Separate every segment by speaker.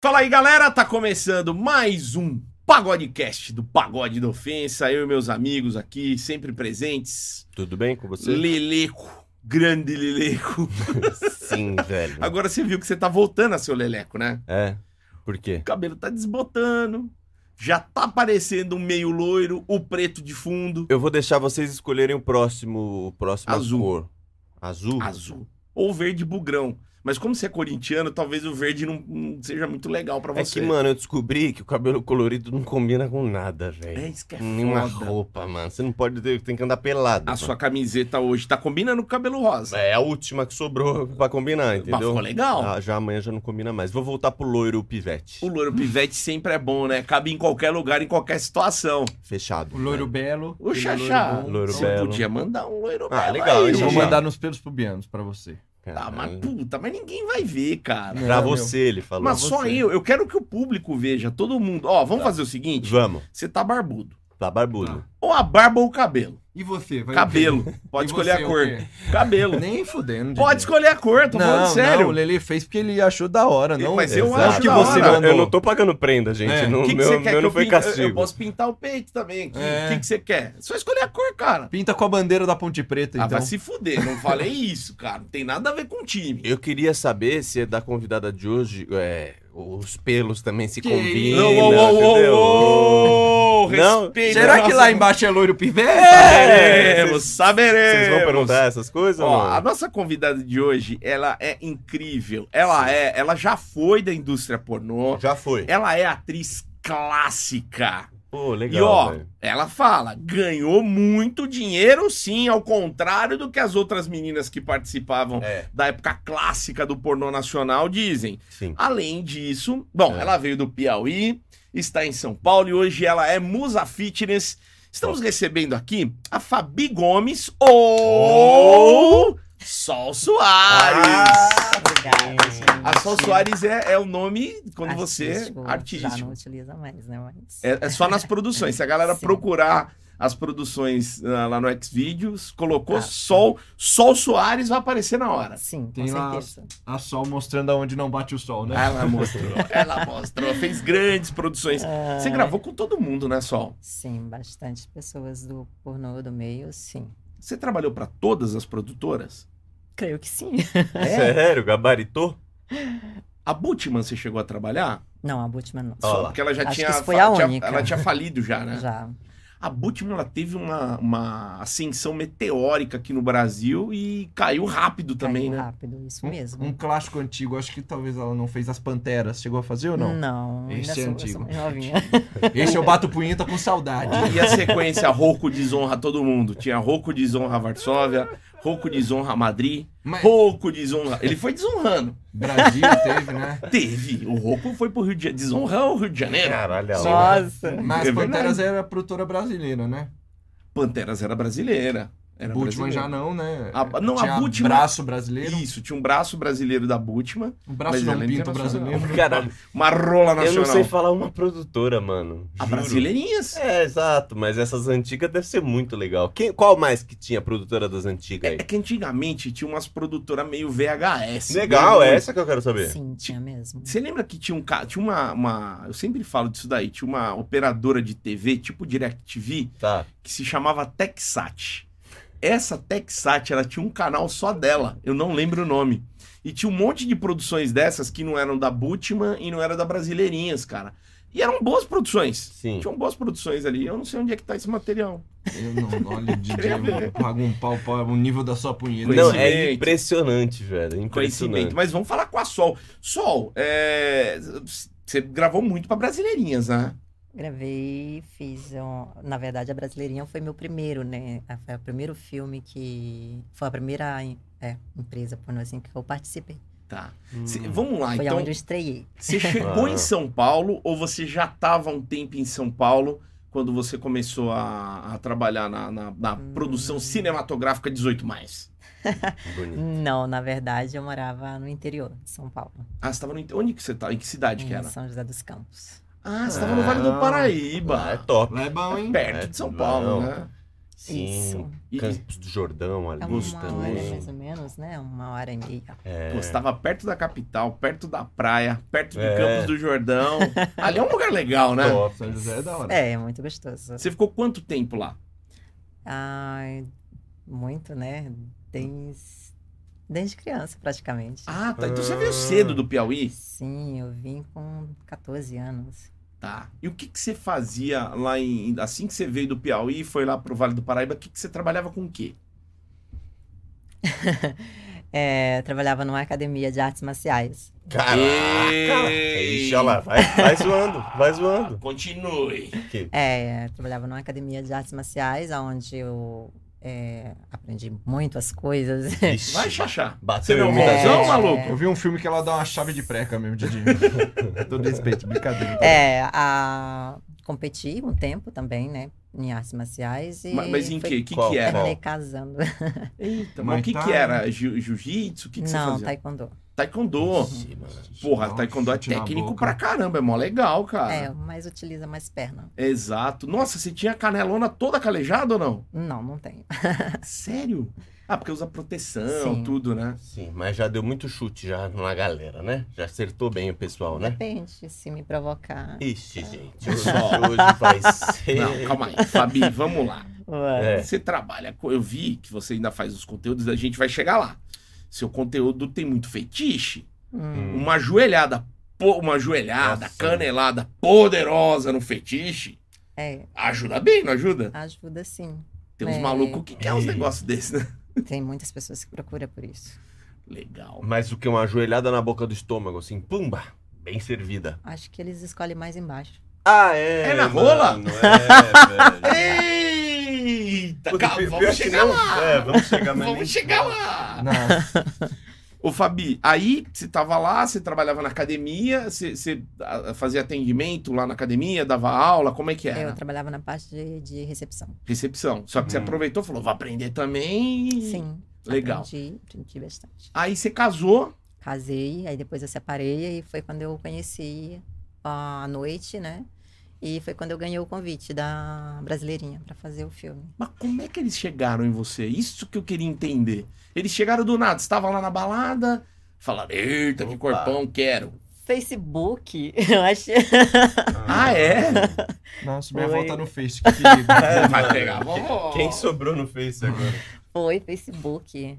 Speaker 1: Fala aí, galera, tá começando mais um Pagodecast do Pagode da Ofensa. Eu e meus amigos aqui, sempre presentes.
Speaker 2: Tudo bem com você?
Speaker 1: Leleco, grande Leleco.
Speaker 2: Sim, velho.
Speaker 1: Agora você viu que você tá voltando a ser o Leleco, né?
Speaker 2: É. Por quê?
Speaker 1: O cabelo tá desbotando, já tá parecendo um meio loiro, o preto de fundo,
Speaker 2: Eu vou deixar vocês escolherem o próximo, o próximo
Speaker 1: Azul.
Speaker 2: cor. Azul.
Speaker 1: azul, ou verde bugrão. Mas como você é corintiano, talvez o verde não, não seja muito legal pra
Speaker 2: É
Speaker 1: você.
Speaker 2: que, mano, eu descobri que o cabelo colorido não combina com nada, velho.
Speaker 1: É isso que é
Speaker 2: Nenhuma
Speaker 1: foda.
Speaker 2: roupa, mano. Você não pode ter, tem que andar pelado.
Speaker 1: A
Speaker 2: mano.
Speaker 1: sua camiseta hoje tá combinando com o cabelo rosa.
Speaker 2: É a última que sobrou pra combinar, entendeu?
Speaker 1: Mas ficou legal.
Speaker 2: Ah, já amanhã já não combina mais. Vou voltar pro loiro pivete.
Speaker 1: O loiro pivete sempre é bom, né? Cabe em qualquer lugar, em qualquer situação.
Speaker 2: Fechado.
Speaker 3: É. O loiro belo.
Speaker 1: O
Speaker 3: aquele
Speaker 1: Xaxá,
Speaker 3: loiro bom.
Speaker 2: Loiro
Speaker 1: você
Speaker 2: belo.
Speaker 1: podia mandar um loiro
Speaker 2: Ah,
Speaker 1: belo
Speaker 2: legal,
Speaker 1: aí,
Speaker 3: Eu vou
Speaker 1: Xaxá.
Speaker 3: mandar nos pelos pubianos pra você.
Speaker 1: Tá, mas
Speaker 2: Caralho.
Speaker 1: puta, mas ninguém vai ver, cara.
Speaker 2: Pra
Speaker 3: É, meu.
Speaker 2: você, ele falou.
Speaker 1: mas só
Speaker 2: Você. Tá.
Speaker 1: eu, eu quero que o público veja, todo mundo. Ó, vamos fazer o seguinte,
Speaker 2: Vamos.
Speaker 1: você tá barbudo.
Speaker 2: Tá barbudo.
Speaker 1: Ou a barba ou o cabelo.
Speaker 3: E você? Vai
Speaker 1: Cabelo,
Speaker 3: o quê? E
Speaker 1: pode escolher
Speaker 3: você,
Speaker 1: a
Speaker 3: o
Speaker 1: cor.
Speaker 3: quê?
Speaker 1: Cabelo.
Speaker 3: Nem fudendo. Didi.
Speaker 1: Pode escolher a cor, tô
Speaker 3: Não,
Speaker 1: falando sério.
Speaker 3: não, o Lele fez porque ele achou da hora, não?
Speaker 1: Mas eu
Speaker 3: Exato.
Speaker 1: acho
Speaker 3: que
Speaker 1: é um da
Speaker 3: você
Speaker 1: hora.
Speaker 3: mandou.
Speaker 2: Eu não tô pagando prenda, gente.
Speaker 3: É.
Speaker 2: Não,
Speaker 1: O que, que
Speaker 2: meu,
Speaker 1: você quer que
Speaker 2: meu não
Speaker 1: eu
Speaker 2: foi
Speaker 1: pinte? Eu-
Speaker 2: castigo.
Speaker 1: Eu, posso pintar o peito também. aqui. O
Speaker 3: É.
Speaker 1: que, que você quer? Só escolher a cor, cara.
Speaker 3: Pinta com a bandeira da Ponte Preta,
Speaker 1: Ah,
Speaker 3: então.
Speaker 1: vai se fuder, não falei isso, cara. Não tem nada a ver com o time.
Speaker 2: Eu queria saber se é da convidada de hoje é, os pelos também se
Speaker 3: Que
Speaker 2: combinam.
Speaker 3: isso?
Speaker 1: Não, ô, ô, ô,
Speaker 2: entendeu?
Speaker 1: ô, ô,
Speaker 2: Não?
Speaker 1: respeita
Speaker 3: Será
Speaker 1: a
Speaker 3: que
Speaker 1: nossa-
Speaker 3: lá embaixo é loiro pivete?
Speaker 1: Saberemos, saberemos.
Speaker 2: Vocês vão perguntar essas coisas?
Speaker 1: Ó,
Speaker 2: ou
Speaker 1: a
Speaker 2: não?
Speaker 1: nossa convidada de hoje, ela é incrível. Ela é, ela já foi da indústria pornô.
Speaker 2: Já foi.
Speaker 1: Ela é atriz clássica.
Speaker 2: Pô, legal.
Speaker 1: e ó,
Speaker 2: velho.
Speaker 1: ela fala, ganhou muito dinheiro sim, ao contrário do que as outras meninas que participavam
Speaker 2: É,
Speaker 1: da época clássica do pornô nacional dizem.
Speaker 2: sim.
Speaker 1: Além disso, bom,
Speaker 2: É.
Speaker 1: ela veio do Piauí, está em São Paulo e hoje ela é Musa Fitness. Estamos recebendo aqui a Fabi Gomes
Speaker 4: Oh!
Speaker 1: ou Sol
Speaker 4: Ah,
Speaker 1: Soares.
Speaker 4: Obrigada.
Speaker 1: É, a Sol Soares é, é o nome quando
Speaker 4: Artístico,
Speaker 1: você é
Speaker 4: tipo, Já não
Speaker 1: artístico.
Speaker 4: utiliza mais, né? Mas...
Speaker 1: É, é só nas produções. Se a galera
Speaker 4: Sim.
Speaker 1: procurar as produções ah, lá no Xvideos, colocou
Speaker 4: Ah, tá.
Speaker 1: Sol, Sol Soares vai aparecer na hora.
Speaker 4: Sim,
Speaker 3: Tem
Speaker 4: com
Speaker 3: lá-
Speaker 4: certeza.
Speaker 3: A sol mostrando aonde não bate o sol, né?
Speaker 1: Ela mostrou, ela mostrou, fez grandes produções. Você
Speaker 4: Ah,
Speaker 1: gravou com todo mundo, né, Sol?
Speaker 4: Sim, bastante pessoas do pornô do meio, sim.
Speaker 1: Você trabalhou pra todas as produtoras?
Speaker 4: Creio que sim.
Speaker 2: É?
Speaker 4: É.
Speaker 2: Sério, gabaritou?
Speaker 1: A Butman você chegou a trabalhar?
Speaker 4: Não, a última não.
Speaker 2: Ó,
Speaker 1: Só porque ela já
Speaker 4: Acho
Speaker 1: tinha,
Speaker 4: que isso foi a
Speaker 1: tinha-
Speaker 4: única.
Speaker 1: ela tinha falido já, né?
Speaker 4: Já.
Speaker 1: A Butman ela teve uma, uma ascensão meteórica aqui no Brasil e caiu rápido também,
Speaker 4: caiu
Speaker 1: né?
Speaker 4: rápido, isso mesmo.
Speaker 3: Um clássico antigo, acho que talvez ela não fez as panteras. Chegou a fazer ou não?
Speaker 1: Hum.
Speaker 4: Não,
Speaker 3: Esse
Speaker 4: ainda
Speaker 3: é
Speaker 4: sou, eu
Speaker 3: antigo.
Speaker 4: sou mais novinha.
Speaker 3: Esse eu bato punheta com saudade.
Speaker 1: E a sequência Roco desonra todo mundo. Tinha Roco desonra Varsóvia, Roco desonra Madrid,
Speaker 3: Mas
Speaker 1: Roco desonra. Ele foi desonrando.
Speaker 3: Brasil teve, né?
Speaker 1: Teve. O Roco foi pro Rio de Janeiro. Desonrar o Rio de Janeiro.
Speaker 2: Caralho, é a hora.
Speaker 4: Nossa.
Speaker 3: Mas
Speaker 1: É verdade.
Speaker 3: Panteras era produtora brasileira, né?
Speaker 1: Panteras era brasileira. Era
Speaker 3: Bultman já
Speaker 1: brasileira.
Speaker 3: não, né?
Speaker 1: A- não, a
Speaker 3: Tinha
Speaker 1: Bultmann-
Speaker 3: braço brasileiro.
Speaker 1: Isso, tinha um braço brasileiro da Butman,
Speaker 3: Um braço
Speaker 1: Mas
Speaker 3: não,
Speaker 1: ela é
Speaker 3: pinto
Speaker 1: internacional.
Speaker 3: brasileiro.
Speaker 2: Caralho,
Speaker 1: uma rola nacional.
Speaker 2: eu não sei Ah, falar uma produtora, mano.
Speaker 1: A
Speaker 2: Juro.
Speaker 1: Brasileirinhas?
Speaker 2: É, exato, mas essas antigas deve ser muito legal. Quem, qual mais que tinha produtora das antigas
Speaker 1: É
Speaker 2: aí?
Speaker 1: que antigamente tinha umas produtoras meio VHS.
Speaker 2: Legal,
Speaker 1: Meio-
Speaker 2: é essa que eu quero saber.
Speaker 4: Sim, tinha mesmo.
Speaker 1: Né? Você lembra que tinha um ca- tinha uma, uma- Eu sempre falo disso daí. Tinha uma operadora de TV, tipo DirecTV,
Speaker 2: Tá.
Speaker 1: que se chamava Texat. Essa Texat, ela tinha um canal só dela. Eu não lembro o nome. E tinha um monte de produções dessas que não eram da Butman e não era da Brasileirinhas, cara. E eram boas produções.
Speaker 2: Sim.
Speaker 1: Tinham boas produções ali. Eu não sei onde é que tá esse material.
Speaker 3: Eu não, olha, DJ,
Speaker 1: Queria ver.
Speaker 3: eu pago um pau para o nível da sua punheta.
Speaker 1: um
Speaker 2: Não,
Speaker 1: Conhecimento.
Speaker 2: é impressionante, velho. é
Speaker 1: conhecimento.
Speaker 2: Impressionante.
Speaker 1: Mas vamos falar com a Sol. Sol, é, você gravou muito pra brasileirinhas, né?
Speaker 4: Gravei, fiz um... Na verdade, a Brasileirinha foi meu primeiro, né? Ah, Foi o primeiro filme que... Foi a primeira é, empresa pornô, assim, que eu participei.
Speaker 1: Tá.
Speaker 2: Hum.
Speaker 1: Cê- vamos lá,
Speaker 4: Foi
Speaker 1: então.
Speaker 4: onde eu estreiei.
Speaker 1: Você chegou
Speaker 2: Ah.
Speaker 1: em São Paulo ou você já tava um tempo em São Paulo quando você começou a, a trabalhar na, na- na
Speaker 4: Hum.
Speaker 1: produção cinematográfica 18 mais?
Speaker 2: Bonito.
Speaker 4: Não, na verdade eu morava no interior de São Paulo,
Speaker 1: Ah, você tava no. Onde que você tava? Em que cidade que
Speaker 4: em
Speaker 1: era?
Speaker 4: São José dos Campos.
Speaker 1: Ah, você tava no Vale
Speaker 3: Ah.
Speaker 1: do Paraíba.
Speaker 2: Ah, é top.
Speaker 3: Lá é bom, hein?
Speaker 1: Perto de São Paulo,
Speaker 2: Não.
Speaker 1: né?
Speaker 4: Isso.
Speaker 1: E, e
Speaker 2: Campos do Jordão ali.
Speaker 4: É uma
Speaker 1: Gostoso.
Speaker 4: hora mais ou menos, né? Uma hora e meia.
Speaker 2: É.
Speaker 1: Pô, você tava perto da capital, perto da praia, perto de
Speaker 2: É.
Speaker 1: Campos do Jordão. Ali é um lugar legal, né?
Speaker 2: Top.
Speaker 3: São José é da hora.
Speaker 4: É, é muito gostoso.
Speaker 1: Você ficou quanto tempo lá?
Speaker 4: Ai, muito, né? Desde, desde criança, praticamente.
Speaker 1: Ah, tá. Então você veio cedo do Piauí?
Speaker 4: Sim, eu vim com 14 anos.
Speaker 1: Tá. E o que, que você fazia lá em. Assim que você veio do Piauí e foi lá pro Vale do Paraíba, o que, que você trabalhava com o quê?
Speaker 4: É, trabalhava numa academia de artes marciais.
Speaker 2: Caraca!
Speaker 1: Ei.
Speaker 2: Ixi, olha lá, vai, vai zoando, vai zoando.
Speaker 1: Continue.
Speaker 2: Que-
Speaker 4: É, trabalhava numa academia de artes marciais, onde eu é, aprendi muito as coisas.
Speaker 2: Ixi,
Speaker 1: Vai, Xaxá. Você
Speaker 2: Bateu
Speaker 1: não
Speaker 2: em
Speaker 1: é
Speaker 2: muita
Speaker 1: mozão,
Speaker 2: gente.
Speaker 1: maluco?
Speaker 3: Eu vi um filme que ela dá uma chave de preca mesmo, Didi. Todo respeito, brincadeira.
Speaker 4: É, a... competi um tempo também, né? Em artes marciais e.
Speaker 1: Ma- Mas em
Speaker 4: foi-
Speaker 1: quê? O que,
Speaker 2: Qual?
Speaker 1: que era?
Speaker 4: Terminei casando.
Speaker 1: Eita, mas
Speaker 3: Muay
Speaker 1: o que, que
Speaker 3: Thai.
Speaker 1: era? Ju- Jiu-jitsu? O que, que você
Speaker 4: Não,
Speaker 1: fazia?
Speaker 4: taekwondo.
Speaker 1: Taekwondo.
Speaker 2: Ixi, mano.
Speaker 1: Porra,
Speaker 3: Dá um
Speaker 1: taekwondo é
Speaker 3: chute na
Speaker 1: técnico
Speaker 3: boca.
Speaker 1: pra caramba, é mó legal, cara.
Speaker 4: É, mas utiliza mais perna.
Speaker 1: Exato. Nossa, você tinha a canelona toda calejada ou não?
Speaker 4: Não, não tenho.
Speaker 1: Sério? Ah, porque usa proteção,
Speaker 4: Sim.
Speaker 1: tudo, né?
Speaker 2: Sim, mas já deu muito chute já na galera, né? Já acertou bem o pessoal, né?
Speaker 4: Depende, se me provocar.
Speaker 2: Ixi, gente, hoje, hoje vai ser...
Speaker 1: Não, calma aí. Fabi, vamos lá.
Speaker 4: Ué.
Speaker 2: É.
Speaker 1: Você trabalha com. Eu vi que você ainda faz os conteúdos, a gente vai chegar lá. Seu conteúdo tem muito fetiche.
Speaker 4: Hum.
Speaker 1: Uma joelhada, pô, uma joelhada,
Speaker 2: Nossa.
Speaker 1: canelada poderosa no fetiche.
Speaker 4: É,
Speaker 1: Ajuda bem, não ajuda?
Speaker 4: ajuda sim.
Speaker 1: Tem uns
Speaker 4: É.
Speaker 1: malucos que querem uns
Speaker 2: Ei.
Speaker 1: negócios desses, né?
Speaker 4: Tem muitas pessoas que procuram por isso.
Speaker 1: Legal.
Speaker 2: Mas o que? Uma ajoelhada na boca do estômago, assim, pumba, bem servida.
Speaker 4: Acho que eles escolhem mais embaixo.
Speaker 2: Ah, é?
Speaker 1: É na
Speaker 2: mano,
Speaker 1: rola?
Speaker 2: É, velho.
Speaker 1: Eita!
Speaker 2: Puta,
Speaker 1: calma,
Speaker 2: pior
Speaker 1: vamos
Speaker 2: que
Speaker 1: chegar
Speaker 2: não.
Speaker 1: lá!
Speaker 2: É, vamos chegar mas nem-
Speaker 1: Vamos chegar lá!
Speaker 3: Nossa,
Speaker 1: Ô, Fabi, aí você tava lá, você trabalhava na academia, você, você, ah, fazia atendimento lá na academia, dava aula, como é que era?
Speaker 4: Eu trabalhava na parte de, de recepção.
Speaker 1: Recepção. Só que você
Speaker 2: Hum.
Speaker 1: aproveitou e falou, vou aprender também.
Speaker 4: Sim.
Speaker 1: Legal.
Speaker 4: Aprendi, aprendi bastante.
Speaker 1: Aí você casou.
Speaker 4: Casei, aí depois eu separei, e foi quando eu conheci a noite, né? E foi quando eu ganhei o convite da brasileirinha pra fazer o filme.
Speaker 1: Mas como é que eles chegaram em você? Isso que eu queria entender. Eles chegaram do nada, você estava lá na balada, falaram, eita, que
Speaker 2: Opa.
Speaker 1: corpão, quero.
Speaker 4: Facebook, eu achei.
Speaker 1: Ah, é?
Speaker 3: nossa, minha
Speaker 4: Oi.
Speaker 3: volta no Face, que perigo.
Speaker 1: Vai pegar a vovó.
Speaker 2: Quem sobrou no Face agora?
Speaker 4: Foi Facebook.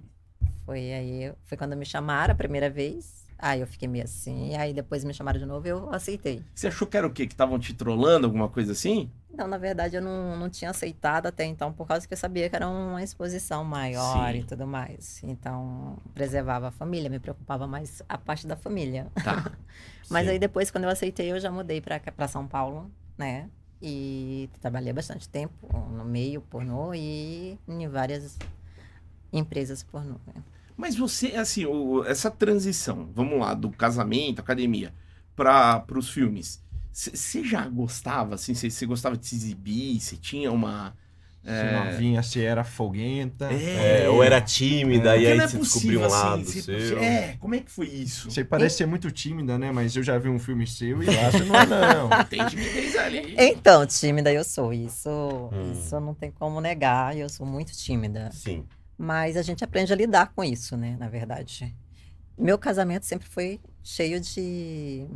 Speaker 4: Foi aí, foi quando me chamaram a primeira vez. Aí eu fiquei meio assim, aí depois me chamaram de novo e eu aceitei.
Speaker 1: Você achou que era o quê? Que estavam te trolando, alguma coisa assim?
Speaker 4: Então, na verdade, eu não, não tinha aceitado até então, por causa que eu sabia que era uma exposição maior
Speaker 1: Sim.
Speaker 4: e tudo mais. Então, preservava a família, me preocupava mais a parte da família.
Speaker 1: Tá.
Speaker 4: Mas
Speaker 2: Sim.
Speaker 4: aí depois, quando eu aceitei, eu já mudei pra cá- pra São Paulo, né? E trabalhei bastante tempo no meio pornô e em várias empresas pornô. né?
Speaker 1: Mas você, assim, o- essa transição, vamos lá, do casamento, academia, para os filmes, você já gostava, assim, você gostava de se exibir? Você tinha uma.
Speaker 3: Se novinha, se era folguenta.
Speaker 1: É,
Speaker 2: É, ou era tímida e
Speaker 1: Porque
Speaker 2: aí
Speaker 1: não é
Speaker 2: se
Speaker 1: possível,
Speaker 2: descobriu um lado
Speaker 1: assim, você-
Speaker 2: seu.
Speaker 1: É, como é que foi isso?
Speaker 3: Você parece ser muito tímida, né? Mas eu já vi um filme seu e lá você não é, não.
Speaker 1: Tem timidez ali.
Speaker 4: Então, tímida eu sou, isso,
Speaker 2: Hum.
Speaker 4: isso não tem como negar, eu sou muito tímida.
Speaker 2: Sim.
Speaker 4: Mas a gente aprende a lidar com isso, né, na verdade. Meu casamento sempre foi cheio de,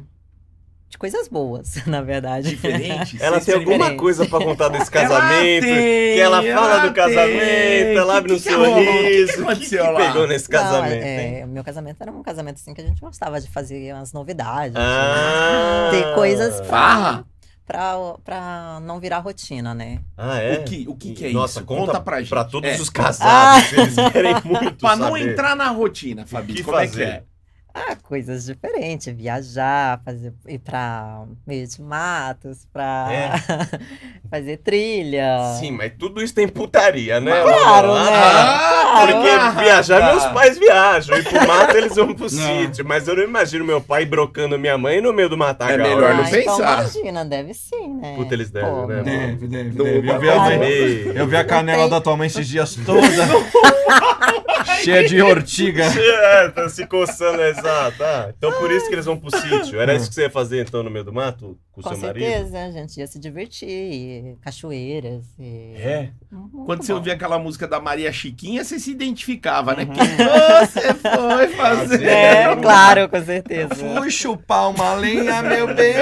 Speaker 4: de coisas boas, na verdade.
Speaker 1: Diferente.
Speaker 2: Ela
Speaker 1: você
Speaker 2: tem alguma
Speaker 4: experimente.
Speaker 2: coisa pra contar desse casamento?
Speaker 1: tem,
Speaker 2: que ela fala do
Speaker 1: tem.
Speaker 2: casamento, ela abre um
Speaker 1: Que que rolou? Que
Speaker 2: sorriso.
Speaker 1: que
Speaker 2: O
Speaker 1: aconteceu lá?
Speaker 2: pegou nesse
Speaker 4: Não,
Speaker 2: casamento? hein?
Speaker 4: é, meu casamento era um casamento assim que a gente gostava de fazer umas novidades,
Speaker 2: Ah,
Speaker 4: ter coisas
Speaker 1: Farra?
Speaker 4: pra, pra, pra não virar rotina, né?
Speaker 2: Ah, é?
Speaker 1: O que, o que, que é
Speaker 2: Nossa,
Speaker 1: isso?
Speaker 2: Conta,
Speaker 1: pra gente.
Speaker 2: Pra todos
Speaker 1: É.
Speaker 2: os casados,
Speaker 4: Ah.
Speaker 2: eles querem muito
Speaker 1: Pra não
Speaker 2: saber.
Speaker 1: entrar na rotina,
Speaker 2: O
Speaker 1: Fabi,
Speaker 2: que
Speaker 1: como
Speaker 2: fazer?
Speaker 1: é que é?
Speaker 4: Ah, coisas diferentes, viajar, fazer, ir pra meio de matos, pra fazer trilha.
Speaker 2: É. Ah. Sim, mas tudo isso tem putaria, né?
Speaker 4: Claro,
Speaker 2: Lola?
Speaker 4: né?
Speaker 2: Ah,
Speaker 4: Claro.
Speaker 2: Porque viajar, meus
Speaker 1: Ah.
Speaker 2: pais viajam. E pro mato, eles vão pro sítio. Mas eu não imagino meu pai brocando minha mãe no meio do matagal.
Speaker 1: É melhor não
Speaker 4: Ah, então
Speaker 1: pensar.
Speaker 4: imagina, deve sim, né?
Speaker 2: Puta, eles devem,
Speaker 4: Pô,
Speaker 2: né,
Speaker 1: É
Speaker 4: meu-
Speaker 2: mano?
Speaker 3: Deve, deve,
Speaker 1: Não,
Speaker 3: deve. Eu vi,
Speaker 2: Eu
Speaker 3: a,
Speaker 4: vai.
Speaker 3: mãe-
Speaker 2: amei.
Speaker 3: eu vi a canela da tua mãe esses dias toda. Cheia de ortiga.
Speaker 2: É, tá se coçando, exato. Ah, então por isso que eles vão pro sítio.
Speaker 1: Ah.
Speaker 2: Era isso que você ia fazer então no meio do mato? Com,
Speaker 4: Com
Speaker 2: seu marido?
Speaker 4: certeza, a gente ia se divertir, e cachoeiras. E... Uhum,
Speaker 2: É.
Speaker 4: Muito
Speaker 1: Quando você
Speaker 4: bom.
Speaker 1: ouvia aquela música da Maria Chiquinha, você se identificava,
Speaker 3: Uhum.
Speaker 1: né? Que você foi fazer.
Speaker 4: É, claro, com certeza.
Speaker 3: Fui chupar uma lenha, meu bem.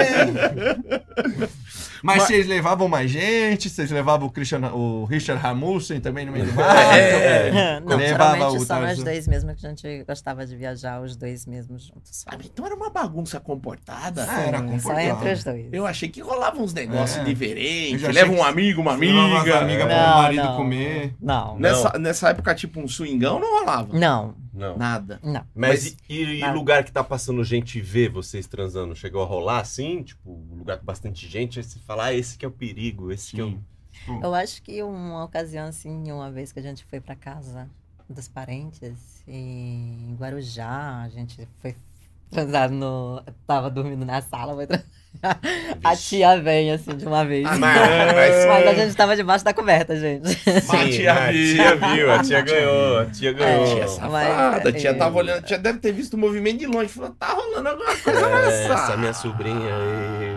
Speaker 3: Mas vocês levavam mais gente? Vocês levavam o, Christian, o Richard Rasmussen também no meio do mato?
Speaker 1: É.
Speaker 4: Não,
Speaker 3: Levava
Speaker 4: geralmente
Speaker 3: o
Speaker 4: só nós
Speaker 2: né?
Speaker 3: Tarzan.
Speaker 4: dois mesmo que a gente gostava de viajar, os dois mesmos juntos.
Speaker 1: Ah, mas então era uma bagunça comportada.
Speaker 3: Ah, era
Speaker 4: Só
Speaker 3: confortável.
Speaker 4: entre os dois.
Speaker 1: Eu achei que rolavam uns negócios
Speaker 3: É.
Speaker 1: diferentes.
Speaker 3: Eu já
Speaker 1: Leva
Speaker 3: achei
Speaker 1: um
Speaker 3: que-
Speaker 1: amigo, uma
Speaker 3: Levava umas
Speaker 1: amiga.
Speaker 3: amigas
Speaker 1: É.
Speaker 3: pro marido comer.
Speaker 4: Não, não.
Speaker 1: Nessa, nessa época, tipo, um swingão não rolava.
Speaker 4: Não,
Speaker 2: Não.
Speaker 1: Nada.
Speaker 4: não.
Speaker 2: Mas, e, e
Speaker 4: Nada.
Speaker 2: lugar que tá passando gente e vê vocês transando? Chegou a rolar assim? Tipo, um lugar com bastante gente, aí você fala, ah, esse que é o perigo, esse que é o.
Speaker 4: Eu acho que uma ocasião, assim, uma vez que a gente foi pra casa dos parentes, em Guarujá, a gente foi transar no. Tava dormindo na sala, foi transar. A
Speaker 2: Vixe.
Speaker 4: tia vem, assim, de uma vez.
Speaker 1: Ah,
Speaker 2: mas-
Speaker 4: Mas
Speaker 1: é-
Speaker 4: a gente tava debaixo da coberta, gente.
Speaker 2: Sim, a tia, viu, a tia ganhou, a tia ganhou.
Speaker 1: É, Tia safada,
Speaker 4: Mas,
Speaker 1: tia
Speaker 4: é.
Speaker 1: tava olhando, tia deve ter visto o movimento de longe. Falou, tá rolando alguma
Speaker 3: É,
Speaker 1: coisa
Speaker 2: Essa,
Speaker 1: nessa.
Speaker 2: minha sobrinha aí.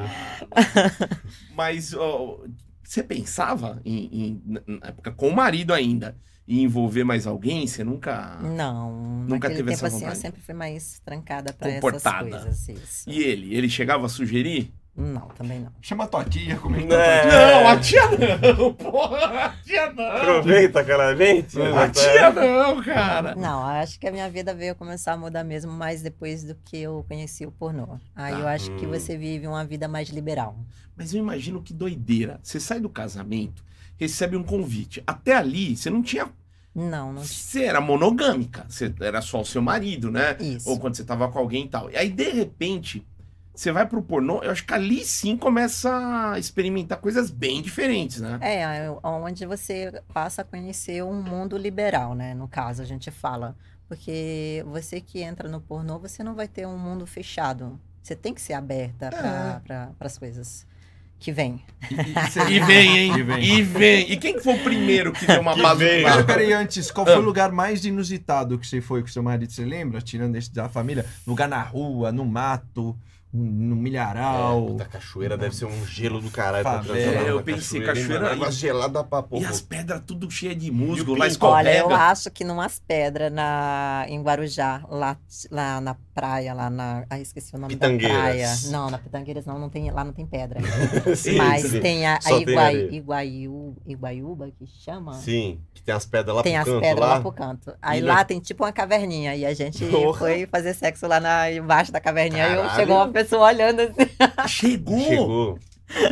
Speaker 1: Mas ó, você pensava em, em- na época com o marido ainda em envolver mais alguém? Você nunca.
Speaker 4: Não.
Speaker 1: Nunca
Speaker 4: naquele
Speaker 1: teve
Speaker 4: tempo,
Speaker 1: essa
Speaker 4: assim, eu
Speaker 1: vontade?
Speaker 4: sempre fui mais trancada pra
Speaker 1: Comportada.
Speaker 4: essas coisas. Isso.
Speaker 1: E ele? Ele chegava a sugerir?
Speaker 4: Não, também não.
Speaker 3: Chama tua tia, como é que tá tua tia?
Speaker 2: É.
Speaker 1: Não, a tia não, porra! A tia não!
Speaker 2: Aproveita que ela tá vem, tia.
Speaker 1: A tia não, cara!
Speaker 4: Não, eu acho que a minha vida veio começar a mudar mesmo mais depois do que eu conheci o pornô. Aí eu
Speaker 1: Ah,
Speaker 4: acho que
Speaker 2: hum.
Speaker 4: você vive uma vida mais liberal.
Speaker 1: Mas eu imagino que doideira. Você sai do casamento, recebe um convite. Até ali, você não tinha.
Speaker 4: Não, não
Speaker 1: Você era monogâmica. Você era só o seu marido, né?
Speaker 4: Isso.
Speaker 1: Ou quando você tava com alguém e tal. E aí, de repente, você vai pro pornô. Eu acho que ali sim começa a experimentar coisas bem diferentes, né?
Speaker 4: É, eu- onde você passa a conhecer um mundo liberal, né? No caso, a gente fala. Porque você que entra no pornô, você não vai ter um mundo fechado. Você tem que ser aberta
Speaker 1: É.
Speaker 4: para as coisas que vêm.
Speaker 1: E vem, hein?
Speaker 3: E vem.
Speaker 1: E vem. E quem que foi o primeiro que deu uma
Speaker 2: Que
Speaker 1: bazucada?
Speaker 2: vem.
Speaker 3: Cara, peraí, antes, qual
Speaker 2: Ah.
Speaker 3: foi o lugar mais inusitado que você foi com seu marido? Você lembra? Tirando esse da família? Lugar na rua, no mato, no milharal.
Speaker 2: Da cachoeira deve ser um gelo do caralho pra
Speaker 3: Favela.
Speaker 2: transar
Speaker 1: É, eu
Speaker 2: na
Speaker 1: pensei,
Speaker 2: hein,
Speaker 1: cachoeira-
Speaker 2: mano? Água gelada pra
Speaker 1: E
Speaker 2: porra.
Speaker 1: as pedras tudo cheias de
Speaker 2: E
Speaker 1: musgo,
Speaker 2: o
Speaker 1: lá
Speaker 2: pinto?
Speaker 1: escorrega.
Speaker 4: Olha, eu acho que numas pedras na, em Guarujá, lá, lá na praia, lá na. Ah, esqueci o nome da
Speaker 2: Pitangueiras.
Speaker 4: praia. Não, na Pitangueiras não, não tem, lá não tem pedra.
Speaker 2: Sim,
Speaker 4: Mas
Speaker 2: sim.
Speaker 4: tem a, a
Speaker 2: Só tem
Speaker 4: Igua-
Speaker 2: areia.
Speaker 4: Iguaiú- Iguaiúba, que chama?
Speaker 2: Sim, que tem as pedras lá
Speaker 4: tem
Speaker 2: pro
Speaker 4: as
Speaker 2: canto
Speaker 4: pedras
Speaker 2: lá.
Speaker 4: lá pro canto. Aí
Speaker 2: E
Speaker 4: lá
Speaker 2: nós-
Speaker 4: tem tipo uma caverninha. E a gente
Speaker 2: Porra.
Speaker 4: foi fazer sexo lá na, embaixo da caverninha. Aí eu-
Speaker 2: Caralho.
Speaker 4: chegou uma pessoa olhando assim.
Speaker 1: Ah, Chegou.
Speaker 2: Chegou.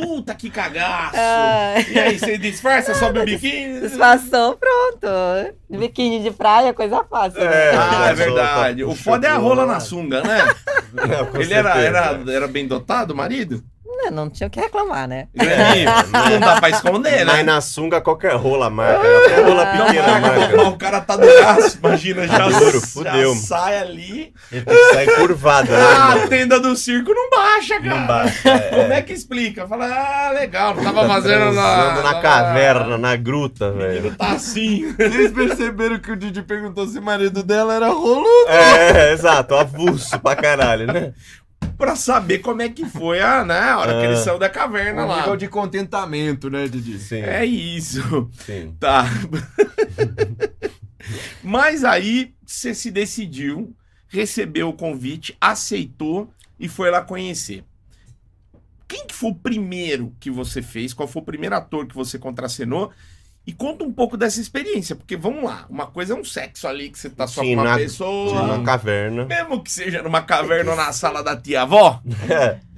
Speaker 1: Puta que cagaço!
Speaker 4: Ai.
Speaker 1: E aí, você
Speaker 4: Ah,
Speaker 1: disfarça, sobe o biquíni.
Speaker 4: Passou, pronto. Biquíni de praia, coisa fácil. né?
Speaker 2: É.
Speaker 1: Ah, é verdade. O foda é a rola na sunga, né?
Speaker 2: Não, com
Speaker 1: Ele era,
Speaker 2: certeza.
Speaker 1: era, era bem dotado, o marido?
Speaker 4: Não, não tinha o que reclamar, né?
Speaker 1: Grande. Não dá pra esconder,
Speaker 2: É. Mas
Speaker 1: né?
Speaker 2: na sunga qualquer rola marca. Até rola
Speaker 4: Não
Speaker 2: pequena marca.
Speaker 1: Mas o cara tá do gasto, imagina, já,
Speaker 2: Tá Duro,
Speaker 1: já
Speaker 2: fudeu.
Speaker 1: sai ali.
Speaker 2: Ele tem que sair curvado, né?
Speaker 1: Ah,
Speaker 2: mano?
Speaker 1: a tenda do circo não baixa, cara.
Speaker 2: Não baixa, é.
Speaker 1: Como é que explica? Fala, ah, legal, não tava
Speaker 2: Tá
Speaker 1: fazendo
Speaker 2: transando na caverna, na gruta, velho.
Speaker 1: Ele tá assim.
Speaker 3: Vocês perceberam que o Didi perguntou se o marido dela era rolo?
Speaker 2: É, exato, avulso pra caralho, né?
Speaker 1: pra saber como é que foi a, né, a hora que eles saiu da caverna
Speaker 3: Um
Speaker 1: lá.
Speaker 3: nível de contentamento, né, Didi?
Speaker 2: Sim,
Speaker 1: É isso.
Speaker 2: sim.
Speaker 1: Tá. Mas aí você se decidiu, recebeu o convite, aceitou e foi lá conhecer. Quem que foi o primeiro que você fez? Qual foi o primeiro ator que você contracenou? E conta um pouco dessa experiência, porque vamos lá, uma coisa é um sexo ali que você tá só
Speaker 2: Sim,
Speaker 1: com uma
Speaker 2: na-
Speaker 1: pessoa,
Speaker 2: Na caverna.
Speaker 1: mesmo que seja numa caverna ou na sala da tia-avó.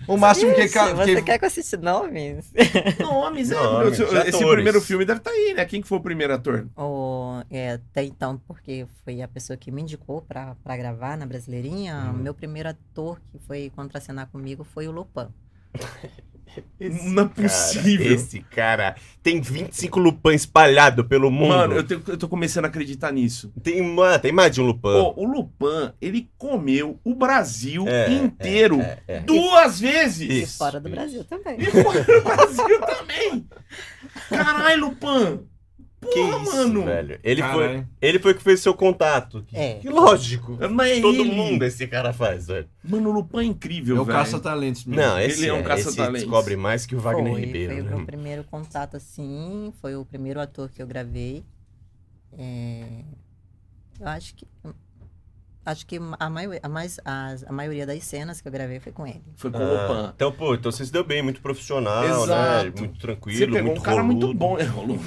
Speaker 2: É,
Speaker 3: O máximo que,
Speaker 4: Isso,
Speaker 3: ca-
Speaker 4: você
Speaker 3: que-
Speaker 4: quer que eu assista nomes?
Speaker 1: Nomes, é.
Speaker 2: Nomes,
Speaker 1: Esse- esse
Speaker 2: atores.
Speaker 1: primeiro filme deve estar aí, né? Quem que foi o primeiro ator?
Speaker 4: Ou, é, até então, porque foi a pessoa que me indicou pra pra gravar na Brasileirinha,
Speaker 2: Uhum.
Speaker 4: meu primeiro ator que foi contracenar comigo foi o Lupin.
Speaker 1: Não é
Speaker 2: cara,
Speaker 1: possível.
Speaker 2: esse cara tem 25 Lupin espalhado pelo mundo.
Speaker 1: Mano, eu, te- eu tô começando a acreditar nisso.
Speaker 2: tem, mano, tem mais de um Lupin.
Speaker 1: Pô, o Lupin, ele comeu o Brasil
Speaker 2: É,
Speaker 1: inteiro
Speaker 2: é, é.
Speaker 1: duas vezes.
Speaker 4: E
Speaker 2: Isso,
Speaker 4: fora do
Speaker 2: isso.
Speaker 4: Brasil também.
Speaker 1: E fora do Brasil também. Caralho, Lupin.
Speaker 2: que isso,
Speaker 1: mano.
Speaker 2: velho. Ele foi,
Speaker 3: Caralho.
Speaker 2: ele foi que fez seu contato.
Speaker 4: É.
Speaker 2: Que lógico.
Speaker 1: Mas é
Speaker 2: Todo
Speaker 1: ele-
Speaker 2: mundo esse cara faz, velho.
Speaker 1: Mano, o Lupin é incrível,
Speaker 3: Eu
Speaker 1: velho.
Speaker 3: caço talentos mesmo.
Speaker 2: Não, esse,
Speaker 1: Ele é um
Speaker 2: é, esse
Speaker 1: caça-talentos.
Speaker 2: descobre mais que o Wagner
Speaker 4: foi, um
Speaker 2: Ribeiro,
Speaker 4: foi o
Speaker 2: né?
Speaker 4: meu primeiro contato, assim. Foi o primeiro ator que eu gravei. É, Eu acho que. Acho que a, maio- a mais, as- a maioria das cenas que eu gravei foi com ele.
Speaker 1: Foi com o
Speaker 2: Ah,
Speaker 1: Lupin.
Speaker 2: então, pô, então você se deu bem, muito profissional, né?
Speaker 1: Exato.
Speaker 2: Muito tranquilo,
Speaker 1: Você pegou
Speaker 2: muito
Speaker 1: um cara muito
Speaker 2: roludo.
Speaker 1: bom. É, roludo.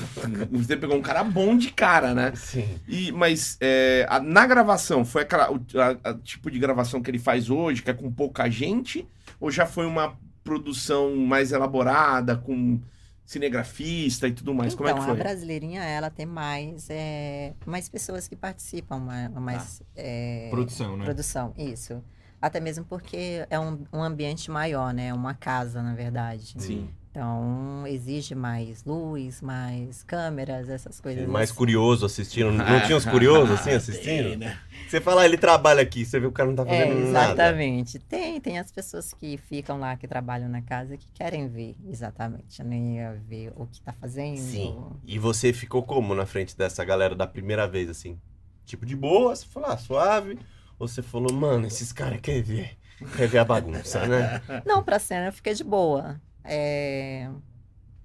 Speaker 1: Você pegou um cara bom de cara, né?
Speaker 2: Sim.
Speaker 1: E, mas é, a- na gravação, foi aquela, o a- a tipo de gravação que ele faz hoje, que é com pouca gente? Ou já foi uma produção mais elaborada, com cinegrafista e tudo mais?
Speaker 4: então,
Speaker 1: Como é que
Speaker 4: a
Speaker 1: foi?
Speaker 4: brasileirinha, ela tem mais, é, mais pessoas que participam, ma- mais é,
Speaker 3: Produção, né?
Speaker 4: produção, isso. Até mesmo porque é um, um ambiente maior, né? É Uma casa, na verdade.
Speaker 1: Sim.
Speaker 4: Então, exige mais luz, mais câmeras, essas coisas.
Speaker 2: Mais
Speaker 4: assim.
Speaker 2: curioso assistindo. Não tinha uns curiosos
Speaker 4: Ah,
Speaker 2: assim assistindo?
Speaker 1: Tem, né?
Speaker 2: Você fala, ah, ele trabalha aqui, você vê o cara não tá
Speaker 4: É,
Speaker 2: fazendo nada.
Speaker 4: exatamente. Tem, tem as pessoas que ficam lá, que trabalham na casa, que querem ver, exatamente. Nem ia ver o que tá fazendo.
Speaker 2: Sim. E você ficou como na frente dessa galera da primeira vez, assim? Tipo, de boa, você falou, ah, suave. Ou você falou, mano, esses caras querem ver. Quer ver a bagunça, né?
Speaker 4: Não, pra cena eu fiquei de boa. É,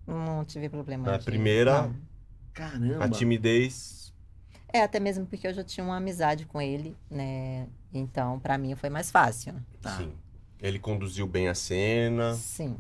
Speaker 4: Não tive problema.
Speaker 2: Na
Speaker 4: de-
Speaker 2: primeira-
Speaker 4: não.
Speaker 1: Caramba.
Speaker 2: A timidez.
Speaker 4: É, até mesmo porque eu já tinha uma amizade com ele, né? Então, pra mim foi mais fácil.
Speaker 1: Tá.
Speaker 2: Sim. Ele conduziu bem a cena.
Speaker 4: Sim.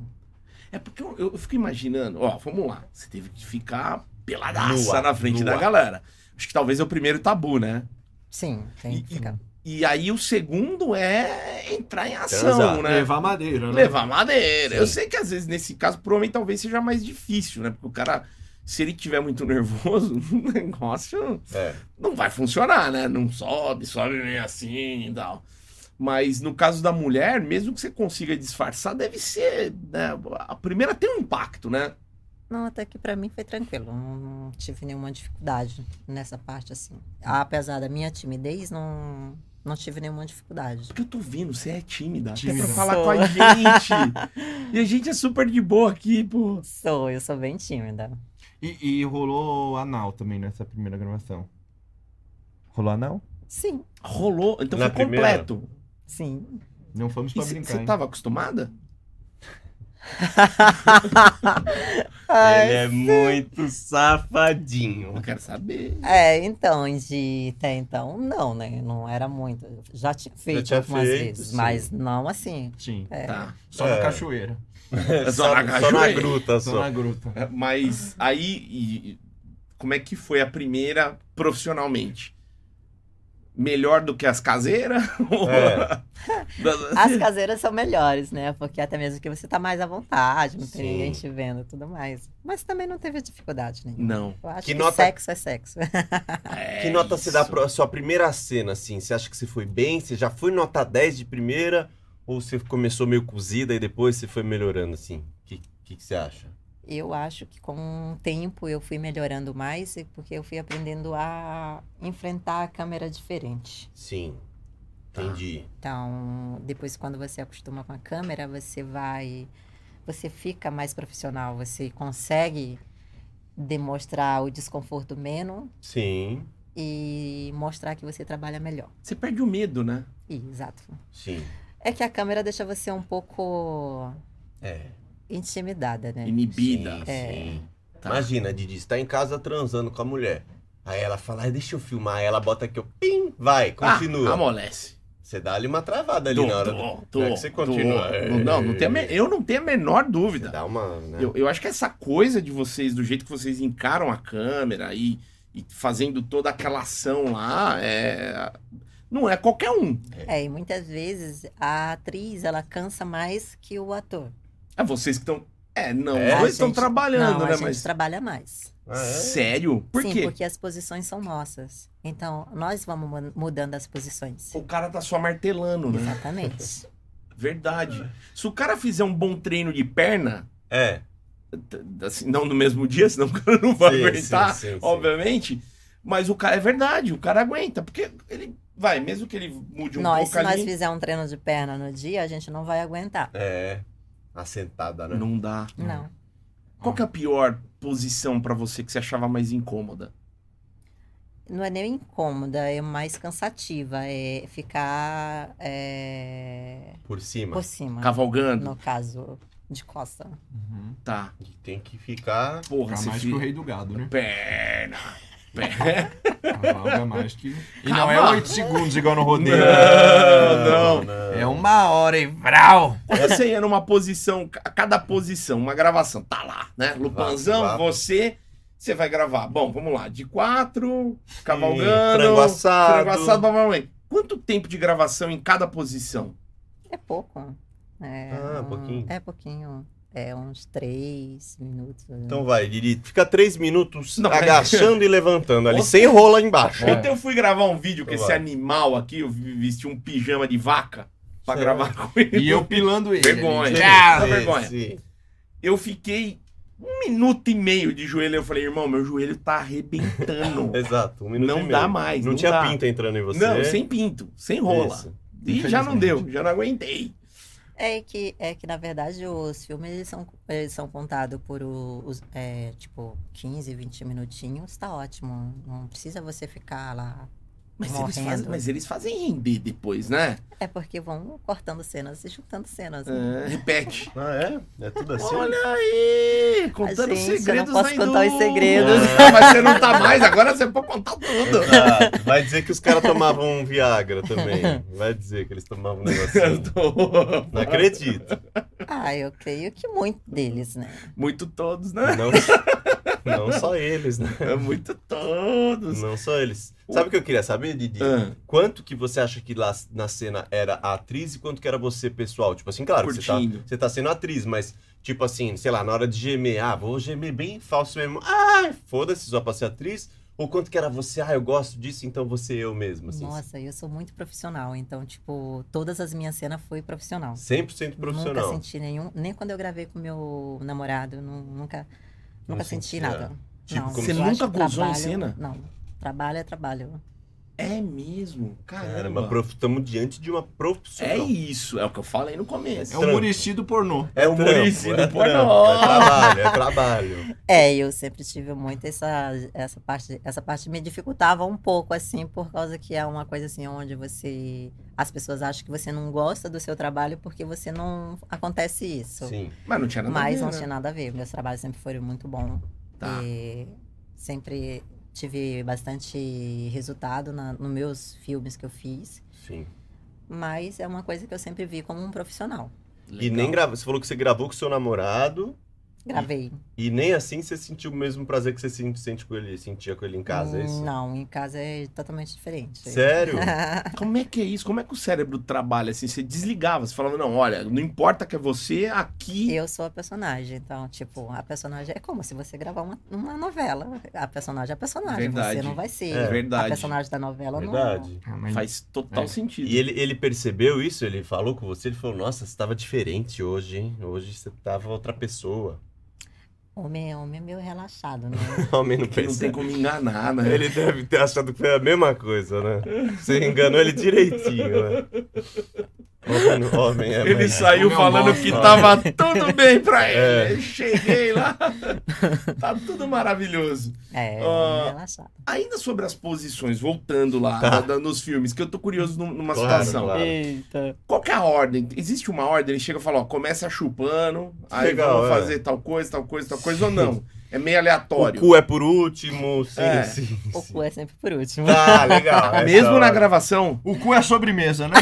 Speaker 1: É porque eu, eu fico imaginando, ó, vamos lá. Você teve que ficar peladaça
Speaker 2: Nua,
Speaker 1: na frente
Speaker 2: nua.
Speaker 1: da galera. Acho que talvez é o primeiro tabu, né?
Speaker 4: Sim,
Speaker 1: E-
Speaker 4: tem
Speaker 1: e-
Speaker 4: que ficar.
Speaker 1: E aí o segundo é entrar em ação,
Speaker 2: Transar.
Speaker 1: né?
Speaker 3: Levar madeira, né?
Speaker 1: Levar madeira. Eu
Speaker 2: Sim.
Speaker 1: sei que às vezes nesse caso, provavelmente talvez seja mais difícil, né? Porque o cara, se ele tiver muito nervoso, o negócio
Speaker 2: É.
Speaker 1: não vai funcionar, né? Não sobe, sobe meio assim e tal. Mas no caso da mulher, mesmo que você consiga disfarçar, deve ser. Né? A primeira tem um impacto, né?
Speaker 4: Não, até que pra mim foi tranquilo. Não, não tive nenhuma dificuldade nessa parte, assim. Apesar da minha timidez, não, não tive nenhuma dificuldade.
Speaker 1: Porque eu tô vindo, você é tímida. Tímida. pra
Speaker 3: Tímida.
Speaker 1: falar com a gente. e a gente é super de boa aqui, pô.
Speaker 4: Sou, eu sou bem tímida.
Speaker 3: E, e rolou anal também nessa primeira gravação. Rolou anal?
Speaker 4: Sim,
Speaker 1: Rolou, então
Speaker 2: Na
Speaker 1: foi
Speaker 2: primeira?
Speaker 1: completo.
Speaker 4: sim.
Speaker 3: Não fomos pra brincar,
Speaker 1: Você
Speaker 2: tá-
Speaker 3: hein?
Speaker 1: tava acostumada?
Speaker 4: Ai,
Speaker 2: Ele é muito safadinho.
Speaker 1: Eu quero saber.
Speaker 4: É, então, de até então, não, né? Não era muito. Eu Já tinha feito
Speaker 2: tinha
Speaker 4: algumas
Speaker 2: feito,
Speaker 4: vezes,
Speaker 2: sim.
Speaker 4: mas não assim.
Speaker 3: Sim.
Speaker 4: É.
Speaker 1: Tá.
Speaker 3: Só
Speaker 2: É.
Speaker 3: na cachoeira.
Speaker 2: Só,
Speaker 1: É na
Speaker 2: só na
Speaker 1: cachoeira.
Speaker 2: gruta,
Speaker 3: Só
Speaker 2: só.
Speaker 3: na gruta.
Speaker 1: Mas aí, e- e como é que foi a primeira profissionalmente? Melhor do que as caseiras?
Speaker 2: É.
Speaker 1: Das-
Speaker 4: As caseiras são melhores, né? Porque até mesmo que você tá mais à vontade, não
Speaker 2: Sim.
Speaker 4: tem ninguém te vendo e tudo mais. Mas também não teve dificuldade nenhuma.
Speaker 1: Não.
Speaker 4: Eu acho
Speaker 2: Que
Speaker 4: que,
Speaker 2: nota-
Speaker 4: sexo é sexo.
Speaker 1: É
Speaker 2: Que nota você dá
Speaker 1: isso.
Speaker 2: pra sua primeira cena, assim? Você acha que você foi bem? Você já foi nota 10 de primeira? Ou você começou meio cozida e depois você foi melhorando, assim? O que, que, que você acha?
Speaker 4: Eu acho que com o tempo eu fui melhorando mais, e porque eu fui aprendendo a enfrentar a câmera diferente.
Speaker 2: Sim.
Speaker 1: Tá.
Speaker 2: Entendi.
Speaker 4: Então, depois quando você acostuma com a câmera, você vai, você fica mais profissional, você consegue demonstrar o desconforto menos
Speaker 2: Sim,
Speaker 4: e mostrar que você trabalha melhor.
Speaker 1: Você perde o medo, né?
Speaker 4: E, exato.
Speaker 2: sim.
Speaker 4: É que a câmera deixa você um pouco
Speaker 2: É.
Speaker 4: intimidada, né?
Speaker 1: Inibida.
Speaker 2: Sim, sim.
Speaker 1: Tá.
Speaker 2: Imagina, Didi, você tá em casa transando com a mulher. Aí ela fala, "Ai, deixa eu filmar. Aí ela bota aqui, ó, pim, vai,
Speaker 1: Ah,
Speaker 2: continua.
Speaker 1: amolece.
Speaker 2: você dá ali uma travada ali
Speaker 1: Tô,
Speaker 2: na hora.
Speaker 1: tô,
Speaker 2: na hora
Speaker 1: tô,
Speaker 2: que você
Speaker 1: tô.
Speaker 2: continua.
Speaker 1: Não, não, não tem a me- eu não tenho a menor
Speaker 2: Você
Speaker 1: dúvida.
Speaker 2: dá uma, né?
Speaker 1: Eu, eu acho que essa coisa de vocês, do jeito que vocês encaram a câmera e, e fazendo toda aquela ação lá, é... não é qualquer um.
Speaker 4: É, e muitas vezes a atriz, ela cansa mais que o ator.
Speaker 1: É vocês que estão. É, não,
Speaker 2: É,
Speaker 1: vocês
Speaker 4: a
Speaker 1: estão
Speaker 4: gente-
Speaker 1: trabalhando,
Speaker 4: não,
Speaker 1: né?
Speaker 4: a gente
Speaker 1: Mas.
Speaker 4: trabalha mais.
Speaker 2: Ah, é?
Speaker 1: Sério? Por
Speaker 4: Sim,
Speaker 1: quê?
Speaker 4: porque as posições são nossas. Então, nós vamos mu- mudando as posições.
Speaker 1: O cara tá só martelando,
Speaker 2: Uhum.
Speaker 1: né?
Speaker 4: Exatamente.
Speaker 1: Verdade. Se o cara fizer um bom treino de perna,
Speaker 2: É.
Speaker 1: t- assim, não no mesmo dia, senão o cara não vai
Speaker 2: Sim,
Speaker 1: aguentar,
Speaker 2: sim, sim, sim.
Speaker 1: obviamente. Mas o cara é verdade, o cara aguenta. Porque ele vai, mesmo que ele mude um
Speaker 4: nós,
Speaker 1: pouco
Speaker 4: se nós
Speaker 1: ali.
Speaker 4: fizer um treino de perna no dia, a gente não vai aguentar.
Speaker 2: É. Assentada, né?
Speaker 1: Não dá.
Speaker 4: Não.
Speaker 1: Qual que é a pior posição pra você que você achava mais incômoda?
Speaker 4: Não é nem incômoda, é mais cansativa. É ficar é,
Speaker 2: Por cima.
Speaker 4: por cima.
Speaker 1: Cavalgando?
Speaker 4: No caso, de costa.
Speaker 3: Uhum.
Speaker 1: Tá.
Speaker 2: E tem que ficar.
Speaker 1: Porra,
Speaker 3: Fica
Speaker 1: você
Speaker 3: mais que
Speaker 1: fica...
Speaker 3: o rei do gado, né?
Speaker 1: Perna. Perna.
Speaker 3: Cavalga mais que. E não é
Speaker 1: Calma.
Speaker 3: oito segundos igual no rodeio.
Speaker 1: Não,
Speaker 3: É uma hora e vral.
Speaker 1: Essa aí era uma posição, a cada posição, uma gravação. Tá lá, né? Lupanzão,
Speaker 2: Vapo, vapo.
Speaker 1: você, você vai gravar. Bom, vamos lá. De quatro, cavalgando.
Speaker 2: frango assado.
Speaker 1: frango assado, blá, blá, blá. Quanto tempo de gravação em cada posição?
Speaker 4: É pouco. É
Speaker 2: Ah,
Speaker 4: um-
Speaker 2: pouquinho.
Speaker 4: É pouquinho. É uns três minutos.
Speaker 2: Então vai, Didi. Fica três minutos
Speaker 1: Não, mas-
Speaker 2: agachando e levantando ali,
Speaker 1: Nossa.
Speaker 2: sem rola embaixo.
Speaker 1: Ontem eu fui gravar um vídeo com
Speaker 2: Vai.
Speaker 1: esse animal aqui, eu vi- vesti um pijama de vaca pra
Speaker 2: Sério?
Speaker 1: gravar com ele.
Speaker 3: E eu pilando ele. É
Speaker 1: Vergonha.
Speaker 3: Ele-
Speaker 1: Ah,
Speaker 2: Sim,
Speaker 1: vergonha.
Speaker 2: É, sim.
Speaker 1: Eu fiquei um minuto e meio de joelho. Eu falei, irmão, meu joelho tá arrebentando.
Speaker 2: Exato, um minuto
Speaker 1: Não
Speaker 2: e meio.
Speaker 1: dá mais,
Speaker 2: Não,
Speaker 1: não
Speaker 2: tinha
Speaker 1: dá.
Speaker 2: pinta entrando em você.
Speaker 1: Não, sem pinto, sem rola.
Speaker 2: Isso.
Speaker 1: E já não
Speaker 3: Infelizmente.
Speaker 1: deu, já não aguentei.
Speaker 4: É que, é que, na verdade, os filmes eles são, eles são contados por o- os, é, tipo 15, 20 minutinhos, tá ótimo. Não precisa você ficar lá.
Speaker 1: Mas eles,
Speaker 4: Morrendo.
Speaker 1: fazem, mas eles fazem render depois, né?
Speaker 4: É porque vão cortando cenas e juntando cenas. né?
Speaker 1: É, repete.
Speaker 2: Ah, é? É tudo assim?
Speaker 1: Olha aí! Contando
Speaker 4: Ai, gente, eu não
Speaker 1: segredos
Speaker 4: posso
Speaker 1: da
Speaker 4: contar os
Speaker 1: indústria.
Speaker 4: segredos.
Speaker 1: Ah,
Speaker 2: É.
Speaker 1: mas você não tá mais, agora você pode contar tudo.
Speaker 2: Exato. Vai dizer que os caras tomavam um Viagra também. Vai dizer que eles tomavam um negocinho. Não acredito.
Speaker 4: Ah, eu creio que muito deles, né?
Speaker 1: Muito todos, né?
Speaker 2: Não, não só eles, né?
Speaker 1: Muito todos.
Speaker 2: Não só eles. Sabe o que eu queria saber, Didi?
Speaker 1: Ah,
Speaker 2: Quanto que você acha que lá na cena era a atriz e quanto que era você pessoal? Tipo assim, claro, que você tá,
Speaker 1: Curtindo.
Speaker 2: você tá sendo atriz, mas tipo assim, sei lá, na hora de gemer, ah, vou gemer bem falso mesmo. Ai, foda-se, só pra ser atriz. Ou quanto que era você, ah, eu gosto disso, então você eu mesmo, assim.
Speaker 4: Nossa, eu sou muito profissional, então, tipo, todas as minhas cenas foi profissional.
Speaker 2: 100% profissional.
Speaker 4: Nunca senti nenhum, nem quando eu gravei com meu namorado, eu nu- nunca,
Speaker 2: Não
Speaker 4: nunca senti
Speaker 2: sentia.
Speaker 4: nada.
Speaker 2: Tipo,
Speaker 4: não,
Speaker 2: como
Speaker 1: Você
Speaker 4: eu
Speaker 1: se-
Speaker 4: acho
Speaker 1: nunca
Speaker 4: que
Speaker 1: gozou em
Speaker 4: trabalho-
Speaker 1: cena?
Speaker 4: Não, trabalho é trabalho.
Speaker 1: É mesmo.
Speaker 2: Caramba,
Speaker 1: Caramba.
Speaker 2: prof... estamos diante de uma profissional.
Speaker 1: É isso, é um- o que eu falei no começo.
Speaker 3: É o Murici do pornô.
Speaker 2: É
Speaker 1: o Muricy do
Speaker 2: é
Speaker 1: pornô.
Speaker 2: trampo, é trabalho, é trabalho.
Speaker 4: É, eu sempre tive muito essa, essa parte, essa parte me dificultava um pouco, assim, por causa que é uma coisa assim onde você, as pessoas acham que você não gosta do seu trabalho porque você não acontece isso.
Speaker 2: Sim.
Speaker 1: Mas não tinha nada
Speaker 4: Mas
Speaker 1: a
Speaker 4: não
Speaker 1: ver,
Speaker 4: tinha
Speaker 1: né?
Speaker 4: nada a ver, meus trabalhos sempre foram muito bons.
Speaker 1: Tá.
Speaker 4: E sempre tive bastante resultado na, nos meus filmes que eu fiz,
Speaker 2: Sim.
Speaker 4: mas é uma coisa que eu sempre vi como um profissional.
Speaker 2: E nem gravou. Você falou que você gravou com seu namorado
Speaker 4: Gravei.
Speaker 2: e nem assim você sentiu o mesmo prazer que você sente, sente com ele, sentia com ele em casa, é isso?
Speaker 4: Hum, Não, em casa é totalmente diferente.
Speaker 2: Sério?
Speaker 1: Como é que é isso? Como é que o cérebro trabalha assim? Você desligava, você falava, não, olha, não importa que é você, aqui.
Speaker 4: Eu sou a personagem, então, tipo, a personagem é como se você gravar uma, uma novela. A personagem é a personagem,
Speaker 1: Verdade.
Speaker 4: você não vai ser
Speaker 1: É
Speaker 4: a
Speaker 1: verdade.
Speaker 4: personagem da novela, é.
Speaker 2: Verdade.
Speaker 1: Faz total
Speaker 3: É.
Speaker 1: sentido.
Speaker 2: E ele, ele percebeu isso? Ele falou com você? Ele falou, nossa, você tava diferente hoje, hein? Hoje você tava outra pessoa.
Speaker 4: não. Homem, homem é meio relaxado, né?
Speaker 2: O homem não
Speaker 1: Que não tem
Speaker 2: percebe.
Speaker 1: como enganar, né?
Speaker 2: Ele deve ter achado que foi a mesma coisa, né? Você enganou ele direitinho, né? Homem, homem é
Speaker 1: Ele
Speaker 2: mais-
Speaker 1: saiu
Speaker 3: Como eu
Speaker 1: falando
Speaker 3: gosto,
Speaker 1: que
Speaker 2: né?
Speaker 1: tava tudo bem pra
Speaker 2: É.
Speaker 1: ele. Cheguei lá, tá tudo maravilhoso.
Speaker 4: É,
Speaker 1: Ah.
Speaker 4: homem relaxado.
Speaker 1: Ainda sobre as posições, voltando lá
Speaker 2: Tá.
Speaker 1: da- nos filmes, que eu tô curioso num- numa
Speaker 2: Claro,
Speaker 1: situação.
Speaker 2: claro.
Speaker 4: Eita.
Speaker 1: Qual que é a ordem? Existe uma ordem? Ele chega e fala, ó, começa chupando, aí
Speaker 2: Legal,
Speaker 1: vamos
Speaker 2: é.
Speaker 1: fazer tal coisa, tal coisa, tal coisa, ou não? É meio aleatório.
Speaker 2: O cu é por último, sim,
Speaker 1: É.
Speaker 2: sim.
Speaker 4: O
Speaker 2: sim.
Speaker 4: cu é sempre por último.
Speaker 2: Ah, legal. essa
Speaker 1: Mesmo na
Speaker 2: hora.
Speaker 1: gravação,
Speaker 3: O cu é sobremesa, né?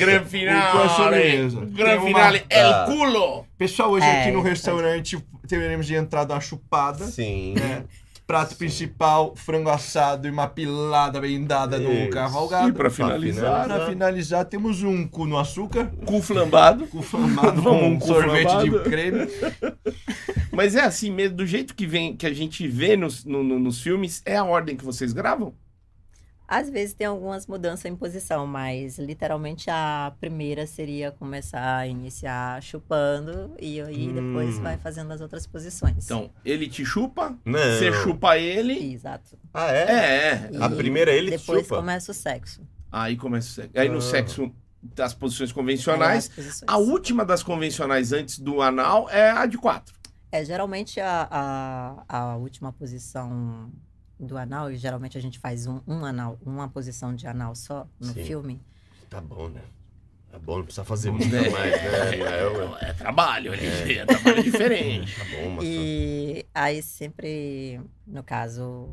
Speaker 1: Gran
Speaker 3: O cu é
Speaker 1: finale.
Speaker 3: sobremesa.
Speaker 1: Gran
Speaker 3: Tem
Speaker 1: finale.
Speaker 2: uma-
Speaker 1: El
Speaker 2: Ah.
Speaker 1: culo.
Speaker 3: Pessoal, hoje
Speaker 4: É,
Speaker 3: aqui no
Speaker 4: isso.
Speaker 3: restaurante teremos de entrada uma chupada.
Speaker 2: Sim.
Speaker 3: né?
Speaker 1: É.
Speaker 3: Prato principal, frango assado e uma pilada bem dada no
Speaker 2: Isso.
Speaker 1: E
Speaker 3: cavalgado.
Speaker 2: Tá
Speaker 1: pra
Speaker 2: finalizar,
Speaker 1: finalizar,
Speaker 3: Para finalizar, temos um cu no açúcar,
Speaker 1: cu flambado.
Speaker 3: cu flambado
Speaker 1: Vamos,
Speaker 3: com
Speaker 1: um cu
Speaker 3: sorvete
Speaker 1: flambado.
Speaker 3: de creme.
Speaker 1: Mas é assim mesmo, do jeito que vem, que a gente vê nos, no- no- nos filmes, é a ordem que vocês gravam?
Speaker 4: Às vezes tem algumas mudanças em posição, mas literalmente a primeira seria começar a iniciar chupando e aí depois
Speaker 2: Hum.
Speaker 4: vai fazendo as outras posições.
Speaker 1: Então, ele te chupa,
Speaker 2: Não.
Speaker 1: você chupa ele.
Speaker 4: Exato.
Speaker 2: Ah, é?
Speaker 1: É, é.
Speaker 2: A
Speaker 4: E
Speaker 2: primeira ele
Speaker 4: depois
Speaker 2: chupa?
Speaker 4: começa o sexo.
Speaker 1: Aí começa o sexo. Aí no
Speaker 2: Ah.
Speaker 1: sexo, as posições
Speaker 4: Aí
Speaker 1: convencionais.
Speaker 4: Tá as posições.
Speaker 1: A última das convencionais antes do anal é a de quatro.
Speaker 4: É, geralmente a, a, a última posição do anal, e geralmente a gente faz um, um anal, uma posição de anal só no
Speaker 2: Sim.
Speaker 4: filme.
Speaker 2: Tá bom, né? Tá bom, não precisa fazer muito mais, né? Não é, ué.
Speaker 1: É trabalho, LG, é trabalho diferente.
Speaker 2: Tá bom, mas
Speaker 4: E aí sempre, no caso,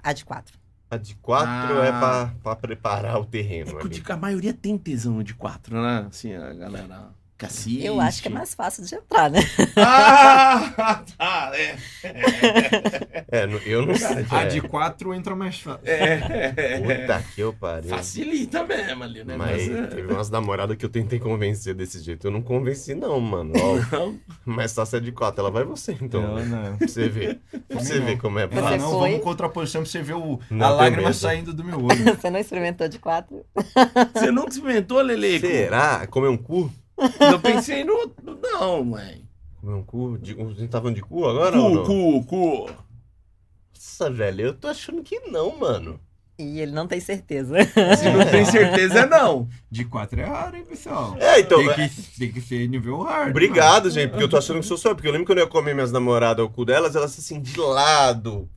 Speaker 4: a de quatro.
Speaker 2: a de quatro
Speaker 1: Ah.
Speaker 2: é pra, pra preparar o
Speaker 1: É
Speaker 2: terreno
Speaker 1: que o
Speaker 2: ali.
Speaker 1: de- a maioria tem tesão de quatro, né? Assim, a galera. Cacete.
Speaker 4: Eu acho que é mais fácil de entrar, né?
Speaker 1: Ah, tá, é.
Speaker 2: É, não- eu não sei.
Speaker 3: A
Speaker 2: é.
Speaker 3: de 4 entra mais fácil.
Speaker 1: é.
Speaker 2: Puta que eu pariu.
Speaker 1: Facilita mesmo ali, né?
Speaker 2: Mas
Speaker 1: é-
Speaker 2: teve umas namoradas que eu tentei convencer desse jeito. Eu não convenci, não, mano. Ó,
Speaker 1: Não,
Speaker 2: mas tá se é de quatro, ela vai você, então.
Speaker 3: Não,
Speaker 2: né?
Speaker 3: não.
Speaker 2: Pra você ver. Pra você
Speaker 3: Não.
Speaker 2: ver como é
Speaker 4: Você
Speaker 3: Ah,
Speaker 2: fácil.
Speaker 3: não,
Speaker 4: foi?
Speaker 3: vamos contraposição pra você ver o,
Speaker 2: Não,
Speaker 3: a
Speaker 2: tenho
Speaker 3: lágrima
Speaker 2: medo.
Speaker 3: saindo do meu olho.
Speaker 4: Você não experimentou de quatro?
Speaker 1: Você nunca experimentou, Lele?
Speaker 2: Será? Comer um cu?
Speaker 1: Eu pensei no. Não, mãe.
Speaker 2: Comer um cu? De, a gente tá falando de cu agora? ou
Speaker 1: Cu,
Speaker 2: não?
Speaker 1: cu, cu.
Speaker 2: Nossa, velho, eu tô achando que não, mano.
Speaker 4: E ele não tem certeza.
Speaker 1: Se não tem certeza, é não.
Speaker 3: De 4 é raro, hein, pessoal?
Speaker 2: É, então. é-
Speaker 3: Tem que, tem que ser nível né? hard.
Speaker 2: Obrigado, gente, porque eu tô achando que sou só eu. Porque eu lembro quando eu ia comer minhas namoradas o cu delas, elas assim, de lado.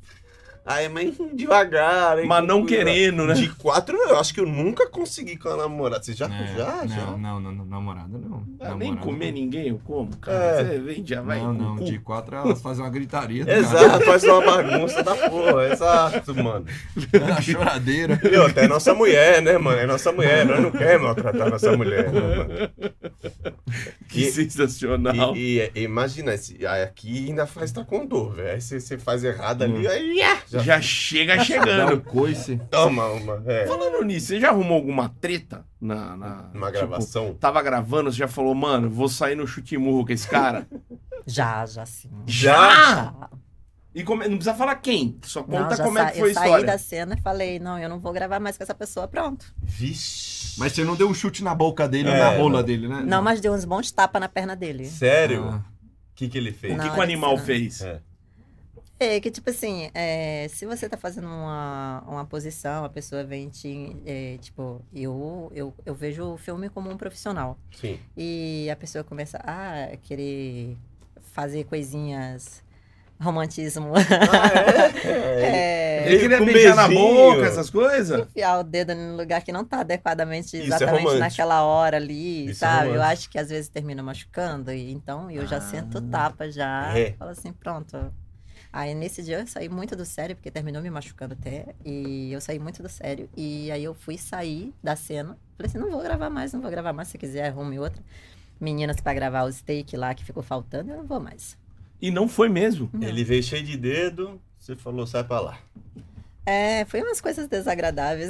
Speaker 2: Ai, mas devagar, hein?
Speaker 1: Mas não
Speaker 2: com cuidado.
Speaker 1: querendo, né?
Speaker 2: De quatro, eu acho que eu nunca consegui com a namorada. Você já?
Speaker 3: mano. É,
Speaker 2: já?
Speaker 3: não,
Speaker 2: já?
Speaker 3: Não, não, não, namorada não.
Speaker 1: Ah, nem
Speaker 3: Namorada
Speaker 1: comer
Speaker 3: não.
Speaker 1: ninguém eu como, cara.
Speaker 2: É.
Speaker 1: Você vem, já vai.
Speaker 3: Não,
Speaker 1: cu,
Speaker 3: não,
Speaker 1: cu.
Speaker 3: de 4 elas fazem uma gritaria. tá do
Speaker 2: Exato, faz uma bagunça da porra, exato, mano.
Speaker 3: caralho, Uma choradeira.
Speaker 2: Meu, até nossa mulher, né, mano? É nossa mulher, nós não queremos maltratar nossa mulher, né, mano?
Speaker 1: Que
Speaker 2: E-
Speaker 1: sensacional.
Speaker 2: E, e- e imagina, esse, aí aqui ainda faz taekwondo, velho. Aí você você faz errado ali, aí ia, já
Speaker 1: Já chega
Speaker 3: Dá
Speaker 1: chegando.
Speaker 3: um coice.
Speaker 2: toma uma, é,
Speaker 1: Falando nisso, você já arrumou alguma treta na. na
Speaker 2: uma
Speaker 1: tipo,
Speaker 2: gravação.
Speaker 1: tava gravando, você já falou, mano, vou sair no chute e murro com esse cara?
Speaker 4: Já, já sim.
Speaker 1: Ah!
Speaker 2: Já?
Speaker 4: Já.
Speaker 1: E come- não precisa falar quem, só
Speaker 4: Não,
Speaker 1: conta
Speaker 4: já
Speaker 1: como
Speaker 4: sa-
Speaker 1: é que foi a
Speaker 4: eu saí
Speaker 1: história.
Speaker 4: da cena e falei, não, eu não vou gravar mais com essa pessoa, pronto.
Speaker 2: Vixe.
Speaker 3: Mas você não deu um chute na boca dele ou
Speaker 2: É,
Speaker 3: na rola
Speaker 2: não.
Speaker 3: dele, né?
Speaker 1: Hum.
Speaker 4: Não, mas deu uns bons tapas na perna dele.
Speaker 2: Sério? O
Speaker 3: Ah.
Speaker 2: que que ele fez?
Speaker 1: O
Speaker 4: Não.
Speaker 1: que, que
Speaker 4: Na
Speaker 1: o
Speaker 4: hora
Speaker 1: animal
Speaker 4: que-
Speaker 1: fez?
Speaker 2: É.
Speaker 4: É, que tipo assim, é, se você tá fazendo uma, uma posição, a pessoa vem te. é, tipo, eu, eu, eu vejo o filme como um profissional.
Speaker 2: Sim.
Speaker 4: E a pessoa começa a querer fazer coisinhas. Romantismo.
Speaker 2: Ah, é?
Speaker 4: É,
Speaker 1: Ele
Speaker 2: Ele
Speaker 1: queria
Speaker 2: com
Speaker 1: beijar na
Speaker 2: beijinho.
Speaker 1: boca, essas coisas?
Speaker 4: enfiar o dedo no lugar que não tá adequadamente
Speaker 2: Isso é
Speaker 4: exatamente
Speaker 2: romântico.
Speaker 4: naquela hora ali,
Speaker 2: Isso é
Speaker 4: sabe? eu
Speaker 2: romântico.
Speaker 4: acho que às vezes termina machucando, e então eu já
Speaker 1: Ah.
Speaker 4: sinto o tapa já,
Speaker 2: É.
Speaker 4: falo assim, pronto. Aí nesse dia eu saí muito do sério, porque terminou me machucando até, e eu saí muito do sério. E aí eu fui sair da cena, falei assim, não vou gravar mais, não vou gravar mais, se quiser arrume outra. Meninas pra gravar o steak lá que ficou faltando, eu não vou mais.
Speaker 1: E não foi mesmo.
Speaker 4: Não.
Speaker 2: Ele veio cheio de dedo, você falou, sai pra lá.
Speaker 4: É, foi umas coisas desagradáveis.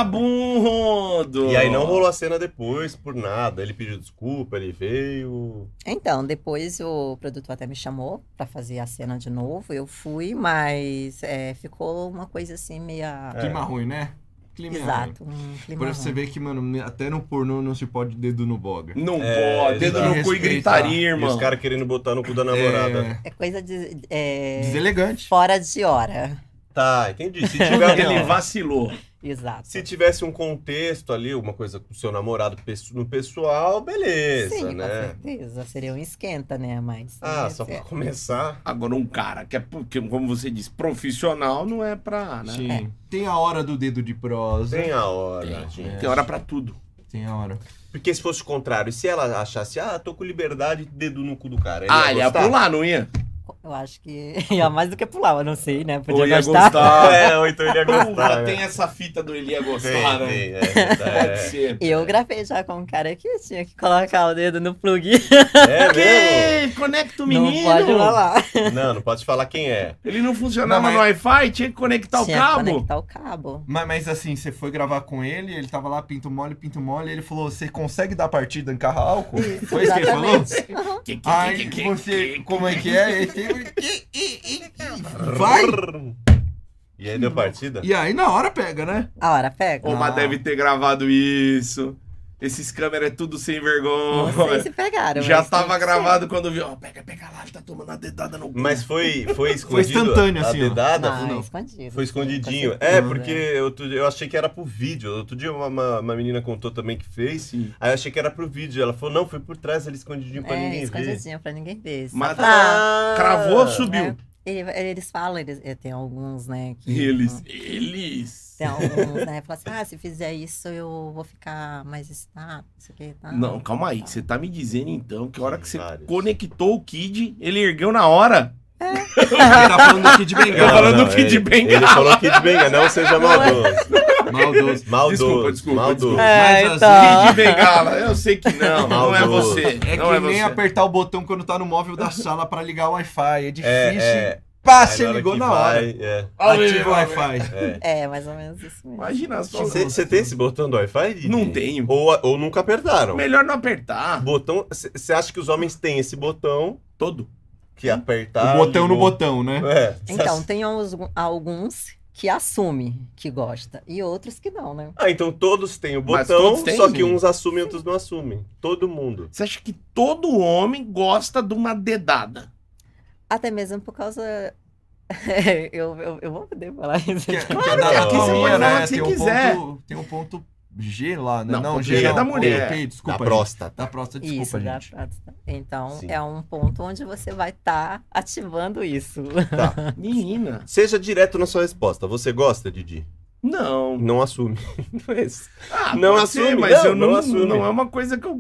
Speaker 1: Vagabundo!
Speaker 2: E aí não rolou a cena depois, por nada. Ele pediu desculpa, ele veio.
Speaker 4: Então, depois o produtor até me chamou pra fazer a cena de novo. Eu fui, mas é, ficou uma coisa assim meia.
Speaker 2: É.
Speaker 3: Clima ruim, né? Clima ruim.
Speaker 4: Exato, um clima.
Speaker 3: Pra você
Speaker 4: ruim.
Speaker 3: ver que, mano, até no pornô não se pode dedo no boga.
Speaker 1: Não
Speaker 2: É,
Speaker 1: pode, dedo
Speaker 2: exato.
Speaker 1: no cu e
Speaker 3: Respeita.
Speaker 1: gritaria,
Speaker 2: E os
Speaker 1: irmão.
Speaker 2: caras querendo botar no cu da namorada.
Speaker 3: É,
Speaker 4: É coisa de. é,
Speaker 3: Deselegante.
Speaker 4: fora de hora.
Speaker 2: Tá, entendi. Se
Speaker 1: Porque
Speaker 2: tiver,
Speaker 1: Ele
Speaker 2: um-
Speaker 1: vacilou.
Speaker 4: Exato.
Speaker 2: se tivesse um contexto ali, alguma coisa com o seu namorado pesso- no pessoal, beleza,
Speaker 4: Sim, com
Speaker 2: né?
Speaker 4: certeza. Seria um esquenta, né? Mas.
Speaker 2: Ah,
Speaker 4: né,
Speaker 2: só pra
Speaker 4: é-
Speaker 2: começar.
Speaker 1: Agora, um cara que é, porque, como você diz, profissional não é pra. Né?
Speaker 3: Sim. Tem a hora do dedo de prosa.
Speaker 2: Tem a hora, gente.
Speaker 1: Tem hora pra tudo.
Speaker 3: Tem a hora.
Speaker 2: Porque se fosse o contrário, se ela achasse, ah, tô com liberdade, dedo no cu do cara. Ele
Speaker 1: ah, ele ia
Speaker 2: gostar?
Speaker 1: pular, não ia?
Speaker 4: Eu acho que ia mais do que pular, eu não sei, né?
Speaker 1: Ou
Speaker 4: Podia
Speaker 1: ia
Speaker 4: gostar.
Speaker 1: gostar.
Speaker 2: É, ou então ele ia gostar.
Speaker 1: Ah, Porra,
Speaker 2: né?
Speaker 1: tem essa fita do ele ia
Speaker 2: Tem,
Speaker 1: gostar, né?
Speaker 2: tem, é,
Speaker 1: Pode
Speaker 2: é,
Speaker 1: ser.
Speaker 4: Eu gravei já com um cara que tinha que colocar o dedo no plug.
Speaker 2: é mesmo?
Speaker 1: Que? Conecta o
Speaker 4: Não
Speaker 1: menino.
Speaker 4: pode rolar.
Speaker 2: Não, não pode falar quem é.
Speaker 1: Ele não funcionava
Speaker 3: Não, mas-
Speaker 1: no Wi-Fi, tinha que conectar
Speaker 4: tinha
Speaker 1: Tá o
Speaker 4: que
Speaker 1: cabo.
Speaker 4: conectar o cabo.
Speaker 3: Mas, mas assim, você foi gravar com ele, ele tava lá, pinto mole, pinto mole, e ele falou: Você consegue dar partida em carro a álcool? Foi isso que ele falou?
Speaker 1: Que, que, que,
Speaker 3: Aí
Speaker 1: que, que,
Speaker 3: você,
Speaker 1: que,
Speaker 3: como é que é? Ele tem- Vai!
Speaker 2: E aí deu partida?
Speaker 3: E aí na hora pega, né?
Speaker 4: A hora pega.
Speaker 1: Ô, mas deve ter gravado isso. Esses câmeras é tudo sem
Speaker 4: Não sei
Speaker 1: vergonha.
Speaker 4: se pegaram. né?
Speaker 1: Já
Speaker 4: mas
Speaker 1: tava
Speaker 4: deve ser.
Speaker 1: gravado quando viu. Ó, pega, pega lá, tá tomando a dedada no cu.
Speaker 2: Mas foi, foi escondido
Speaker 3: instantâneo,
Speaker 2: a
Speaker 3: assim, ó.
Speaker 2: dedada?
Speaker 4: Não,
Speaker 3: não.
Speaker 4: Ah, escondido.
Speaker 2: Foi escondidinho.
Speaker 4: Com
Speaker 2: É,
Speaker 4: certeza.
Speaker 2: porque outro dia- eu achei que era pro vídeo. Outro dia uma, uma, uma menina contou também que fez.
Speaker 1: Sim.
Speaker 2: Aí eu achei que era pro vídeo. Ela falou, não, foi por trás, ele escondidinho pra
Speaker 4: é,
Speaker 2: ninguém ver.
Speaker 4: escondidinho pra ninguém ver. Só
Speaker 1: Mas-
Speaker 4: pra- É.
Speaker 1: Cravou, subiu.
Speaker 4: E- Eles falam, eles, eh, tem alguns, né? Que,
Speaker 1: E eles. Eles.
Speaker 4: Tem alguns, né? Fala assim, ah, se fizer isso eu vou ficar mais estável, isso aqui e tal.
Speaker 1: Não, calma aí. Você tá me dizendo então que a hora que você
Speaker 2: Vários.
Speaker 1: conectou o Kid, ele ergueu na hora.
Speaker 3: Ele tá falando aqui de
Speaker 1: Tá
Speaker 3: bengala.
Speaker 1: falando do Kid
Speaker 2: ele-
Speaker 1: Bengala.
Speaker 2: Ele falou Kid Bengala, não seja maldoso.
Speaker 3: Maldoso.
Speaker 2: Maldoso.
Speaker 1: Desculpa, desculpa,
Speaker 2: maldoso.
Speaker 1: desculpa.
Speaker 4: É,
Speaker 3: Mas,
Speaker 4: então.
Speaker 1: Kid Bengala, eu sei que não. Não é
Speaker 2: Maldoso.
Speaker 1: você.
Speaker 3: Ah. É que
Speaker 1: não é
Speaker 3: nem
Speaker 1: você.
Speaker 3: apertar o botão quando tá no móvel da sala pra ligar o Wi-Fi. É difícil.
Speaker 2: É, é.
Speaker 3: Pá,
Speaker 2: Aí
Speaker 3: você
Speaker 2: hora
Speaker 3: ligou
Speaker 2: que
Speaker 3: na hora.
Speaker 2: vai, é,
Speaker 1: Olha ele,
Speaker 3: Ativa o
Speaker 1: olha
Speaker 3: Wi-Fi.
Speaker 2: é.
Speaker 4: É, mais ou menos isso mesmo.
Speaker 1: Imagina só.
Speaker 2: Você você tem esse botão do Wi-Fi? Didi?
Speaker 1: Não tenho.
Speaker 2: Ou, ou nunca apertaram.
Speaker 1: Melhor não apertar.
Speaker 2: Botão. Você acha que os homens têm esse botão
Speaker 1: Todo.
Speaker 2: que é apertar.
Speaker 3: O botão no
Speaker 2: ligou-
Speaker 3: botão, né?
Speaker 2: É. cê
Speaker 4: Então,
Speaker 2: acha-
Speaker 4: tem uns- alguns que assume que gosta e outros que não, né?
Speaker 2: Ah, então todos têm o
Speaker 1: Mas
Speaker 2: botão,
Speaker 1: todos têm,
Speaker 2: só que
Speaker 1: sim.
Speaker 2: uns assumem e outros não assumem. Todo mundo.
Speaker 1: Você acha que todo homem gosta de uma dedada?
Speaker 4: Até mesmo por causa. eu, eu, eu vou poder falar isso.
Speaker 3: Que,
Speaker 4: aqui.
Speaker 3: que é
Speaker 2: que
Speaker 3: da
Speaker 2: aqui você
Speaker 3: anatomia,
Speaker 2: pode
Speaker 1: falar o
Speaker 3: né?
Speaker 1: que
Speaker 3: Tem
Speaker 1: você
Speaker 3: um,
Speaker 1: quiser.
Speaker 3: ponto, tem um ponto G lá, né?
Speaker 1: Não,
Speaker 3: Não,
Speaker 1: ponto
Speaker 3: G
Speaker 2: G é
Speaker 3: não,
Speaker 2: da
Speaker 1: mulher.
Speaker 3: ok, desculpa,
Speaker 2: da
Speaker 3: gente.
Speaker 2: próstata.
Speaker 3: Da próstata, desculpa,
Speaker 4: Isso, da
Speaker 3: gente.
Speaker 4: próstata. Então,
Speaker 2: Sim.
Speaker 4: é um ponto onde você vai estar ativando isso.
Speaker 1: Menina.
Speaker 2: tá. Seja direto na sua resposta. Você gosta, Didi?
Speaker 1: Não.
Speaker 2: Não assume.
Speaker 3: é
Speaker 2: Mas-
Speaker 1: Ah,
Speaker 2: Não
Speaker 1: pode ser,
Speaker 2: assume,
Speaker 1: mas
Speaker 2: não,
Speaker 1: eu
Speaker 2: não
Speaker 1: não,
Speaker 2: assume.
Speaker 1: não é uma coisa que eu.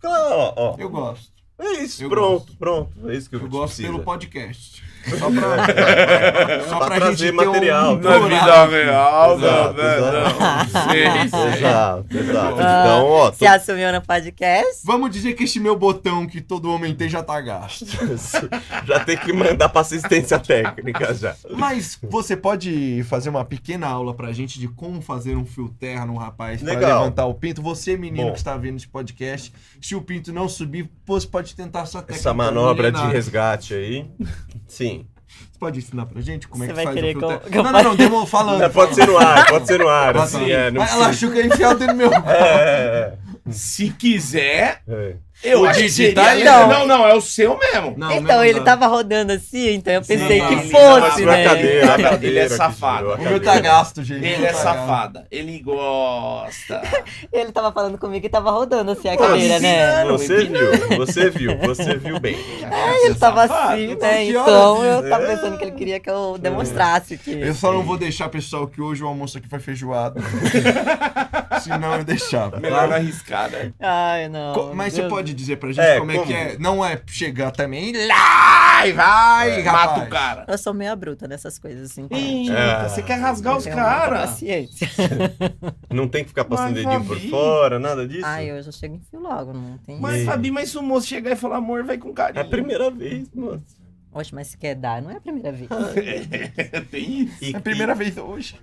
Speaker 2: Claro, ó, ó.
Speaker 3: Eu gosto.
Speaker 2: É isso,
Speaker 3: Eu
Speaker 2: pronto,
Speaker 3: gosto.
Speaker 2: pronto. É isso que eu,
Speaker 3: Eu
Speaker 2: te
Speaker 3: gosto
Speaker 2: precisa.
Speaker 3: pelo podcast. Só pra, só
Speaker 2: Pra
Speaker 3: pra, gente
Speaker 2: trazer
Speaker 3: ter
Speaker 2: material. é
Speaker 3: Um
Speaker 2: Na
Speaker 3: plural.
Speaker 1: real,
Speaker 2: Exato,
Speaker 3: é,
Speaker 2: exato.
Speaker 1: Sei, sei.
Speaker 2: Exato, exato.
Speaker 4: Ah,
Speaker 2: Então, ó,
Speaker 4: Se assumiu no podcast,
Speaker 3: Vamos dizer que este meu botão que todo homem tem já tá gasto.
Speaker 2: tu- Assim, já tem que mandar pra assistência técnica já.
Speaker 3: Mas você pode fazer uma pequena aula pra gente de como fazer um fio terra num rapaz pra
Speaker 2: Legal.
Speaker 3: levantar o pinto. Você, menino
Speaker 2: Bom.
Speaker 3: que está vendo esse podcast, se o pinto não subir, você pode tentar essa técnica.
Speaker 2: Essa manobra de
Speaker 3: milenar.
Speaker 2: resgate aí. Sim.
Speaker 3: Você pode ensinar pra gente como
Speaker 4: Você
Speaker 3: é que
Speaker 4: vai
Speaker 3: faz o
Speaker 4: querer
Speaker 3: fio
Speaker 4: que eu-
Speaker 3: terra?
Speaker 4: que eu
Speaker 3: Não, não, não, demo falando.
Speaker 2: Não, É, pode ser no ar, pode ser no ar.
Speaker 3: Ah,
Speaker 2: Assim,
Speaker 3: tá.
Speaker 2: é, não
Speaker 3: Ah, Ela
Speaker 2: precisa.
Speaker 3: achou que ia enfiar o dedo no meu.
Speaker 2: É,
Speaker 1: Se quiser,
Speaker 2: é, é.
Speaker 1: eu
Speaker 3: O
Speaker 1: acho que
Speaker 3: Didi
Speaker 1: seria...
Speaker 3: tá aí,
Speaker 1: não.
Speaker 4: né?
Speaker 1: não, não, é o seu mesmo.
Speaker 3: Não,
Speaker 4: então
Speaker 3: não,
Speaker 4: ele
Speaker 3: não.
Speaker 4: tava rodando assim, então eu pensei
Speaker 3: não,
Speaker 4: que
Speaker 3: ele
Speaker 2: Mas
Speaker 4: fosse,
Speaker 2: não é
Speaker 4: né?
Speaker 2: cadeira, a cadeira
Speaker 1: Ele é
Speaker 2: que
Speaker 1: safado.
Speaker 2: tirou a
Speaker 3: O meu tá
Speaker 2: cadeira.
Speaker 3: gasto, gente.
Speaker 1: Ele é
Speaker 3: Tá gasto.
Speaker 1: safado, ele gosta.
Speaker 4: Ele tava falando comigo e tava rodando assim a
Speaker 1: Pô,
Speaker 4: cadeira, né?
Speaker 1: ensina.
Speaker 2: Você viu, você viu, você viu bem.
Speaker 1: é
Speaker 4: Aí É, ele tava assim, né? Então eu tava
Speaker 2: É.
Speaker 4: pensando que ele queria que eu demonstrasse que.
Speaker 3: Eu só não vou deixar, pessoal, que hoje o almoço aqui foi feijoado. Se não, eu deixava. tá?
Speaker 1: Melhor não arriscar, né?
Speaker 4: Ai, não.
Speaker 3: Co- Mas
Speaker 4: Deus
Speaker 3: você pode dizer pra gente
Speaker 2: É,
Speaker 3: como, é
Speaker 2: como?
Speaker 3: que é? Não é chegar também. é Vai, vai, rapaz.
Speaker 1: É, Mata o cara.
Speaker 4: Eu sou meio bruta nessas coisas, assim. então
Speaker 1: Eita,
Speaker 2: É.
Speaker 1: você um quer rasgar
Speaker 4: eu
Speaker 1: os
Speaker 4: tenho muita
Speaker 1: caras.
Speaker 4: paciência.
Speaker 2: Não tem que ficar passando
Speaker 1: Mas,
Speaker 2: dedinho por
Speaker 1: Fabi.
Speaker 2: fora, nada disso.
Speaker 4: Ai, eu já chego em fio logo, não tem.
Speaker 1: Mas,
Speaker 2: Ei.
Speaker 1: Fabi, mas se o moço chegar e falar, amor, vai com
Speaker 2: É
Speaker 1: carinho.
Speaker 2: a primeira vez, mano.
Speaker 4: Oxe, mas se quer dar, não é a primeira vez.
Speaker 1: É, tem isso.
Speaker 2: E,
Speaker 3: É a primeira vez hoje.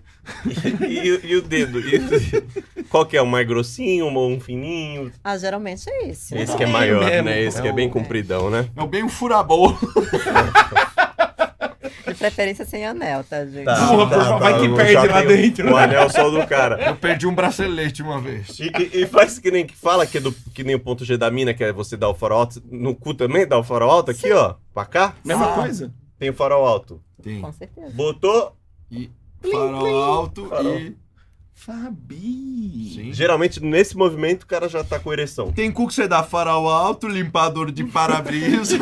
Speaker 2: e, e o- e o dedo? E o dedo? Qual que é? Um mais grossinho, um- um fininho?
Speaker 4: Ah, geralmente é esse. né?
Speaker 2: Esse que é
Speaker 1: Bem
Speaker 2: maior,
Speaker 1: mesmo.
Speaker 2: né? Esse que é bem compridão, né?
Speaker 3: É o bem o furabol.
Speaker 4: De preferência sem anel, tá, gente?
Speaker 1: Porra, por favor, vai que
Speaker 2: eu
Speaker 1: perde
Speaker 2: já
Speaker 1: lá
Speaker 2: tenho
Speaker 1: dentro. né?
Speaker 2: O anel só do cara.
Speaker 3: Eu perdi um bracelete uma vez.
Speaker 2: E, e- e faz que nem que fala que, é do, que nem o ponto G da mina, que é você dar o farol alto. No cu também dá o farol alto aqui, ó. Pra cá?
Speaker 1: Mesma
Speaker 3: Ah.
Speaker 1: coisa?
Speaker 2: Tem o farol alto.
Speaker 3: Tem.
Speaker 4: Com certeza.
Speaker 2: Botou.
Speaker 3: Farol alto e.
Speaker 1: Fabi.
Speaker 3: Sim.
Speaker 2: Geralmente nesse movimento o cara já tá com ereção.
Speaker 3: Tem cu que você dá farol alto, limpador de para-brisa.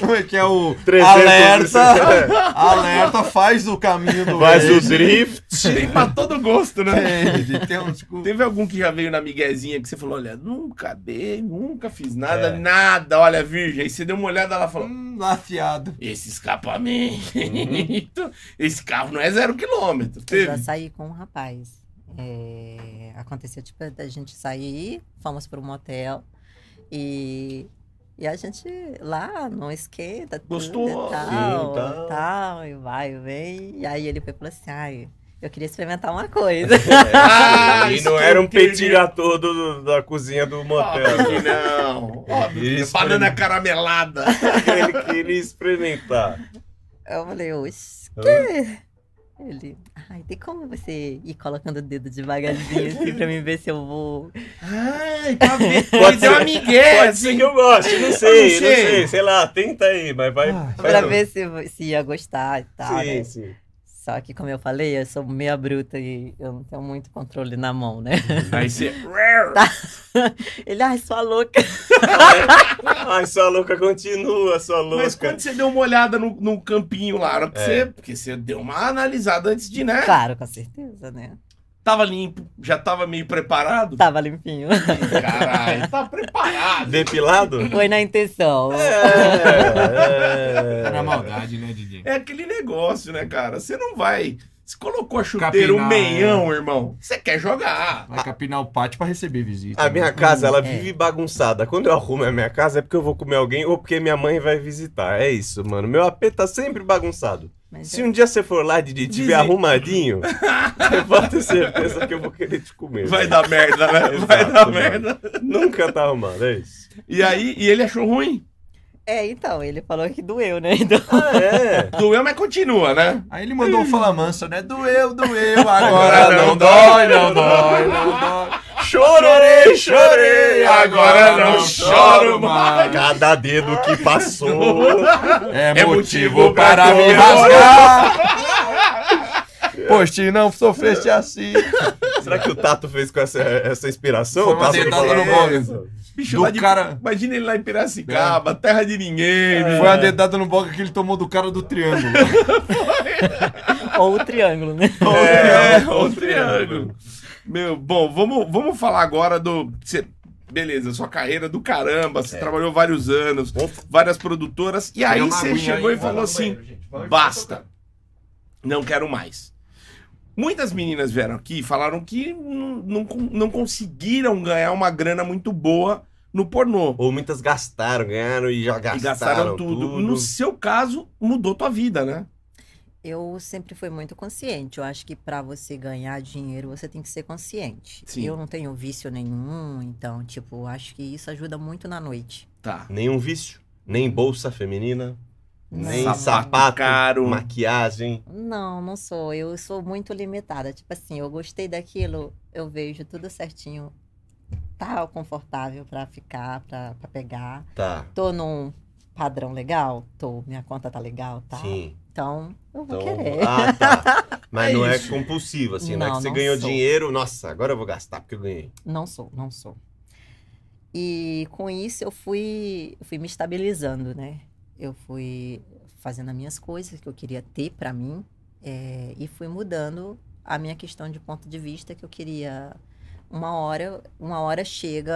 Speaker 3: Como é que é o.
Speaker 2: 360.
Speaker 3: Alerta! Alerta, faz o caminho do.
Speaker 2: É, Faz o
Speaker 3: eixo.
Speaker 2: drift.
Speaker 1: Tem pra todo gosto, né?
Speaker 3: Tem, tem uns cu.
Speaker 1: Teve algum que já veio na miguezinha que você falou, olha, nunca dei, nunca fiz nada,
Speaker 2: É.
Speaker 1: nada, olha, virgem. Aí você deu uma olhada lá e falou,
Speaker 3: Hum, afiado.
Speaker 1: esse escapamento, esse carro não é zero quilômetro.
Speaker 4: Eu já
Speaker 1: Teve?
Speaker 4: saí com um rapaz. É, Aconteceu, tipo, da gente sair, fomos para um motel e... E a gente lá não esquenta, tudo
Speaker 1: Gostou,
Speaker 4: e tal,
Speaker 2: sim, tal.
Speaker 4: tal, e vai, e vem. E aí ele foi e falou assim, ai, eu queria experimentar uma coisa.
Speaker 1: Ah,
Speaker 2: e
Speaker 1: isso
Speaker 2: não
Speaker 1: que
Speaker 2: era
Speaker 1: eu
Speaker 2: um
Speaker 1: queria.
Speaker 2: petit gâteau do- do- da cozinha do motel.
Speaker 1: Óbvio que não. Óbvio que não.
Speaker 2: Isso,
Speaker 1: Banana
Speaker 2: foi-
Speaker 1: caramelada.
Speaker 2: Ele queria experimentar.
Speaker 4: Eu falei, oxe,
Speaker 2: Hã?
Speaker 4: que? Ele, ai, tem como você ir colocando o dedo devagarzinho assim pra mim ver se eu vou.
Speaker 1: Ai, pra ver.
Speaker 2: Pode
Speaker 1: Pode ser
Speaker 2: ser.
Speaker 1: uma migué,
Speaker 2: Pode ser
Speaker 1: assim.
Speaker 2: que É, eu goste, não sei,
Speaker 1: Eu
Speaker 2: não
Speaker 1: não
Speaker 2: sei,
Speaker 1: sei.
Speaker 2: sei lá, tenta aí, mas vai.
Speaker 3: Ah,
Speaker 2: vai
Speaker 4: pra
Speaker 2: não.
Speaker 4: ver se, eu- se ia gostar e tal.
Speaker 2: Sim,
Speaker 4: né?
Speaker 2: sim.
Speaker 4: Só que, como eu falei, eu sou meia bruta e eu não tenho muito controle na mão, né?
Speaker 1: Aí você.
Speaker 4: Ele, ai, sua louca.
Speaker 2: Ai, sua louca continua, sua louca.
Speaker 1: Mas quando você deu uma olhada no, no campinho lá, era pra
Speaker 2: É.
Speaker 1: você. Porque você deu uma analisada antes de, né?
Speaker 4: Claro, com certeza, né?
Speaker 1: Tava limpo, já tava meio preparado.
Speaker 4: Tava limpinho.
Speaker 1: Caralho, tá preparado.
Speaker 2: Depilado?
Speaker 4: Foi na intenção.
Speaker 2: É,
Speaker 3: Tá na maldade, né, Didi?
Speaker 1: É aquele negócio, né, cara? Você não vai. Você colocou a chuteira
Speaker 3: Capinar,
Speaker 1: um meião, irmão. Você quer jogar.
Speaker 3: Vai capinar o pátio pra receber visita.
Speaker 2: A
Speaker 3: né?
Speaker 2: minha casa, ela
Speaker 4: É.
Speaker 2: vive bagunçada. Quando eu arrumo a minha casa, é porque eu vou comer alguém ou porque minha mãe vai visitar. É isso, mano. Meu AP tá sempre bagunçado.
Speaker 4: Mas
Speaker 2: Se um dia você for lá, Didi, tiver
Speaker 1: Dizem-
Speaker 2: arrumadinho, você pode ter certeza que eu vou querer te comer.
Speaker 1: Vai dar merda, né?
Speaker 2: Exato,
Speaker 1: Vai dar
Speaker 2: mano.
Speaker 1: merda.
Speaker 2: Nunca tá arrumado, é isso.
Speaker 1: E aí, e ele achou ruim.
Speaker 4: É, então, ele falou que doeu, né? Então,
Speaker 2: Ah, é?
Speaker 1: Doeu, mas continua, né?
Speaker 3: Aí ele mandou um fala manso, né? Doeu, doeu, agora
Speaker 1: Agora
Speaker 3: não,
Speaker 1: não
Speaker 3: dói, não dói, não dói.
Speaker 2: Chorei, chorei,
Speaker 1: agora Ah, não choro mais.
Speaker 2: Cada dedo que passou.
Speaker 3: É,
Speaker 1: É
Speaker 3: motivo,
Speaker 1: motivo
Speaker 3: para
Speaker 1: pra
Speaker 3: me rasgar. Pois se não
Speaker 1: É.
Speaker 3: sofreste assim.
Speaker 2: Será que o Tato fez com essa, essa inspiração?
Speaker 3: Foi uma
Speaker 2: Tato "É,
Speaker 3: dedada
Speaker 2: falando
Speaker 3: no bolo.
Speaker 2: isso?
Speaker 1: Bicho,
Speaker 3: Do
Speaker 1: lá de-
Speaker 3: cara-
Speaker 1: imagina ele lá em Piracicaba, terra de ninguém. bicho.
Speaker 3: Foi a dedada no boca que ele tomou do cara do triângulo.
Speaker 4: ou o triângulo, né?
Speaker 1: É,
Speaker 2: É,
Speaker 1: o
Speaker 2: o
Speaker 1: triângulo. Meu, bom, vamos, vamos falar agora do. cê- beleza, sua carreira do caramba, você trabalhou vários anos, várias produtoras, e aí você chegou e falou assim: basta. Não quero mais. Muitas meninas vieram aqui e falaram que não, não, con- não conseguiram ganhar uma grana muito boa no pornô.
Speaker 2: Ou muitas gastaram, ganharam e já gastaram,
Speaker 1: e gastaram tudo. No seu caso, mudou tua vida, né?
Speaker 4: Eu sempre fui muito consciente. Eu acho que para você ganhar dinheiro, você tem que ser consciente.
Speaker 1: Sim.
Speaker 4: Eu não tenho vício nenhum, então, tipo, acho que isso ajuda muito na noite.
Speaker 1: Tá.
Speaker 2: Nenhum vício, nem bolsa feminina, nem
Speaker 1: Sapato
Speaker 2: sapato,
Speaker 1: caro.
Speaker 2: maquiagem.
Speaker 4: Não, não sou. Eu sou muito limitada. Tipo assim, eu gostei daquilo, eu vejo tudo certinho. Tá confortável pra ficar, pra pra pegar.
Speaker 2: Tá.
Speaker 4: Tô num padrão legal? Tô. Minha conta tá legal, tá?
Speaker 2: Sim.
Speaker 4: Então, eu vou
Speaker 2: Então,
Speaker 4: querer.
Speaker 2: ah, tá. Mas
Speaker 1: É
Speaker 2: não é
Speaker 1: isso.
Speaker 2: compulsivo, assim, não, é
Speaker 4: Não,
Speaker 2: que você
Speaker 4: não
Speaker 2: ganhou
Speaker 4: sou.
Speaker 2: dinheiro, nossa, agora eu vou gastar porque eu ganhei.
Speaker 4: Não sou, não sou. E com isso eu fui, fui me estabilizando, né? Eu fui fazendo as minhas coisas que eu queria ter pra mim eh, e fui mudando a minha questão de ponto de vista que eu queria. Uma hora, uma hora chega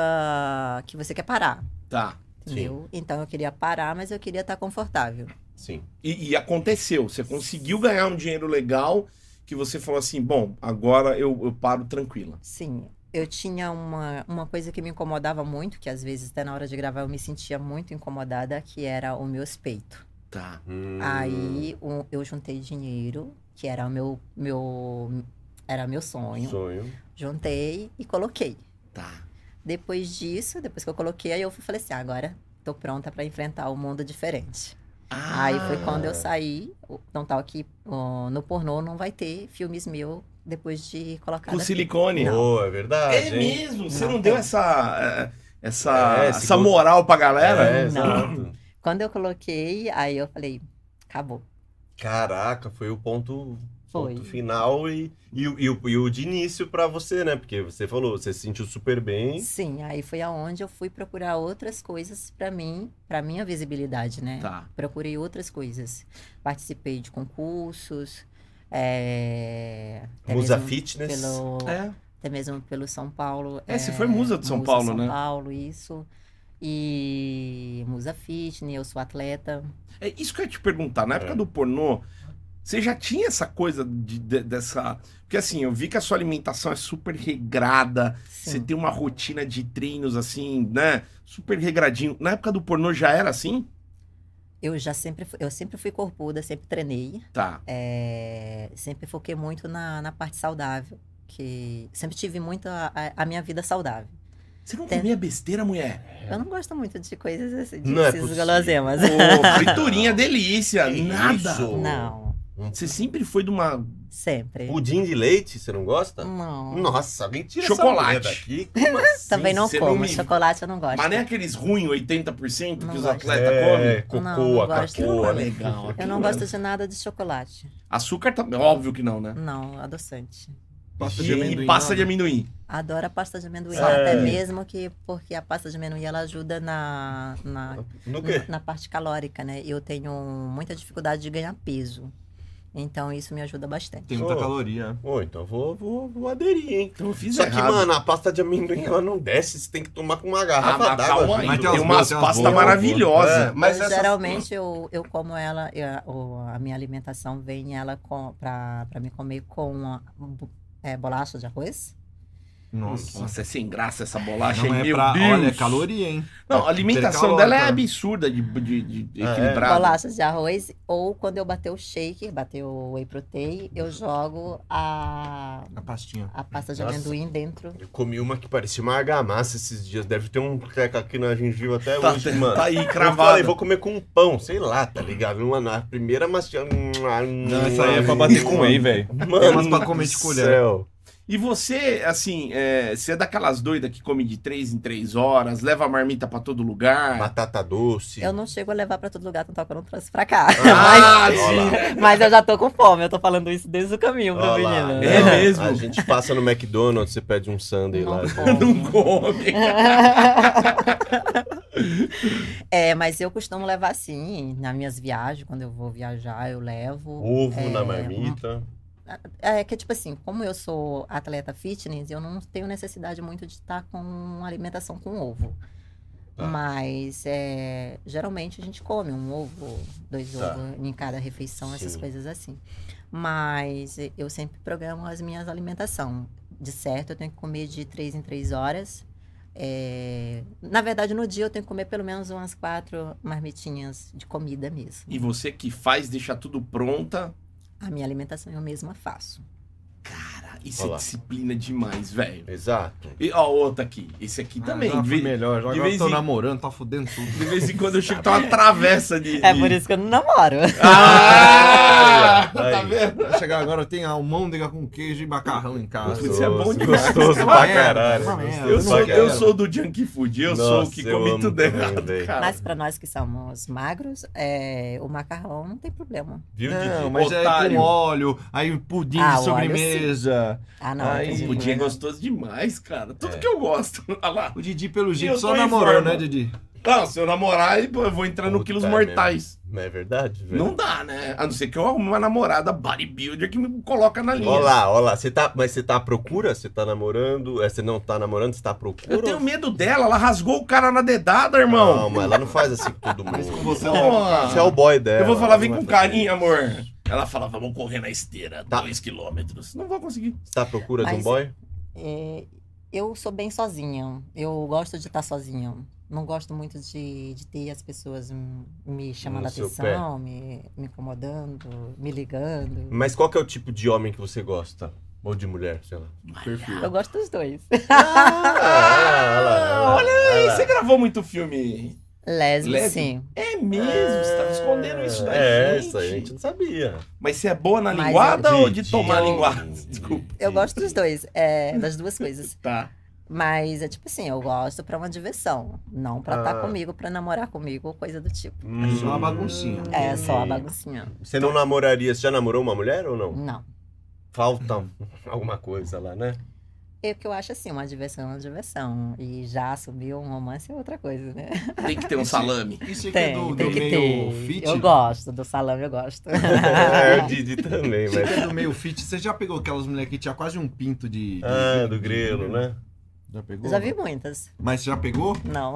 Speaker 4: que você quer parar,
Speaker 1: Tá.
Speaker 2: Sim.
Speaker 4: entendeu? Então eu queria parar, mas eu queria estar confortável.
Speaker 2: Sim.
Speaker 1: E, e aconteceu. Você conseguiu ganhar um dinheiro legal que você falou assim: bom, agora eu, eu paro tranquila.
Speaker 4: Sim, eu tinha uma, uma coisa que me incomodava muito, que às vezes até na hora de gravar eu me sentia muito incomodada, que era os meus peitos.
Speaker 1: Tá.
Speaker 2: Hum,
Speaker 4: Aí um- eu juntei dinheiro, que era meu meu era meu sonho.
Speaker 2: Sonho.
Speaker 4: Juntei e coloquei.
Speaker 1: Tá.
Speaker 4: Depois disso, depois que eu coloquei, aí eu fui- falei assim, "Ah, agora tô pronta pra enfrentar o um mundo diferente. Aí
Speaker 1: Ah.
Speaker 4: foi quando eu saí, o- não tal que ó, no pornô não vai ter filmes meu depois de colocar
Speaker 1: Com
Speaker 4: daqui.
Speaker 1: silicone.
Speaker 4: Não.
Speaker 2: Boa, é verdade.
Speaker 1: É
Speaker 2: hein?
Speaker 1: mesmo? Você não
Speaker 4: Não.
Speaker 1: deu essa. eh, Essa,
Speaker 2: É, esse
Speaker 1: essa
Speaker 2: go-
Speaker 1: moral pra galera?
Speaker 2: É,
Speaker 4: Não.
Speaker 2: exato.
Speaker 4: Quando eu coloquei, aí eu falei, acabou.
Speaker 2: Caraca, foi o ponto,
Speaker 4: Foi.
Speaker 2: ponto final e, e, o- e o, e o de início pra você, né? Porque você falou, você se sentiu super bem.
Speaker 4: Sim, aí foi aonde eu fui procurar outras coisas pra mim, pra minha visibilidade, né?
Speaker 1: Tá.
Speaker 4: procurei outras coisas. Participei de concursos, é, até
Speaker 2: Musa
Speaker 4: mesmo
Speaker 2: Fitness.
Speaker 4: pelo,
Speaker 1: É.
Speaker 4: até mesmo pelo São Paulo. eh,
Speaker 1: É, você foi musa de São Paulo, né?
Speaker 4: São Paulo, isso. E Musa Fitness, eu sou atleta.
Speaker 1: É isso que eu ia te perguntar. Na época
Speaker 2: É.
Speaker 1: do pornô, você já tinha essa coisa de- de- dessa. Porque assim, eu vi que a sua alimentação é super regrada, você
Speaker 4: Sim.
Speaker 1: tem uma rotina de treinos assim, né? Super regradinho. Na época do pornô já era assim?
Speaker 4: Eu já sempre fui, eu sempre fui corpuda, sempre treinei.
Speaker 1: Tá.
Speaker 4: é, sempre foquei muito na, na parte saudável. Que sempre tive muito a, a- a minha vida saudável.
Speaker 1: Você não
Speaker 4: Tem-
Speaker 1: comia besteira, mulher?
Speaker 4: Eu não gosto muito de coisas assim, de
Speaker 2: Não é
Speaker 4: esses
Speaker 2: possível.
Speaker 4: guloseimas.
Speaker 1: Ô, friturinha, delícia,
Speaker 2: Que
Speaker 1: É nada.
Speaker 2: isso?
Speaker 4: Não.
Speaker 1: Você sempre foi de uma.
Speaker 4: Sempre.
Speaker 2: Pudim de leite, você não gosta?
Speaker 4: Não.
Speaker 2: Nossa, alguém tira
Speaker 1: Chocolate.
Speaker 2: essa mulher daqui. Como assim?
Speaker 4: Também não
Speaker 1: você
Speaker 4: como.
Speaker 1: não me-
Speaker 4: Chocolate eu não gosto.
Speaker 1: Mas nem aqueles ruins 80%
Speaker 4: Não
Speaker 1: que os
Speaker 4: gosto.
Speaker 1: atletas
Speaker 2: É,
Speaker 1: comem.
Speaker 2: cocô,
Speaker 4: Não, não gosto.
Speaker 1: Aquilo não é
Speaker 2: cacau, né?
Speaker 1: legal.
Speaker 4: Eu
Speaker 1: aquilo
Speaker 4: não
Speaker 1: é-
Speaker 4: gosto de nada de chocolate.
Speaker 1: Açúcar também. Óbvio que não, né?
Speaker 4: Não, adoçante.
Speaker 3: Pasta de
Speaker 1: E,
Speaker 3: amendoim.
Speaker 1: passa de
Speaker 3: nada.
Speaker 1: amendoim.
Speaker 4: Adoro a pasta de amendoim,
Speaker 2: É.
Speaker 4: até mesmo que porque a pasta de amendoim ela ajuda na, na,
Speaker 2: né? No
Speaker 4: na,
Speaker 2: quê?
Speaker 4: na parte calórica, né? Eu tenho muita dificuldade de ganhar peso. Então isso me ajuda bastante.
Speaker 3: Tem muita
Speaker 2: Oh.
Speaker 3: caloria.
Speaker 2: Ô, então eu vou, vou, vou aderir, hein?
Speaker 1: Então eu fiz
Speaker 2: Só
Speaker 1: errado.
Speaker 2: que, mano, a pasta de amendoim ela não desce, você tem que tomar com uma
Speaker 1: Ah,
Speaker 2: garrafa
Speaker 1: mas
Speaker 2: d'água.
Speaker 1: calma aí.
Speaker 3: Mas tem
Speaker 1: tem
Speaker 3: umas boas,
Speaker 1: umas
Speaker 3: tem umas
Speaker 1: pastas
Speaker 3: boas.
Speaker 1: maravilhosas.
Speaker 2: É, mas
Speaker 4: eu,
Speaker 2: essa-
Speaker 4: geralmente eu, eu como ela, eu- o- a minha alimentação vem ela com, pra, pra me comer com a- bo- é, bolacha de arroz.
Speaker 3: Nossa.
Speaker 1: Nossa, é sem graça essa bolacha,
Speaker 3: Não
Speaker 1: hein?
Speaker 3: é
Speaker 1: Meu
Speaker 3: pra.
Speaker 1: Deus.
Speaker 3: Olha, é né? caloria, hein?
Speaker 1: Não, a alimentação
Speaker 3: Hipercalórica.
Speaker 1: dela é absurda de, de, de- de
Speaker 2: É.
Speaker 1: equilibrada.
Speaker 4: Bolachas de arroz, ou quando eu bater o shake, bater o whey protein,
Speaker 2: Uhum.
Speaker 4: eu jogo a,
Speaker 3: A pastinha.
Speaker 4: a pasta de
Speaker 2: Nossa.
Speaker 4: amendoim dentro.
Speaker 2: Eu comi uma que parecia uma argamassa esses dias. Deve ter um treco aqui na gengiva até
Speaker 1: Tá,
Speaker 2: hoje, mano.
Speaker 1: tá aí,
Speaker 2: Eu falei,
Speaker 1: cravada.
Speaker 2: vou comer com um pão, sei lá, tá ligado? Uma, na primeira mastiga. Não,
Speaker 1: é
Speaker 3: velho.
Speaker 2: Mano,
Speaker 3: É umas pra comer de
Speaker 2: do
Speaker 3: colher.
Speaker 2: céu.
Speaker 1: E você, assim, é, você é daquelas doidas que come de três em três horas, leva a marmita pra todo lugar.
Speaker 2: Batata doce.
Speaker 4: Eu não chego a levar pra todo lugar, tanto é que eu não trouxe pra cá.
Speaker 1: Ah,
Speaker 2: Olha lá.
Speaker 1: sim.
Speaker 4: mas, mas eu já tô com fome, eu tô falando isso desde o caminho pro
Speaker 2: Olha lá. né?
Speaker 4: menino. né?
Speaker 1: É
Speaker 2: Não,
Speaker 1: mesmo?
Speaker 2: A gente passa no McDonald's, você pede um sundae
Speaker 4: Não
Speaker 2: lá.
Speaker 4: como.
Speaker 1: Não come.
Speaker 4: É, mas eu costumo levar sim, nas minhas viagens, quando eu vou viajar, eu levo.
Speaker 2: Ovo na
Speaker 4: É,
Speaker 2: marmita.
Speaker 4: É que, tipo assim, como eu sou atleta fitness, eu não tenho necessidade muito de estar com alimentação com ovo.
Speaker 2: Tá.
Speaker 4: Mas é, geralmente a gente come um ovo, dois
Speaker 2: Tá.
Speaker 4: ovos em cada refeição, essas
Speaker 2: Sim.
Speaker 4: coisas assim. Mas eu sempre programo as minhas alimentação. De certo, eu tenho que comer de três em três horas. É, na verdade, no dia eu tenho que comer pelo menos umas quatro marmitinhas de comida mesmo.
Speaker 1: E você que faz, deixa tudo pronta.
Speaker 4: A minha alimentação eu mesma faço.
Speaker 1: Cara, isso
Speaker 2: Olha
Speaker 1: é
Speaker 2: lá.
Speaker 1: disciplina demais, velho.
Speaker 2: Exato.
Speaker 1: E ó, outra aqui. Esse aqui também.
Speaker 3: Ah,
Speaker 1: de,
Speaker 3: foi
Speaker 1: vez,
Speaker 3: melhor.
Speaker 1: de
Speaker 3: Agora
Speaker 1: vez
Speaker 3: tô
Speaker 1: em-
Speaker 3: namorando, tá fudendo tudo.
Speaker 1: de vez em quando eu chego, tá uma travessa de.
Speaker 4: É
Speaker 1: de-
Speaker 4: por isso que eu não namoro.
Speaker 1: Ah!
Speaker 2: Aí.
Speaker 1: Tá vendo?
Speaker 3: Vai chegar agora, tem almôndega com queijo e macarrão em casa.
Speaker 1: Putz, é bom demais. é,
Speaker 2: Gostoso
Speaker 3: Uma
Speaker 2: pra
Speaker 3: merda,
Speaker 2: caralho.
Speaker 3: uma merda.
Speaker 2: gostoso
Speaker 1: Eu sou,
Speaker 2: pra
Speaker 1: eu
Speaker 2: caralho.
Speaker 1: sou do junk food, eu sou o
Speaker 2: Nossa,
Speaker 1: que
Speaker 2: eu
Speaker 1: come
Speaker 2: amo
Speaker 1: tudo
Speaker 2: também,
Speaker 1: errado,
Speaker 2: velho.
Speaker 1: cara.
Speaker 4: Mas pra nós que somos magros, é, o macarrão não tem problema.
Speaker 2: Viu,
Speaker 3: Não,
Speaker 2: Didi?
Speaker 3: mas é
Speaker 1: Otário.
Speaker 3: com óleo, aí pudim
Speaker 4: Ah,
Speaker 3: de
Speaker 4: óleo,
Speaker 3: sobremesa.
Speaker 4: Ah, não.
Speaker 3: Ai,
Speaker 4: entendi.
Speaker 1: O pudim é gostoso demais, cara. Tudo
Speaker 2: É.
Speaker 1: que eu gosto. Olha lá.
Speaker 3: O Didi, pelo
Speaker 1: Eu
Speaker 3: jeito,
Speaker 1: tô
Speaker 3: só
Speaker 1: em
Speaker 3: namorou,
Speaker 1: forma.
Speaker 3: né, Didi?
Speaker 1: Não, se eu namorar, aí, pô, eu vou entrar no
Speaker 2: Puta
Speaker 1: quilos
Speaker 2: merda.
Speaker 1: mortais.
Speaker 2: Não é verdade, velho?
Speaker 1: Não dá, né? A não ser que eu arrume uma namorada bodybuilder que me coloca na linha.
Speaker 2: Olá, olá. Você tá, mas você tá à procura? Você tá namorando? É, você não tá namorando? Você tá à procura?
Speaker 1: Eu tenho medo dela, ela rasgou o cara na dedada, irmão.
Speaker 2: Calma, ela não faz assim com todo mundo.
Speaker 3: você
Speaker 1: é o-
Speaker 2: Você é o boy dela.
Speaker 1: eu vou falar,
Speaker 2: ela
Speaker 1: vem
Speaker 2: não é
Speaker 1: com
Speaker 2: vai fazer
Speaker 1: carinho, amor. Ela fala, vamos correr na esteira,
Speaker 2: Tá.
Speaker 1: dois quilômetros. Não vou conseguir.
Speaker 2: isso. Você tá à procura de um
Speaker 4: Mas-
Speaker 2: boy?
Speaker 4: É, eu sou bem sozinha. Eu gosto de estar sozinha. Não gosto muito de, de ter as pessoas m- me chamando
Speaker 2: No
Speaker 4: a
Speaker 2: seu
Speaker 4: atenção, me, me incomodando, me ligando.
Speaker 2: Mas qual que é o tipo de homem que você gosta? Ou de mulher, sei lá. Hum.
Speaker 3: Perfil.
Speaker 4: Eu gosto dos dois.
Speaker 2: Ah, olha
Speaker 1: Ei, você gravou muito filme.
Speaker 4: Lésbica,
Speaker 1: Lésbica?
Speaker 4: sim.
Speaker 1: É mesmo, você tava escondendo isso da
Speaker 2: É,
Speaker 1: gente.
Speaker 2: isso aí a gente não sabia.
Speaker 1: Mas você é boa na
Speaker 4: Mas
Speaker 1: linguada
Speaker 2: eu-
Speaker 1: ou de
Speaker 2: De-
Speaker 1: tomar
Speaker 4: de-
Speaker 1: linguada? Desculpa.
Speaker 4: Eu gosto dos dois, é, das duas coisas.
Speaker 1: Tá.
Speaker 4: Mas é tipo assim, eu gosto pra uma diversão, não pra estar
Speaker 2: Ah.
Speaker 4: comigo, pra namorar comigo, ou coisa do tipo.
Speaker 2: Hum.
Speaker 3: Só uma baguncinha.
Speaker 4: É só uma baguncinha.
Speaker 2: Você não namoraria? Você já namorou uma mulher ou não?
Speaker 4: Não.
Speaker 2: Falta um, alguma coisa lá, né?
Speaker 4: É que eu acho assim, uma diversão é uma diversão. E já assumir um romance é outra coisa, né?
Speaker 1: Tem que ter um salame.
Speaker 3: Isso aqui é
Speaker 4: Tem,
Speaker 3: do, do
Speaker 4: tem que
Speaker 3: meio
Speaker 4: ter.
Speaker 3: fit?
Speaker 4: Eu gosto do salame, eu gosto.
Speaker 2: é, o Didi também,
Speaker 3: Isso aqui
Speaker 2: mas.
Speaker 3: é do meio fit. Você já pegou aquelas mulheres que tinha quase um pinto de... de-
Speaker 2: Ah,
Speaker 3: de-
Speaker 2: do grelo, né?
Speaker 3: Já pegou?
Speaker 4: Já vi muitas.
Speaker 3: Mas você já pegou?
Speaker 4: Não.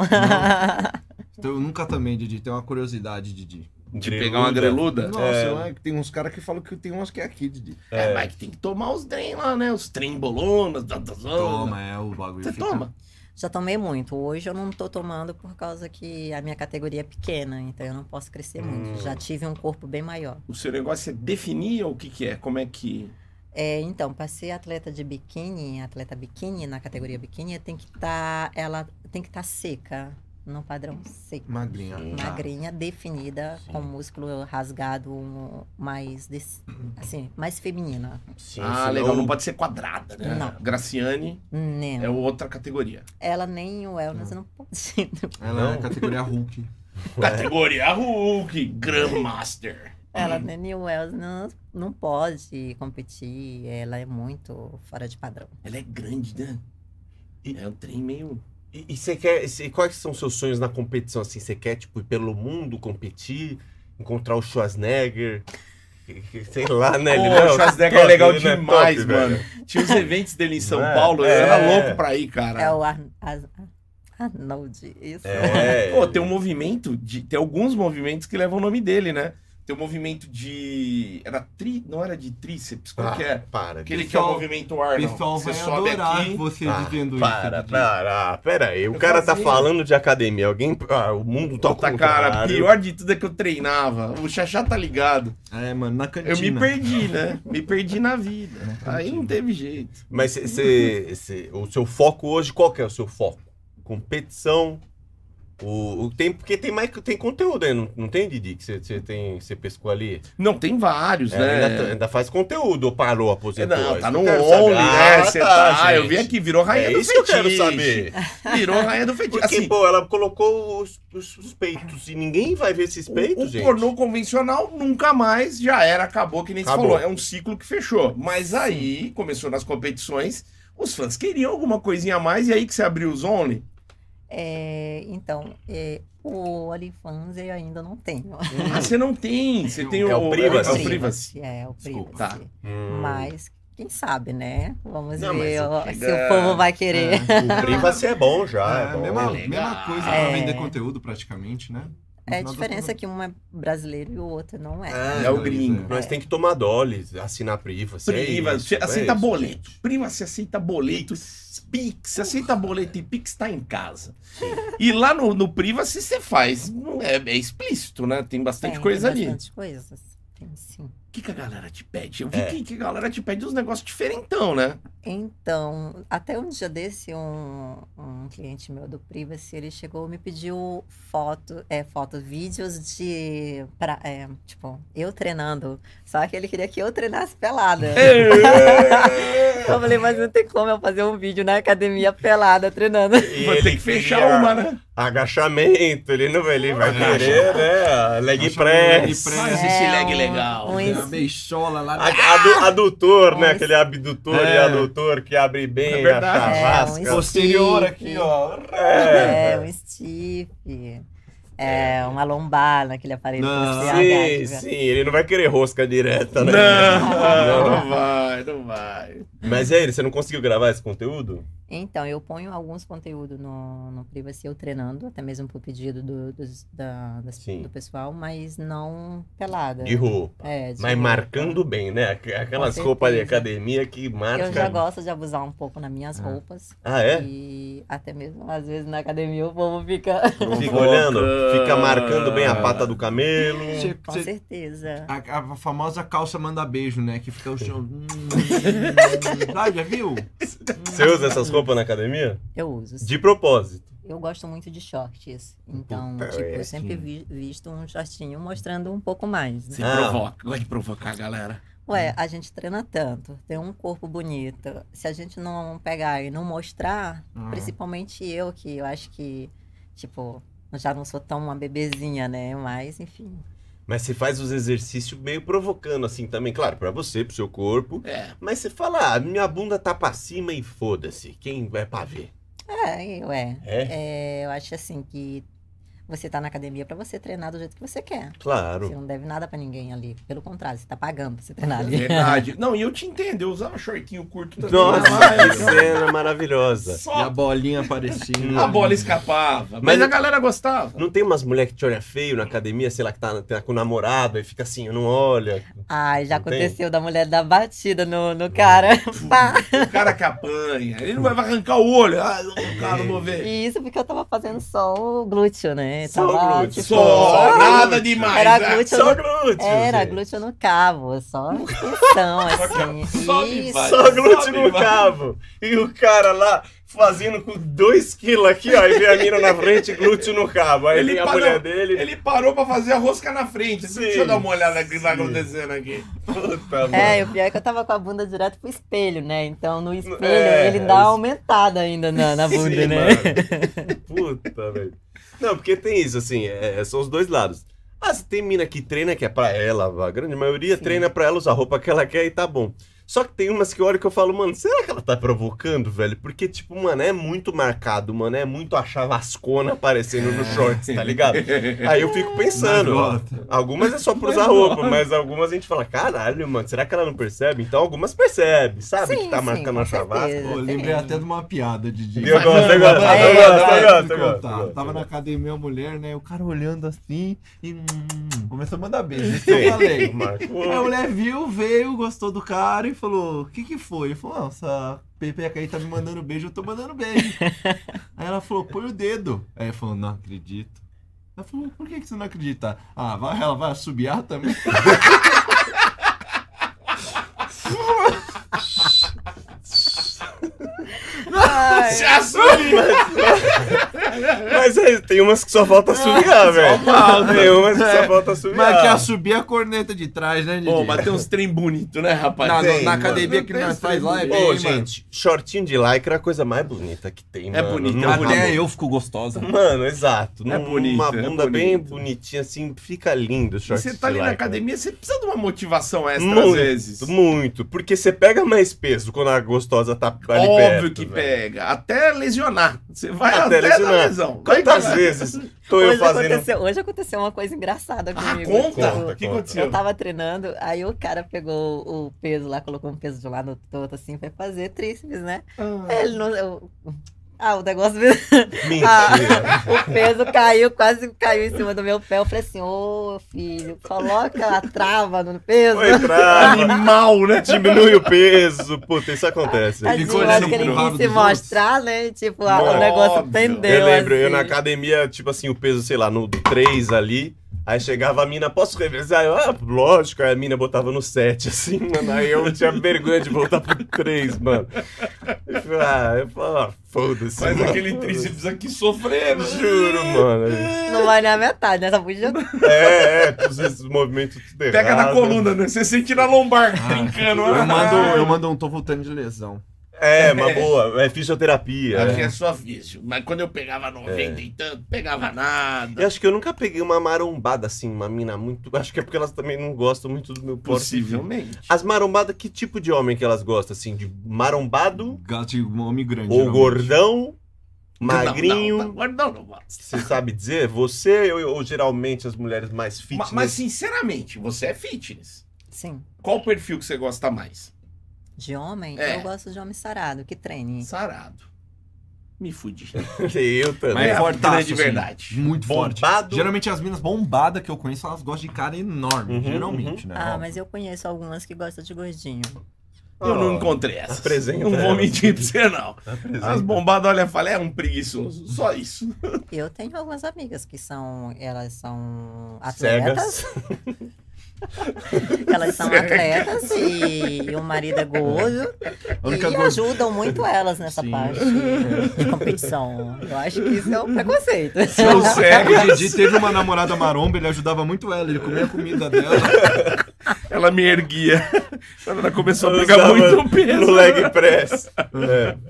Speaker 3: Então, eu nunca também, Didi. Tem uma curiosidade, Didi.
Speaker 1: De pegar uma greluda?
Speaker 3: Nossa,
Speaker 2: É.
Speaker 3: eu- é que tem uns caras que falam que tem umas que é aqui, Didi.
Speaker 1: É, mas que tem que tomar os trem lá, né? Os trem bolonas, da- da- da-
Speaker 3: Toma, é o bagulho.
Speaker 1: Você
Speaker 3: fica-
Speaker 1: toma?
Speaker 4: Já tomei muito. Hoje eu não tô tomando por causa que a minha categoria é pequena, então eu não posso crescer
Speaker 2: Hum.
Speaker 4: muito. Já tive um corpo bem maior.
Speaker 1: O seu negócio é definir o que que é, como é que...
Speaker 4: É, então, para ser atleta de biquíni, atleta biquíni, na categoria biquíni, tem que tá, ela tem que estar tá seca. no padrão seco.
Speaker 3: Magrinha. tá.
Speaker 4: Magrinha, definida,
Speaker 2: Sim.
Speaker 4: com músculo rasgado, um- mais, des- assim, mais feminina.
Speaker 2: Sim,
Speaker 1: ah,
Speaker 2: senão-
Speaker 1: legal. Não pode ser quadrada, né?
Speaker 4: Não.
Speaker 1: Graciane
Speaker 4: Não.
Speaker 1: é outra categoria.
Speaker 4: Ela nem o Elnas não pode.
Speaker 3: Ela é
Speaker 2: Não.
Speaker 3: categoria Hulk.
Speaker 1: Categoria Hulk, Grandmaster.
Speaker 4: Ela nem o Elnas não, não pode competir. Ela é muito fora de padrão.
Speaker 1: Ela é grande, né?
Speaker 2: E-
Speaker 1: É um trem meio.
Speaker 2: E e você quer. e quais são os seus sonhos na competição? Assim, você quer, tipo, ir pelo mundo competir, encontrar o Schwarzenegger? Sei lá, né?
Speaker 1: Pô,
Speaker 2: Ele não,
Speaker 1: o Schwarzenegger é
Speaker 2: top,
Speaker 1: legal
Speaker 2: ele não é
Speaker 1: demais,
Speaker 2: top,
Speaker 1: mano.
Speaker 2: velho.
Speaker 1: Tinha os eventos dele em São
Speaker 2: Não é?
Speaker 1: Paulo, eu
Speaker 2: É.
Speaker 1: era louco pra ir, cara.
Speaker 4: É o Ar- Ar- Arnold. Isso.
Speaker 2: É.
Speaker 1: Pô, tem um movimento de. Tem alguns movimentos que levam o nome dele, né? Tem um movimento de. Era tri. Não era de tríceps? Qual
Speaker 2: Ah,
Speaker 1: que é?
Speaker 2: Para.
Speaker 1: Aquele
Speaker 2: bicho.
Speaker 1: que é o
Speaker 3: Pessoal-
Speaker 1: movimento
Speaker 3: O
Speaker 1: Arnold.
Speaker 3: pessoal
Speaker 1: Você
Speaker 3: vai
Speaker 1: sobe
Speaker 3: adorar
Speaker 1: aqui.
Speaker 3: você
Speaker 2: Ah,
Speaker 3: dizendo
Speaker 2: para,
Speaker 3: isso. Didi.
Speaker 2: para, ah, pera aí. O
Speaker 1: Eu
Speaker 2: cara tá
Speaker 1: fazia.
Speaker 2: falando de academia. Alguém. Ah, o mundo tá
Speaker 1: Puta,
Speaker 2: com
Speaker 1: cara, pior de tudo é que eu treinava. O Xaxá tá ligado.
Speaker 3: É, mano, na
Speaker 1: Eu
Speaker 3: cantina.
Speaker 1: me perdi, né? Me perdi na vida. Aí
Speaker 2: né?
Speaker 1: não teve jeito.
Speaker 2: Mas cê- cê- cê- o seu foco hoje, qual que é o seu foco? Competição? O, o tem, porque tem mais tem conteúdo aí, não, não tem, Didi? Que você tem, você pescou ali?
Speaker 1: Não, tem vários,
Speaker 2: É,
Speaker 1: né?
Speaker 2: ainda, ainda faz conteúdo, ou parou,
Speaker 1: É,
Speaker 2: aposentou?
Speaker 1: Não,
Speaker 2: Isso
Speaker 1: tá
Speaker 2: eu
Speaker 1: no
Speaker 2: quero
Speaker 1: Only,
Speaker 2: saber.
Speaker 1: né?
Speaker 2: Ah,
Speaker 1: Você tá. eu
Speaker 2: gente.
Speaker 1: vi aqui, virou rainha
Speaker 2: É
Speaker 1: do
Speaker 2: isso que eu
Speaker 1: fetiche.
Speaker 2: quero saber.
Speaker 1: Virou rainha do fetiche.
Speaker 2: Porque,
Speaker 1: Assim,
Speaker 2: pô, ela colocou os, os- os peitos e ninguém vai ver esses peitos,
Speaker 1: o, o
Speaker 2: gente.
Speaker 1: pornô convencional nunca mais já era, acabou, que nem
Speaker 2: Acabou.
Speaker 1: você falou. É um ciclo que fechou. Mas aí, começou nas competições, os fãs queriam alguma coisinha a mais, e aí que você abriu os Only.
Speaker 4: É, então, é, o OnlyFans eu ainda não tenho.
Speaker 1: Ah, você não tem. Você tem
Speaker 2: Hum. É o Privacy.
Speaker 1: É o Privacy.
Speaker 4: É, o Privacy.
Speaker 3: Desculpa.
Speaker 1: Tá.
Speaker 2: Hum.
Speaker 4: Mas, quem sabe, né? Vamos
Speaker 2: Não,
Speaker 4: ver
Speaker 2: mas
Speaker 4: ó,
Speaker 1: chega-
Speaker 4: se o povo vai querer.
Speaker 2: O privacy é bom já. É,
Speaker 1: Ah,
Speaker 3: É,
Speaker 2: bom.
Speaker 3: mesma,
Speaker 1: legal.
Speaker 3: mesma coisa
Speaker 4: É.
Speaker 3: pra vender conteúdo, praticamente, né? No
Speaker 4: É, a
Speaker 3: final das
Speaker 4: diferença é que um é brasileiro e o outro não é.
Speaker 1: É o gringo.
Speaker 2: Nós tem que tomar dole, assinar privacy. é
Speaker 1: Priva,
Speaker 2: isso,
Speaker 1: você
Speaker 2: é
Speaker 1: aceita
Speaker 2: isso,
Speaker 1: assim, tá boleto.
Speaker 2: gente.
Speaker 1: Prima, você aceita boleto. Pix, você aceita boleto e Pix tá em casa. E lá no, no Priva, se você faz, não é, é explícito, né? Tem
Speaker 4: Tem,
Speaker 1: bastante
Speaker 4: É, tem
Speaker 1: coisa ali.
Speaker 4: Bastante coisas. Tem sim.
Speaker 1: O que, que a galera te pede? Eu vi que, que a galera te pede uns negócios diferentão, né?
Speaker 4: Então, até um dia desse, um, um cliente meu do Privacy, ele chegou e me pediu foto, é, foto, vídeos de, pra, é, tipo, eu treinando. Só que ele queria que eu treinasse pelada. Eu falei, mas não tem como eu fazer um vídeo na academia pelada treinando.
Speaker 2: E
Speaker 1: Vai
Speaker 2: ele
Speaker 1: ter que fechar
Speaker 2: queria
Speaker 1: uma, né?
Speaker 2: Agachamento, ele não vai, ele vai
Speaker 3: Agacha-
Speaker 2: querer, né? a Leg
Speaker 3: Agachamento,
Speaker 2: press.
Speaker 3: leg
Speaker 1: Faz
Speaker 3: press.
Speaker 1: esse
Speaker 4: É,
Speaker 1: leg
Speaker 4: um-
Speaker 1: legal.
Speaker 4: um
Speaker 3: É,
Speaker 4: ins-
Speaker 3: a beijola lá.
Speaker 2: A- adu- adutor, né?
Speaker 4: Mas-
Speaker 2: Aquele abdutor e
Speaker 3: É.
Speaker 2: adutor que abre
Speaker 1: É
Speaker 2: bem a
Speaker 1: verdade.
Speaker 4: É,
Speaker 2: chavasca.
Speaker 4: um
Speaker 3: Posterior aqui,
Speaker 4: stiff.
Speaker 3: ó.
Speaker 4: É, um stiff. É, uma lombar naquele aparelho
Speaker 1: É, um
Speaker 3: Não.
Speaker 4: com
Speaker 2: sim,
Speaker 4: CH,
Speaker 2: sim,
Speaker 4: tipo.
Speaker 2: ele não vai querer rosca direta, né?
Speaker 1: Não,
Speaker 2: Não,
Speaker 1: não vai, não vai.
Speaker 2: Mas é ele, você não conseguiu gravar esse conteúdo?
Speaker 4: Então, eu ponho alguns conteúdos no, no Privacy, eu treinando, até mesmo por pedido do, dos- da- das-
Speaker 2: Sim.
Speaker 4: do pessoal, mas não pelada.
Speaker 2: De roupa.
Speaker 4: É, de
Speaker 2: Mas
Speaker 4: roupa.
Speaker 2: marcando bem, né? Aqu- Aquelas
Speaker 4: Com
Speaker 2: roupas de
Speaker 4: certeza.
Speaker 2: academia que marcam.
Speaker 4: Eu já gosto de abusar um pouco nas minhas
Speaker 3: Ah.
Speaker 4: roupas.
Speaker 2: Ah, é?
Speaker 4: E até mesmo, às vezes, na academia o povo fica.
Speaker 2: Fica olhando, fica marcando bem a pata do camelo.
Speaker 3: Você-
Speaker 4: Com
Speaker 3: você-
Speaker 4: certeza.
Speaker 3: a, a famosa calça manda beijo, né? Que fica o chão. Hum, ah, já viu?
Speaker 2: Você usa essas roupas na academia?
Speaker 4: Eu uso.
Speaker 2: De propósito.
Speaker 4: Eu gosto muito de shorts. Então,
Speaker 2: Puta,
Speaker 4: tipo,
Speaker 2: é
Speaker 4: eu sempre vi- visto um shortinho mostrando um pouco mais. né?
Speaker 1: Você
Speaker 2: Ah.
Speaker 1: provoca, gosta de provocar a galera.
Speaker 4: Ué, a gente treina tanto, tem um corpo bonito. Se a gente não pegar e não mostrar,
Speaker 2: Uhum.
Speaker 3: Ah.
Speaker 4: principalmente eu, que eu acho que, tipo, eu já não sou tão uma bebezinha, né? Mas, enfim.
Speaker 2: Mas você faz os exercícios meio provocando, assim, também, claro, pra você, pro seu corpo.
Speaker 1: É.
Speaker 2: Mas você fala, ah, minha bunda tá pra cima e foda-se. Quem é pra ver?
Speaker 4: É, eu é.
Speaker 2: É?
Speaker 4: eu acho assim que você tá na academia pra você treinar do jeito que você quer. Você
Speaker 2: Claro.
Speaker 4: não deve nada pra ninguém ali. Pelo contrário, você tá pagando pra você treinar ali.
Speaker 1: é Verdade. Não, e eu te entendo, eu usava shortinho curto também.
Speaker 2: Nossa, que
Speaker 1: Mas-
Speaker 2: cena maravilhosa.
Speaker 3: E a
Speaker 1: Só
Speaker 3: bolinha aparecendo.
Speaker 1: a bola escapava. Mas,
Speaker 2: Mas-
Speaker 1: a galera gostava.
Speaker 2: Não tem umas mulheres que te olha feio na academia, sei lá, que tá, tá com namorado e fica assim, não olha.
Speaker 4: Ai, já
Speaker 2: Não tem?
Speaker 4: aconteceu da mulher dar batida no, no cara. Pá!
Speaker 1: O cara que apanha, ele não vai arrancar o olho. Ah, o cara não vê.
Speaker 4: E isso porque eu tava fazendo só o glúteo, né? né?
Speaker 2: Só
Speaker 4: Tava,
Speaker 2: glúteo,
Speaker 4: tipo,
Speaker 1: Só
Speaker 2: Só
Speaker 1: nada
Speaker 2: glúteo.
Speaker 1: demais.
Speaker 4: Era
Speaker 1: né?
Speaker 4: glúteo
Speaker 2: Só
Speaker 4: no
Speaker 2: glúteo.
Speaker 4: Era
Speaker 2: gente.
Speaker 4: glúteo no cavo, só uma questão, assim.
Speaker 1: só me
Speaker 4: Isso.
Speaker 1: vai.
Speaker 2: Só glúteo
Speaker 1: Sobe,
Speaker 2: no
Speaker 1: vai.
Speaker 2: cabo. E o cara lá fazendo com 2 quilos aqui, ó. E vem a mina na frente, glúteo no cabo. Aí
Speaker 1: Ele um-
Speaker 2: vem a
Speaker 1: parou.
Speaker 2: mulher dele.
Speaker 1: Ele parou pra fazer a rosca na frente. Assim,
Speaker 2: Sim,
Speaker 1: Deixa eu dar uma olhada aqui que tá
Speaker 2: sim.
Speaker 1: acontecendo aqui.
Speaker 2: Puta, mano.
Speaker 4: É, e o pior é que eu tava com a bunda direto pro espelho, né? Então no espelho
Speaker 2: É,
Speaker 4: ele dá
Speaker 2: isso.
Speaker 4: uma aumentada ainda na, na bunda,
Speaker 2: Sim,
Speaker 4: né?
Speaker 2: mano. Puta, velho. Não, porque tem isso, assim, é, é- são os dois lados. Ah, se tem mina que treina que é pra ela, a grande maioria treina pra ela usar a roupa que ela quer e tá bom. Só que tem umas que eu olho que eu falo, mano, será que ela tá provocando, velho? Porque, tipo, mano, é muito marcado, mano, é muito a chavascona aparecendo no shorts, tá ligado? Aí eu fico pensando, ó,
Speaker 3: Marota.
Speaker 2: algumas é só por usar roupa, mas algumas a gente fala, caralho, mano, será que ela não percebe? Então algumas percebe, sabe? que tá marcando
Speaker 4: com
Speaker 2: a chavasca.
Speaker 4: certeza,
Speaker 3: Pô, lembrei
Speaker 4: tem.
Speaker 3: até de uma piada de de-
Speaker 2: Eu gosto, eu gosto,
Speaker 4: eu
Speaker 2: eu
Speaker 3: É,
Speaker 4: gosto,
Speaker 3: eu
Speaker 2: gosto, eu gosto, eu
Speaker 3: contar.
Speaker 2: gosto.
Speaker 3: Tava na academia a mulher, né? O cara olhando assim e hum, começou a mandar beijo. Isso que eu falei.
Speaker 4: É
Speaker 2: Marcou.
Speaker 3: Aí a mulher viu, veio, gostou do cara e falou: O que que foi? Ele falou: "Não, essa pepeca aí tá me mandando beijo, eu tô mandando beijo. aí ela falou: Põe o dedo. Aí ele falou: Não acredito. Ela falou: Por que que você não acredita? Ah, vai, ela vai assobiar também.
Speaker 4: Ai,
Speaker 1: Se assume!
Speaker 2: Mas é, tem umas que só
Speaker 1: Ah,
Speaker 2: falta subiar, velho. Tem umas que só falta subiar.
Speaker 3: Mas que assobia a corneta de trás, né, Didi?
Speaker 1: Pô, mas tem uns trem bonito, né, rapaz?
Speaker 3: Na-
Speaker 1: Tem,
Speaker 3: na
Speaker 1: mano.
Speaker 3: academia
Speaker 1: Não
Speaker 3: que
Speaker 1: tem
Speaker 3: nós
Speaker 1: uns
Speaker 3: faz
Speaker 1: trem
Speaker 3: live,
Speaker 1: bonito.
Speaker 2: Ô,
Speaker 3: hein,
Speaker 2: gente, shortinho de lycra é a coisa mais bonita que tem,
Speaker 1: É
Speaker 2: mano.
Speaker 1: bonita,
Speaker 2: Não-
Speaker 1: é bonita.
Speaker 3: Até eu um- fico gostosa.
Speaker 2: Mano, exato.
Speaker 1: É
Speaker 2: Num-
Speaker 1: bonito,
Speaker 2: Uma
Speaker 1: é
Speaker 2: bunda bem
Speaker 1: bonito.
Speaker 2: bonitinha, assim, fica lindo o short
Speaker 1: Você tá
Speaker 2: de
Speaker 1: ali na
Speaker 2: lycra.
Speaker 1: academia, você precisa de uma motivação extra às
Speaker 2: Muito,
Speaker 1: vezes.
Speaker 2: Muito, porque você pega mais peso quando a gostosa tá ali
Speaker 1: Óbvio
Speaker 2: perto,
Speaker 1: que
Speaker 2: velho.
Speaker 1: pega. Até lesionar. Você vai até,
Speaker 2: Até
Speaker 1: lesionar.
Speaker 2: lesionar.
Speaker 1: lesão.
Speaker 2: Quantas
Speaker 1: Vai-
Speaker 2: vezes tô eu
Speaker 4: hoje,
Speaker 2: fazendo...
Speaker 4: aconteceu, hoje aconteceu uma coisa engraçada
Speaker 1: Ah,
Speaker 4: comigo.
Speaker 1: conta!
Speaker 4: Tipo,
Speaker 1: O que
Speaker 2: conta.
Speaker 1: aconteceu?
Speaker 4: Eu tava treinando, aí o cara pegou o peso lá, colocou um peso de um lado no outro, assim, foi fazer tríceps, né?
Speaker 1: Ah.
Speaker 4: Ele não. eu- Ah, o negócio. mesmo.
Speaker 2: Mentira.
Speaker 1: Ah.
Speaker 4: o peso caiu, quase caiu em cima do meu pé. Eu falei assim: ô filho, coloca a trava no peso.
Speaker 2: Foi trava,
Speaker 1: Animal, né?
Speaker 2: diminui o peso. Puta, isso
Speaker 1: É
Speaker 2: acontece.
Speaker 4: Tadinho,
Speaker 3: Ficou
Speaker 4: acho
Speaker 3: olhando
Speaker 4: que ele
Speaker 3: pro rabo
Speaker 4: quis se
Speaker 3: dos
Speaker 4: mostrar, né? Tipo, a-
Speaker 2: Não,
Speaker 4: o negócio
Speaker 1: óbvio.
Speaker 4: pendeu.
Speaker 2: Eu lembro, eu
Speaker 4: assim.
Speaker 2: na academia, tipo assim, o peso, sei lá, no 3 ali. Aí chegava a mina, posso revezar? Eu, ah, lógico. Aí a mina botava no 7, assim, mano. Aí eu tinha vergonha de voltar pro 3, mano. Eu falei, Ah, eu falava, ah, foda-se.
Speaker 1: Faz
Speaker 2: mano,
Speaker 1: aquele
Speaker 2: foda-se.
Speaker 1: tríceps aqui sofrendo.
Speaker 2: Juro, mano.
Speaker 4: Não vai nem a metade, né? Só podia.
Speaker 2: É, é, todos esses movimentos tudo
Speaker 1: Pega
Speaker 2: errado.
Speaker 1: na coluna, né? Você sente na lombar
Speaker 3: Ah,
Speaker 1: trincando.
Speaker 3: Eu
Speaker 1: Ah,
Speaker 3: mando, eu mando um tô voltando de lesão.
Speaker 2: É, uma boa. É fisioterapia.
Speaker 1: Aqui
Speaker 2: é.
Speaker 1: é só vício. Mas quando eu pegava 90 e tanto, pegava nada.
Speaker 2: Eu acho que eu nunca peguei uma marombada assim, uma mina muito. Acho que é porque elas também não gostam muito do meu corpo.
Speaker 1: Possivelmente.
Speaker 2: As marombadas, que tipo de homem que elas gostam? Assim, de marombado
Speaker 3: Gato um homem grande.
Speaker 2: ou
Speaker 3: geralmente.
Speaker 2: gordão, magrinho?
Speaker 1: Não, não, Gordão não gosta.
Speaker 2: Você sabe dizer? Você ou, ou geralmente as mulheres mais
Speaker 1: Ma-
Speaker 2: fitness?
Speaker 1: Mas, sinceramente, você é fitness.
Speaker 4: Sim.
Speaker 1: Qual o perfil que você gosta mais?
Speaker 4: De homem,
Speaker 1: É.
Speaker 4: eu gosto de homem sarado, que treine.
Speaker 1: Sarado. Me fudi.
Speaker 2: Eu também.
Speaker 3: Mas
Speaker 1: É a
Speaker 3: fortaço,
Speaker 1: grande
Speaker 3: assim.
Speaker 1: verdade.
Speaker 3: Muito
Speaker 2: Bombado.
Speaker 3: forte. Geralmente as minas bombadas que eu conheço, elas gostam de cara enorme.
Speaker 2: Uhum,
Speaker 3: geralmente, né?
Speaker 4: Ah,
Speaker 3: Óbvio.
Speaker 4: mas eu conheço algumas que gostam de gordinho.
Speaker 1: Eu não
Speaker 2: Oh, tá
Speaker 1: encontrei essa.
Speaker 2: apresenta
Speaker 1: Não vou
Speaker 2: ela.
Speaker 1: mentir pra você, não.
Speaker 2: apresenta.
Speaker 1: As bombadas, olha, fala, é um preguiçoso. Só isso.
Speaker 4: Eu tenho algumas amigas que são. Elas são atletas.
Speaker 2: Cegas.
Speaker 4: Elas são
Speaker 1: Cegas.
Speaker 4: atletas e, e o marido é gordo.
Speaker 3: A
Speaker 4: E
Speaker 3: única coisa-
Speaker 4: ajudam muito elas nessa
Speaker 3: Sim.
Speaker 4: parte de competição. Eu acho que isso é um preconceito.
Speaker 3: Eu
Speaker 1: São
Speaker 3: cego,
Speaker 1: cegas.
Speaker 3: o Didi teve uma namorada maromba, ele ajudava muito ela, ele comia a comida dela.
Speaker 1: Ela me erguia. Ela começou a
Speaker 2: Eu
Speaker 1: pegar
Speaker 2: usava
Speaker 1: muito peso.
Speaker 2: No leg press. É.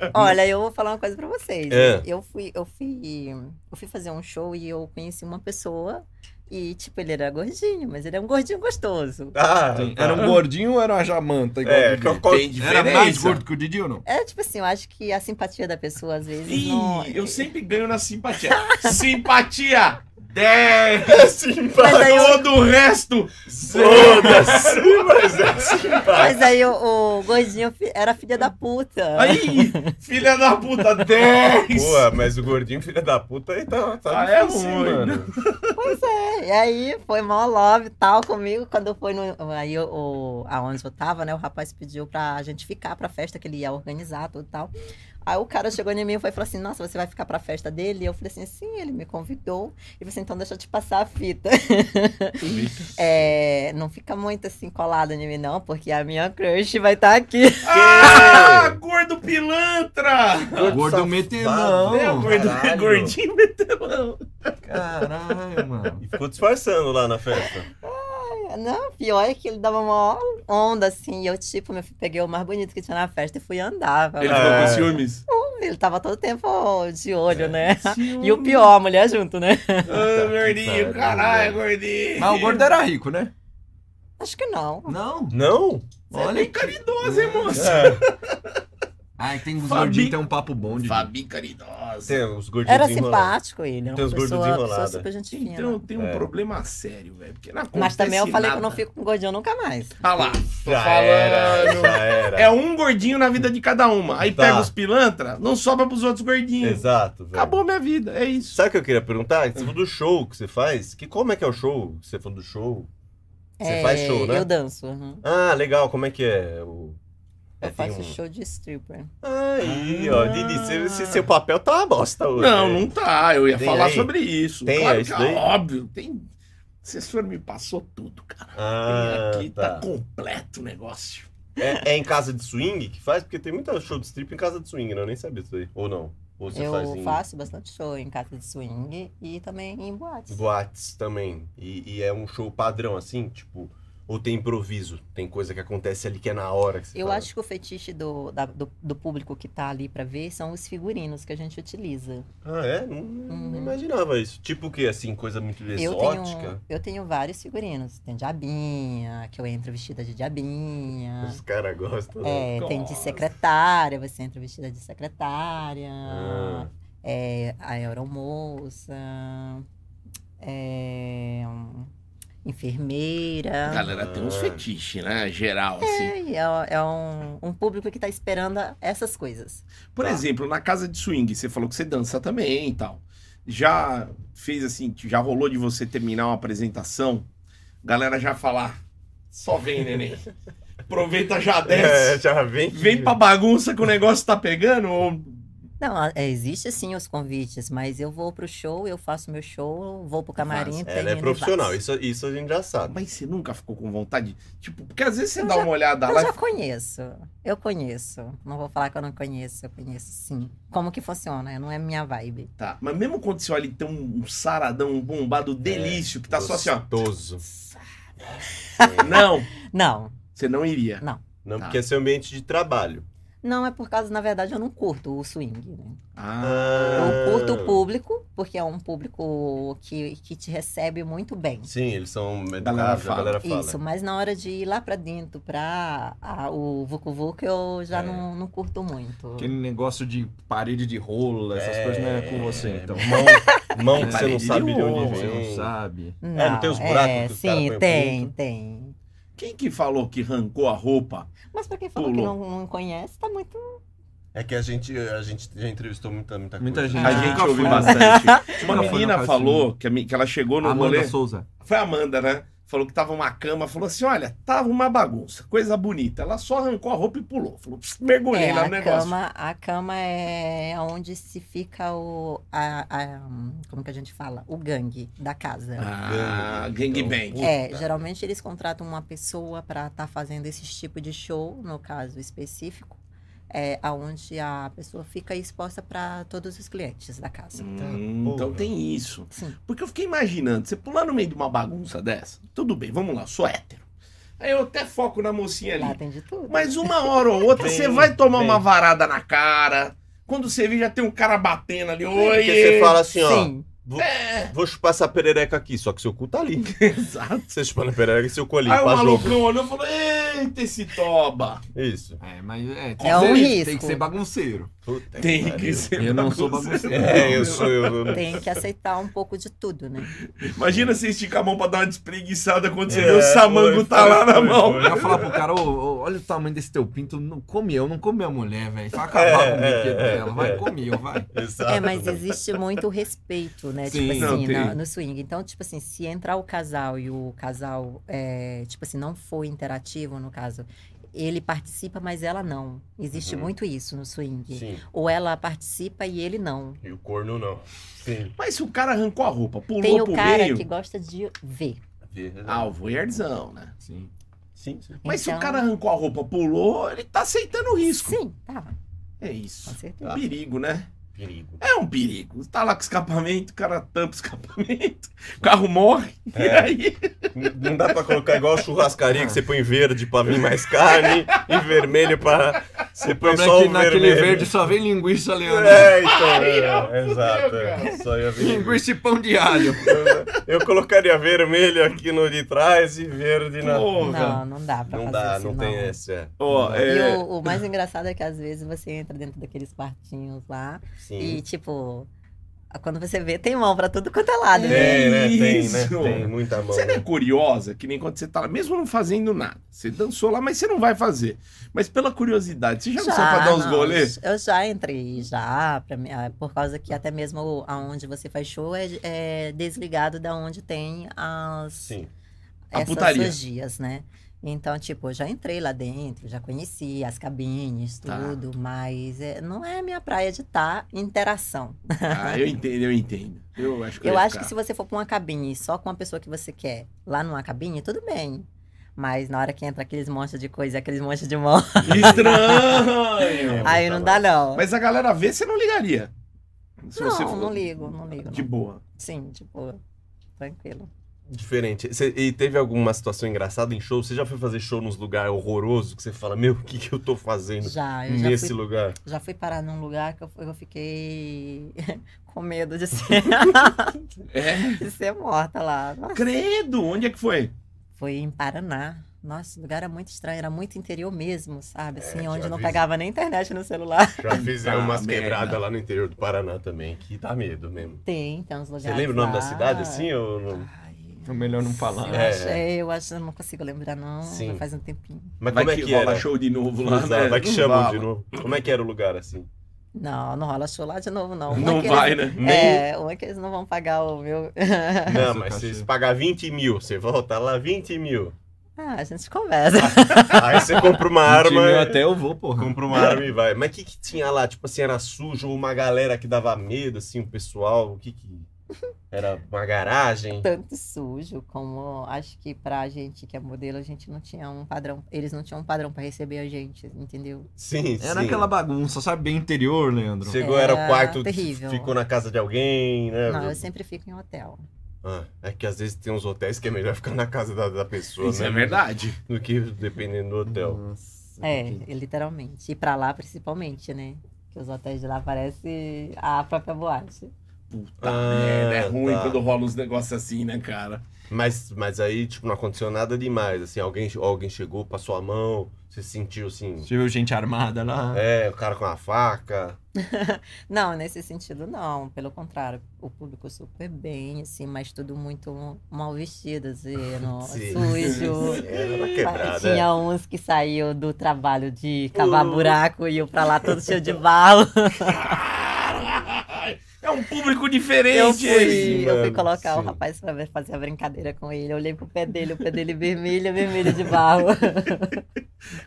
Speaker 1: Hum.
Speaker 4: Olha, eu vou falar uma coisa pra vocês. né?
Speaker 2: É.
Speaker 4: Eu fui, eu fui, eu fui fazer um show e eu conheci uma pessoa e tipo ele era gordinho, mas ele é um gordinho gostoso.
Speaker 2: Ah,
Speaker 3: Era um gordinho ou era uma jamanta? Igual
Speaker 2: É,
Speaker 3: o Didi?
Speaker 2: qual- qual-
Speaker 1: Tem
Speaker 3: Era mais
Speaker 1: diferença.
Speaker 3: gordo que o Didi ou não?
Speaker 4: É tipo assim, eu acho que a simpatia da pessoa às vezes
Speaker 1: Ih,
Speaker 4: não.
Speaker 1: eu sempre ganho na simpatia. Simpatia! 10!
Speaker 2: Sim,
Speaker 4: Mas aí eu-
Speaker 1: Todo o resto!
Speaker 2: Foda-se, mas é simpático.
Speaker 4: Mas aí o, o gordinho fi- era filha da puta.
Speaker 1: Aí! Filha da puta, 10!
Speaker 2: Boa, mas o gordinho, filho da puta, aí tá, tá
Speaker 1: Ah, é
Speaker 2: difícil,
Speaker 1: ruim.
Speaker 4: É, e aí foi mó love e tal comigo. Quando foi no. Aí o- o, aonde eu tava, né? O rapaz pediu pra gente ficar pra festa que ele ia organizar, tudo e tal. Aí o cara chegou em mim e foi- falou assim: Nossa, você vai ficar pra festa dele? Eu falei assim: Sim, ele me convidou. Ele falou assim: Então deixa eu te passar a fita. É, não fica muito assim colado em mim, não, porque a minha crush vai estar aqui.
Speaker 2: É.
Speaker 1: Ah, gordo pilantra!
Speaker 3: Gordo metelão.
Speaker 1: É, gordo,
Speaker 2: Caralho.
Speaker 1: gordinho metelão.
Speaker 3: Caralho, mano.
Speaker 2: E ficou disfarçando lá na festa.
Speaker 4: Não, pior é que ele dava uma onda assim. E eu, tipo, meu filho, peguei o mais bonito que tinha na festa e fui andar.
Speaker 1: Ele
Speaker 4: Ele,
Speaker 1: ficou
Speaker 2: É.
Speaker 1: com ciúmes.
Speaker 4: ele tava todo tempo de olho, né? E o pior, a mulher junto, né?
Speaker 1: Ah, gordinho,
Speaker 2: Puta que
Speaker 1: caralho,
Speaker 2: pariu.
Speaker 1: gordinho.
Speaker 3: Mas Ah, o gordo era rico, né?
Speaker 4: Acho que não.
Speaker 3: Não.
Speaker 2: Não?
Speaker 1: Olha,
Speaker 3: Olha.
Speaker 1: bem caridosa, hein, moça?
Speaker 2: É.
Speaker 3: Ai, tem uns
Speaker 1: Fabi-
Speaker 3: gordinhos que tem um papo bom de.
Speaker 1: Fabi caridosa.
Speaker 2: Tem os gordinhos
Speaker 4: Era
Speaker 2: desenrolados.
Speaker 4: simpático ele, era
Speaker 2: Tem
Speaker 4: uma
Speaker 2: os gordos
Speaker 4: pessoa, pessoa
Speaker 2: desenrolados.
Speaker 4: super gente fina.
Speaker 1: Então tem um
Speaker 2: É.
Speaker 1: problema sério, velho. Porque não
Speaker 4: né? Mas
Speaker 1: acontece
Speaker 4: também eu falei
Speaker 1: nada.
Speaker 4: que eu não fico com gordinho nunca mais.
Speaker 1: Ah lá, tô
Speaker 2: Já
Speaker 1: falando.
Speaker 2: era, já era.
Speaker 1: É um gordinho na vida de cada uma. Aí
Speaker 2: Tá.
Speaker 1: pega os pilantra, não sobra pros outros gordinhos.
Speaker 2: Exato, velho.
Speaker 1: Acabou minha vida, é isso.
Speaker 2: Sabe o que eu queria perguntar? Você falou do show que você faz? Que, como é que é o show? Você falou do show? Você
Speaker 4: É,
Speaker 2: faz show, né?
Speaker 4: Eu danço. uhum.
Speaker 2: Ah, legal, como é que é? O... é,
Speaker 4: Eu
Speaker 2: tem
Speaker 4: faço
Speaker 2: um-
Speaker 4: show de stripper.
Speaker 2: Aí, ó, Didi, você- esse seu papel tá uma bosta hoje.
Speaker 1: Ah. Não, não tá. Eu ia
Speaker 2: Tem
Speaker 1: falar
Speaker 2: aí?
Speaker 1: sobre isso.
Speaker 2: Tem
Speaker 1: claro
Speaker 2: isso
Speaker 1: que
Speaker 2: daí?
Speaker 1: é óbvio. Tem. O assessor me passou tudo, cara.
Speaker 2: Ah,
Speaker 1: tem aqui, tá.
Speaker 2: tá.
Speaker 1: completo o negócio.
Speaker 2: É, é em casa de swing que faz? Porque tem muita show de strip em casa de swing, né? Eu nem sabia disso aí. Ou não? Ou você
Speaker 4: eu
Speaker 2: faz em
Speaker 4: faço bastante show em casa de swing e também em boates.
Speaker 2: boates também. E, e é um show padrão, assim, tipo... Ou tem improviso? Tem coisa que acontece ali que é na hora que você
Speaker 4: Eu
Speaker 2: fala.
Speaker 4: acho que o fetiche do, da- do, do público que tá ali pra ver são os figurinos que a gente utiliza.
Speaker 2: Ah, é? Não, não imaginava isso. Tipo o quê? Assim, coisa muito
Speaker 4: Uhum. Eu
Speaker 2: exótica?
Speaker 4: tenho, um, eu tenho vários figurinos. Tem diabinha, que eu entro vestida de diabinha.
Speaker 2: Os caras gostam. né?
Speaker 4: ah. É, tem de
Speaker 1: Nossa.
Speaker 4: secretária, você entra vestida de secretária.
Speaker 2: Ah.
Speaker 4: É, a aeromoça. É, hum, enfermeira.
Speaker 1: Galera, tem uns
Speaker 2: Ah.
Speaker 1: fetiches, né? Geral, assim.
Speaker 4: É, e é- é um, um público que tá esperando a- essas coisas.
Speaker 1: Por
Speaker 2: Tá.
Speaker 1: exemplo, na casa de swing, você falou que você dança também e tal. Já fez assim, já rolou de você terminar uma apresentação, galera já falar, só vem, neném. Aproveita, já
Speaker 2: É, tipo
Speaker 1: desce.
Speaker 2: já vem.
Speaker 1: Vem pra bagunça que o negócio tá pegando ou...
Speaker 4: Não, a- é, existe sim os convites, mas eu vou pro show, eu faço meu show, vou pro camarim,
Speaker 1: Faz.
Speaker 2: Ela
Speaker 4: termino
Speaker 2: é
Speaker 4: e
Speaker 2: profissional,
Speaker 4: faço.
Speaker 2: isso, isso a gente já sabe.
Speaker 1: Mas você nunca ficou com vontade? Tipo, porque às vezes você
Speaker 4: Eu
Speaker 1: dá
Speaker 4: já-
Speaker 1: uma
Speaker 2: tá
Speaker 1: olhada
Speaker 4: Eu
Speaker 1: lá
Speaker 4: já
Speaker 1: e
Speaker 4: conheço, eu conheço. Não vou falar que eu não conheço, eu conheço sim. Como que funciona? Não é minha vibe.
Speaker 1: tá. Mas mesmo quando você olha e tem um saradão, um
Speaker 2: É,
Speaker 1: bombado delício que tá só assim, ó.
Speaker 2: Gostoso.
Speaker 1: Não,
Speaker 4: Não,
Speaker 1: você não iria.
Speaker 2: Não,
Speaker 1: Tá.
Speaker 2: porque é seu ambiente de trabalho.
Speaker 4: não é por causa, na verdade, eu não curto o swing. Né?
Speaker 1: Ah,
Speaker 4: Eu
Speaker 2: Ah,
Speaker 4: curto o público, porque é um público que, que te recebe muito bem.
Speaker 2: Sim, eles são
Speaker 1: Galera
Speaker 2: educados, a
Speaker 1: fala.
Speaker 2: galera fala.
Speaker 4: Isso, mas na hora de ir lá pra dentro, pra a- o Vucu Vucu, eu já
Speaker 2: É.
Speaker 4: não, não curto muito.
Speaker 3: Aquele negócio de parede de rola, essas coisas não é com você, então.
Speaker 2: Mão, mão que você não
Speaker 1: Parede de
Speaker 2: sabe de
Speaker 1: ouro,
Speaker 2: onde
Speaker 3: Você não
Speaker 2: vem.
Speaker 3: sabe.
Speaker 4: Não,
Speaker 2: não tem os buracos
Speaker 4: é,
Speaker 2: que os caras põem
Speaker 4: Sim,
Speaker 2: o
Speaker 4: tem,
Speaker 2: pinto?
Speaker 4: tem.
Speaker 1: quem que falou que arrancou a roupa?
Speaker 4: Mas pra quem falou que
Speaker 1: Pulou.
Speaker 4: não, não conhece, tá muito.
Speaker 2: É que a gente, a gente já entrevistou muita, muita coisa.
Speaker 3: Muita gente.
Speaker 1: A
Speaker 4: Ah.
Speaker 1: gente
Speaker 3: Nunca
Speaker 1: ouviu
Speaker 3: fui.
Speaker 1: bastante. Uma
Speaker 3: Nunca fui,
Speaker 1: menina
Speaker 3: nunca
Speaker 1: falou que, a mi- que ela chegou no
Speaker 3: Amanda
Speaker 1: rolê.
Speaker 3: Souza.
Speaker 1: Foi a Amanda, né? Falou que tava uma cama, falou assim: olha, tava uma bagunça, coisa bonita. Ela só arrancou a roupa e pulou. Falou, "Pss, mergulhei
Speaker 4: É,
Speaker 1: lá no
Speaker 4: a,
Speaker 1: negócio.
Speaker 4: cama, a cama é onde se fica o. a- a- como que a gente fala? O gangue da casa.
Speaker 1: Ah, gangbang.
Speaker 2: Então,
Speaker 4: É,
Speaker 2: puta.
Speaker 4: geralmente eles contratam uma pessoa para estar fazendo esse tipo de show, no caso específico, é, aonde a pessoa fica exposta para todos os clientes da casa.
Speaker 1: Hum, então
Speaker 2: porra.
Speaker 1: tem isso.
Speaker 4: Sim.
Speaker 1: Porque eu fiquei imaginando, você pular no meio de uma bagunça dessa, tudo bem, vamos lá, eu sou hétero. Aí eu até foco na mocinha
Speaker 4: Lá
Speaker 1: ali.
Speaker 4: tem de tudo.
Speaker 1: Mas uma hora ou outra
Speaker 2: Vem,
Speaker 1: você vai tomar
Speaker 2: vem.
Speaker 1: uma varada na cara. Quando você vê, já tem um cara batendo ali. Oi! É.
Speaker 2: Porque você fala assim, ó,
Speaker 4: Sim,
Speaker 2: vou, vou chupar essa perereca aqui, só que seu cu tá ali.
Speaker 1: Exato.
Speaker 2: Você chupando a perereca e seu cu é ali,
Speaker 1: Aí Ah. é o
Speaker 2: pra jogo.
Speaker 1: malucão olhou e falou: Eita, esse toba!
Speaker 2: Isso.
Speaker 3: É, mas é,
Speaker 4: É um
Speaker 3: que ser-
Speaker 4: risco.
Speaker 3: Tem que ser bagunceiro.
Speaker 2: Puta
Speaker 1: Tem
Speaker 2: pariu.
Speaker 1: que ser.
Speaker 3: Eu não sou
Speaker 2: É, eu sou... Eu,
Speaker 4: tem que aceitar um pouco de tudo, né?
Speaker 1: Imagina você esticar a mão pra dar uma despreguiçada quando você
Speaker 2: É,
Speaker 1: vê o samango
Speaker 2: foi,
Speaker 1: tá
Speaker 2: foi,
Speaker 1: lá na
Speaker 2: foi,
Speaker 1: mão.
Speaker 2: foi.
Speaker 3: Eu ia falar pro cara, ô, ô, olha o tamanho desse teu pinto, não come eu, não come a mulher, velho. Vai acabar
Speaker 2: É,
Speaker 3: com o brinquedo
Speaker 2: é,
Speaker 3: dela, vai
Speaker 2: é.
Speaker 3: comer, vai.
Speaker 2: Exato.
Speaker 4: É, mas existe muito respeito, né?
Speaker 3: Sim,
Speaker 4: tipo
Speaker 1: não,
Speaker 4: assim,
Speaker 1: tem.
Speaker 4: na- no swing. Então, tipo assim, se entrar o casal e o casal, é, tipo assim, não for interativo, no caso, ele participa, mas ela não. Existe
Speaker 2: Uhum.
Speaker 4: muito isso no swing.
Speaker 2: Sim.
Speaker 4: Ou ela participa e ele não.
Speaker 2: E o corno não. Sim.
Speaker 1: Mas se o cara arrancou a roupa, pulou
Speaker 4: Tem o
Speaker 1: pro
Speaker 4: cara
Speaker 1: Um meio.
Speaker 4: que gosta de ver.
Speaker 1: Ah, o voyeurzão, né?
Speaker 3: Sim.
Speaker 2: Sim, sim.
Speaker 1: Mas se o
Speaker 4: Então-
Speaker 1: cara arrancou a roupa, pulou, ele tá aceitando o risco.
Speaker 4: Sim, tá.
Speaker 1: É
Speaker 4: Com
Speaker 1: isso.
Speaker 4: certeza.
Speaker 1: Um perigo, né?
Speaker 2: Perigo.
Speaker 1: É um perigo. Tá lá com escapamento, o cara tampa o escapamento, o carro morre. E
Speaker 2: É.
Speaker 1: aí?
Speaker 2: N- Não dá pra colocar igual a churrascaria que você põe verde pra vir mais carne e vermelho pra. Você
Speaker 3: O
Speaker 2: põe
Speaker 3: problema
Speaker 2: só
Speaker 3: é que
Speaker 2: o
Speaker 3: naquele
Speaker 2: vermelho.
Speaker 3: verde só vem linguiça, Leandro.
Speaker 2: É, então. é,
Speaker 1: Ai, não,
Speaker 2: exato.
Speaker 1: fudeu,
Speaker 2: é.
Speaker 1: cara.
Speaker 2: Só ia vir.
Speaker 3: Linguiça e pão de alho.
Speaker 2: Eu eu colocaria vermelho aqui no de trás e verde na.
Speaker 1: Porra.
Speaker 4: Não, Tá assim, não dá pra
Speaker 2: Não
Speaker 4: fazer
Speaker 2: dá,
Speaker 4: isso,
Speaker 2: não tem esse. É.
Speaker 1: Ó,
Speaker 4: E
Speaker 1: é,
Speaker 4: o, o mais engraçado é que às vezes você entra dentro daqueles quartinhos lá e,
Speaker 2: Sim.
Speaker 4: tipo, quando você vê, tem mão pra tudo quanto é lado, né?
Speaker 2: Tem, né? Tem, né?
Speaker 1: Isso.
Speaker 2: Tem muita mão.
Speaker 1: Você não é
Speaker 2: né?
Speaker 1: curiosa, que nem quando você tá lá, mesmo não fazendo nada. Você dançou lá, mas você não vai fazer. Mas pela curiosidade, você já começou pra dar uns
Speaker 4: não,
Speaker 1: golês?
Speaker 4: Eu já entrei, já, pra mim, ah, por causa que até mesmo o- aonde você faz show é, é desligado da onde tem as
Speaker 2: Sim.
Speaker 1: A
Speaker 4: essas
Speaker 1: putaria.
Speaker 4: orgias, né? Então, tipo, eu já entrei lá dentro, já conheci as cabines,
Speaker 1: Tá.
Speaker 4: tudo, mas é, não é a minha praia de estar em interação.
Speaker 1: Ah, eu entendo, eu entendo. Eu acho que eu,
Speaker 4: Eu
Speaker 1: ia
Speaker 4: acho que
Speaker 1: ficar.
Speaker 4: se você for pra uma cabine só com a pessoa que você quer lá numa cabine, tudo bem. Mas na hora que entra aqueles montes de coisa, e aqueles montes de mão,
Speaker 3: É
Speaker 1: Estranho!
Speaker 4: aí não dá não.
Speaker 1: É Mas a galera vê, você não ligaria. Se
Speaker 4: não,
Speaker 1: você for-
Speaker 4: não ligo, não ligo.
Speaker 1: De
Speaker 4: não.
Speaker 1: boa.
Speaker 4: Sim, tipo, tranquilo.
Speaker 2: Diferente. Cê- e teve alguma situação engraçada em show? Você já foi fazer show nos lugares horrorosos que você fala, meu, o que, que eu tô fazendo
Speaker 4: Já, eu já
Speaker 2: nesse
Speaker 4: fui,
Speaker 2: lugar?
Speaker 4: já fui parar num lugar que eu, eu fiquei com medo de ser,
Speaker 1: É.
Speaker 4: de ser morta lá. Nossa,
Speaker 1: Credo, onde é que foi?
Speaker 4: Foi em Paraná. Nossa, o lugar era muito estranho, era muito interior mesmo, sabe? Assim,
Speaker 2: É, já
Speaker 4: onde não
Speaker 2: vi.
Speaker 4: pegava nem internet no celular.
Speaker 2: Já fizeram
Speaker 1: Tá,
Speaker 2: umas
Speaker 1: merda.
Speaker 2: quebradas lá no interior do Paraná também, que dá medo mesmo.
Speaker 4: Tem, tem uns lugares
Speaker 2: Você lembra o nome da
Speaker 4: lá.
Speaker 2: cidade assim ou não?
Speaker 4: Ai,
Speaker 3: É melhor não falar.
Speaker 4: Eu
Speaker 2: É.
Speaker 4: acho, é, eu acho, eu não consigo lembrar, não.
Speaker 2: Sim.
Speaker 4: Já faz um tempinho.
Speaker 2: Mas
Speaker 1: Vai
Speaker 2: como é
Speaker 1: que,
Speaker 2: que,
Speaker 1: rola
Speaker 2: era?
Speaker 1: show de novo lá,
Speaker 2: Exato,
Speaker 1: né?
Speaker 2: Vai que
Speaker 1: Não
Speaker 2: chamam
Speaker 1: fala.
Speaker 2: de novo. Como é que era o lugar assim?
Speaker 4: Não, não rola show lá de novo, não. Uma
Speaker 1: Não
Speaker 4: que
Speaker 1: vai,
Speaker 4: eles-
Speaker 1: né?
Speaker 4: É, uma que eles não vão pagar o meu.
Speaker 2: Não,
Speaker 3: Nossa, Um
Speaker 2: mas
Speaker 3: cachê.
Speaker 2: se pagar 20 mil, você volta lá 20 mil.
Speaker 4: ah, a gente conversa.
Speaker 2: Aí você compra uma
Speaker 3: Arma...
Speaker 2: arma.
Speaker 1: é
Speaker 3: até eu vou, porra.
Speaker 2: Compra uma arma e vai. Mas o que, que tinha lá? Tipo assim, era sujo ou uma galera que dava medo, assim, o pessoal? O que que. Era uma garagem?
Speaker 4: Tanto sujo como acho que pra gente que é modelo, a gente não tinha um padrão. Eles não tinham um padrão pra receber a gente, entendeu?
Speaker 2: Sim, sim.
Speaker 3: Era aquela É bagunça, sabe? Bem interior, Leandro.
Speaker 2: Chegou, era o
Speaker 4: Era
Speaker 2: quarto,
Speaker 4: terrível.
Speaker 2: ficou na casa de alguém, né?
Speaker 4: Não, eu sempre fico em hotel.
Speaker 2: Ah, é que às vezes tem uns hotéis que é melhor ficar na casa da, da pessoa,
Speaker 1: Isso
Speaker 2: né?
Speaker 1: é verdade.
Speaker 2: Do que dependendo do hotel.
Speaker 3: Nossa,
Speaker 4: É,
Speaker 3: que-
Speaker 4: literalmente. E pra lá, principalmente, né? Que os hotéis de lá parecem a própria boate.
Speaker 1: Puta
Speaker 2: Ah,
Speaker 1: merda, é ruim
Speaker 2: tá.
Speaker 1: quando rola uns negócios assim, né, cara?
Speaker 2: Mas, mas aí, tipo, não aconteceu nada demais. Assim, alguém, alguém chegou, passou a mão, você sentiu assim.
Speaker 3: Você viu gente armada lá?
Speaker 2: É, o cara com a faca.
Speaker 4: Não, nesse sentido, não. Pelo contrário, o público super bem, assim, mas tudo muito mal vestido, assim, no,
Speaker 2: Sim.
Speaker 4: sujo.
Speaker 2: Era né? na
Speaker 4: Mas
Speaker 2: quebrada. é. Uh.
Speaker 4: Tinha uns que saíam do trabalho de cavar buraco e iam pra lá todo cheio de barro.
Speaker 1: É um público
Speaker 4: Eu
Speaker 1: diferente. hein?
Speaker 4: fui, eu fui
Speaker 2: mano,
Speaker 4: colocar o
Speaker 2: sim.
Speaker 4: rapaz pra ver- fazer a brincadeira com ele. Eu olhei pro pé dele, o pé dele vermelho, vermelho de barro.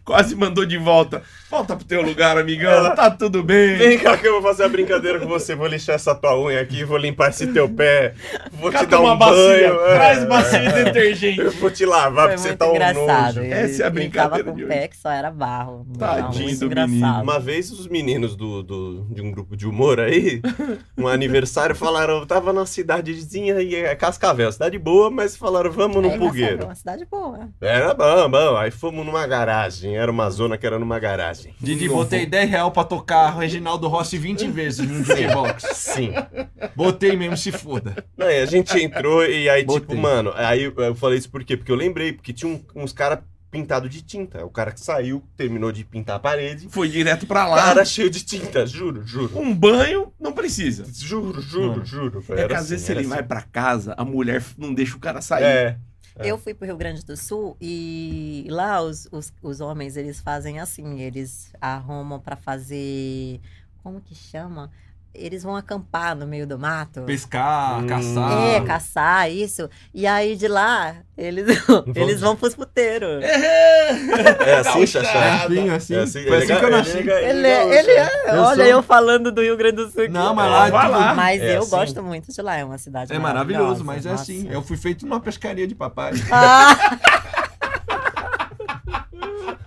Speaker 1: Quase mandou de volta. Volta pro teu lugar, amigão. Tá tudo bem.
Speaker 2: Vem cá que eu vou fazer uma brincadeira com você. Vou lixar essa tua unha aqui, vou limpar esse teu pé, vou te
Speaker 1: Cata
Speaker 2: dar um
Speaker 1: uma bacia.
Speaker 2: banho.
Speaker 1: Traz
Speaker 2: é,
Speaker 1: bacia de detergente.
Speaker 2: Eu vou te lavar
Speaker 4: Foi
Speaker 2: pra você
Speaker 4: muito
Speaker 2: tá um
Speaker 4: engraçado.
Speaker 2: nojo.
Speaker 4: Ele,
Speaker 1: Essa é a
Speaker 4: ele tava
Speaker 1: brincadeira
Speaker 4: com
Speaker 1: de
Speaker 4: o
Speaker 1: hoje.
Speaker 4: pé que só era barro.
Speaker 1: Tadinho
Speaker 4: Não, muito
Speaker 1: do
Speaker 4: engraçado.
Speaker 1: menino.
Speaker 2: Uma vez os meninos do, do- de um grupo de humor aí, um aniversário, falaram, eu tava na cidadezinha e é Cascavel, cidade boa, mas falaram, vamos
Speaker 4: Aí,
Speaker 2: no
Speaker 4: Marcelo, é
Speaker 2: Pugueiro.
Speaker 4: uma cidade boa.
Speaker 2: Era bom, bom. Aí fomos numa garagem, era uma zona que era numa garagem.
Speaker 3: Didi,
Speaker 1: Não
Speaker 3: botei 10 real pra tocar Reginaldo Rossi 20 vezes no DJ Box.
Speaker 2: Sim.
Speaker 3: Botei mesmo, se foda.
Speaker 2: Não, e a gente entrou e aí, tipo,
Speaker 3: Botei.
Speaker 2: mano, aí eu- eu falei isso por quê? Porque eu lembrei, porque tinha um- uns caras pintados de tinta. O cara que saiu, terminou de pintar a parede,
Speaker 1: Foi direto pra lá.
Speaker 2: cara cheio de tinta, juro, juro.
Speaker 1: Um banho não precisa.
Speaker 2: Juro, juro,
Speaker 3: Mano,
Speaker 2: juro. assim,
Speaker 1: é que às vezes se ele vai pra casa, a mulher não deixa o cara sair.
Speaker 2: É, É.
Speaker 4: Eu fui pro Rio Grande do Sul e lá os, os, os homens, eles fazem assim, eles arrumam pra fazer... Como que chama? eles vão acampar no meio do mato.
Speaker 3: Pescar,
Speaker 2: Hum.
Speaker 3: caçar.
Speaker 4: É, caçar, isso. E aí de lá, eles, eles vão pros puteiros.
Speaker 2: É assim,
Speaker 4: Ah,
Speaker 2: Xaxá?
Speaker 3: É assim, é assim.
Speaker 2: É assim,
Speaker 3: Foi assim que eu
Speaker 2: legal-
Speaker 3: nasci.
Speaker 2: é legal-
Speaker 4: Ele,
Speaker 2: legal,
Speaker 4: ele
Speaker 2: Xaxá.
Speaker 4: é-
Speaker 3: Eu
Speaker 4: olha,
Speaker 3: sou-
Speaker 4: eu falando do Rio Grande do Sul. aqui.
Speaker 3: Não, mas lá,
Speaker 2: Vai
Speaker 3: tipo,
Speaker 1: lá.
Speaker 4: Mas
Speaker 2: É
Speaker 4: eu
Speaker 2: assim.
Speaker 4: gosto muito de lá, é uma cidade
Speaker 3: é maravilhoso, mas é um
Speaker 4: maravilhosa,
Speaker 3: assim.
Speaker 4: nossa.
Speaker 3: Eu fui feito numa pescaria de papai.
Speaker 4: Ah,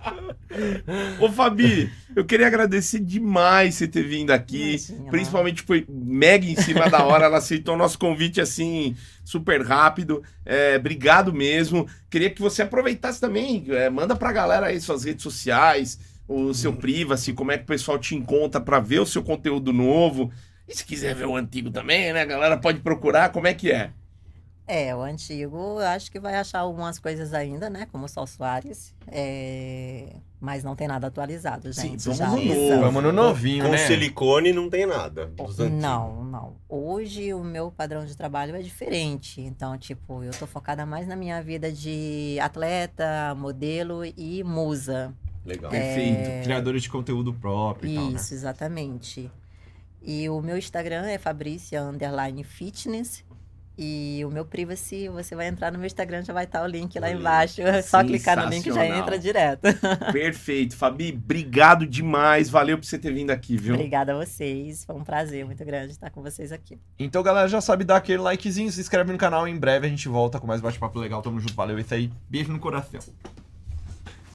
Speaker 1: Ô, Fabi, eu queria agradecer demais você ter vindo aqui.
Speaker 4: Imagina.
Speaker 1: Principalmente foi mega em cima da hora. Ela aceitou o nosso convite assim, super rápido. É, obrigado mesmo. Queria que você aproveitasse também. É, manda pra galera aí suas redes sociais, o seu privacy, como é que o pessoal te encontra pra ver o seu conteúdo novo. E se quiser ver o antigo também, né? A galera pode procurar. Como é que é?
Speaker 4: é, o antigo, eu acho que vai achar algumas coisas ainda, né? Como o Sol Soares. é, Mas não tem nada atualizado,
Speaker 1: Sim,
Speaker 4: gente.
Speaker 1: vamos
Speaker 4: já
Speaker 1: no
Speaker 4: isso-
Speaker 1: novo.
Speaker 3: Vamos no
Speaker 1: é.
Speaker 3: novinho,
Speaker 2: Com
Speaker 3: né?
Speaker 2: silicone não tem nada. dos antigos.
Speaker 4: Não, não. Hoje o meu padrão de trabalho é diferente. Então, tipo, eu tô focada mais na minha vida de atleta, modelo e musa.
Speaker 2: Legal.
Speaker 1: Perfeito.
Speaker 3: Criadores de conteúdo próprio e tal, né?
Speaker 4: É. Isso, exatamente. E o meu Instagram é Fabrícia Underline Fitness. E o meu privacy, você vai entrar no meu Instagram, já vai estar o link lá
Speaker 1: Olha aí.
Speaker 4: embaixo. É só clicar no link e já
Speaker 1: Sensacional.
Speaker 4: entra direto.
Speaker 1: Perfeito. Fabi, obrigado demais. Valeu por você ter vindo aqui, viu?
Speaker 4: Obrigada a vocês. Foi um prazer muito grande estar com vocês aqui.
Speaker 3: Então, galera, já sabe, dá aquele likezinho, se inscreve no canal. Em breve a gente volta com mais bate-papo legal. Tamo junto, valeu. É isso aí. Beijo no coração.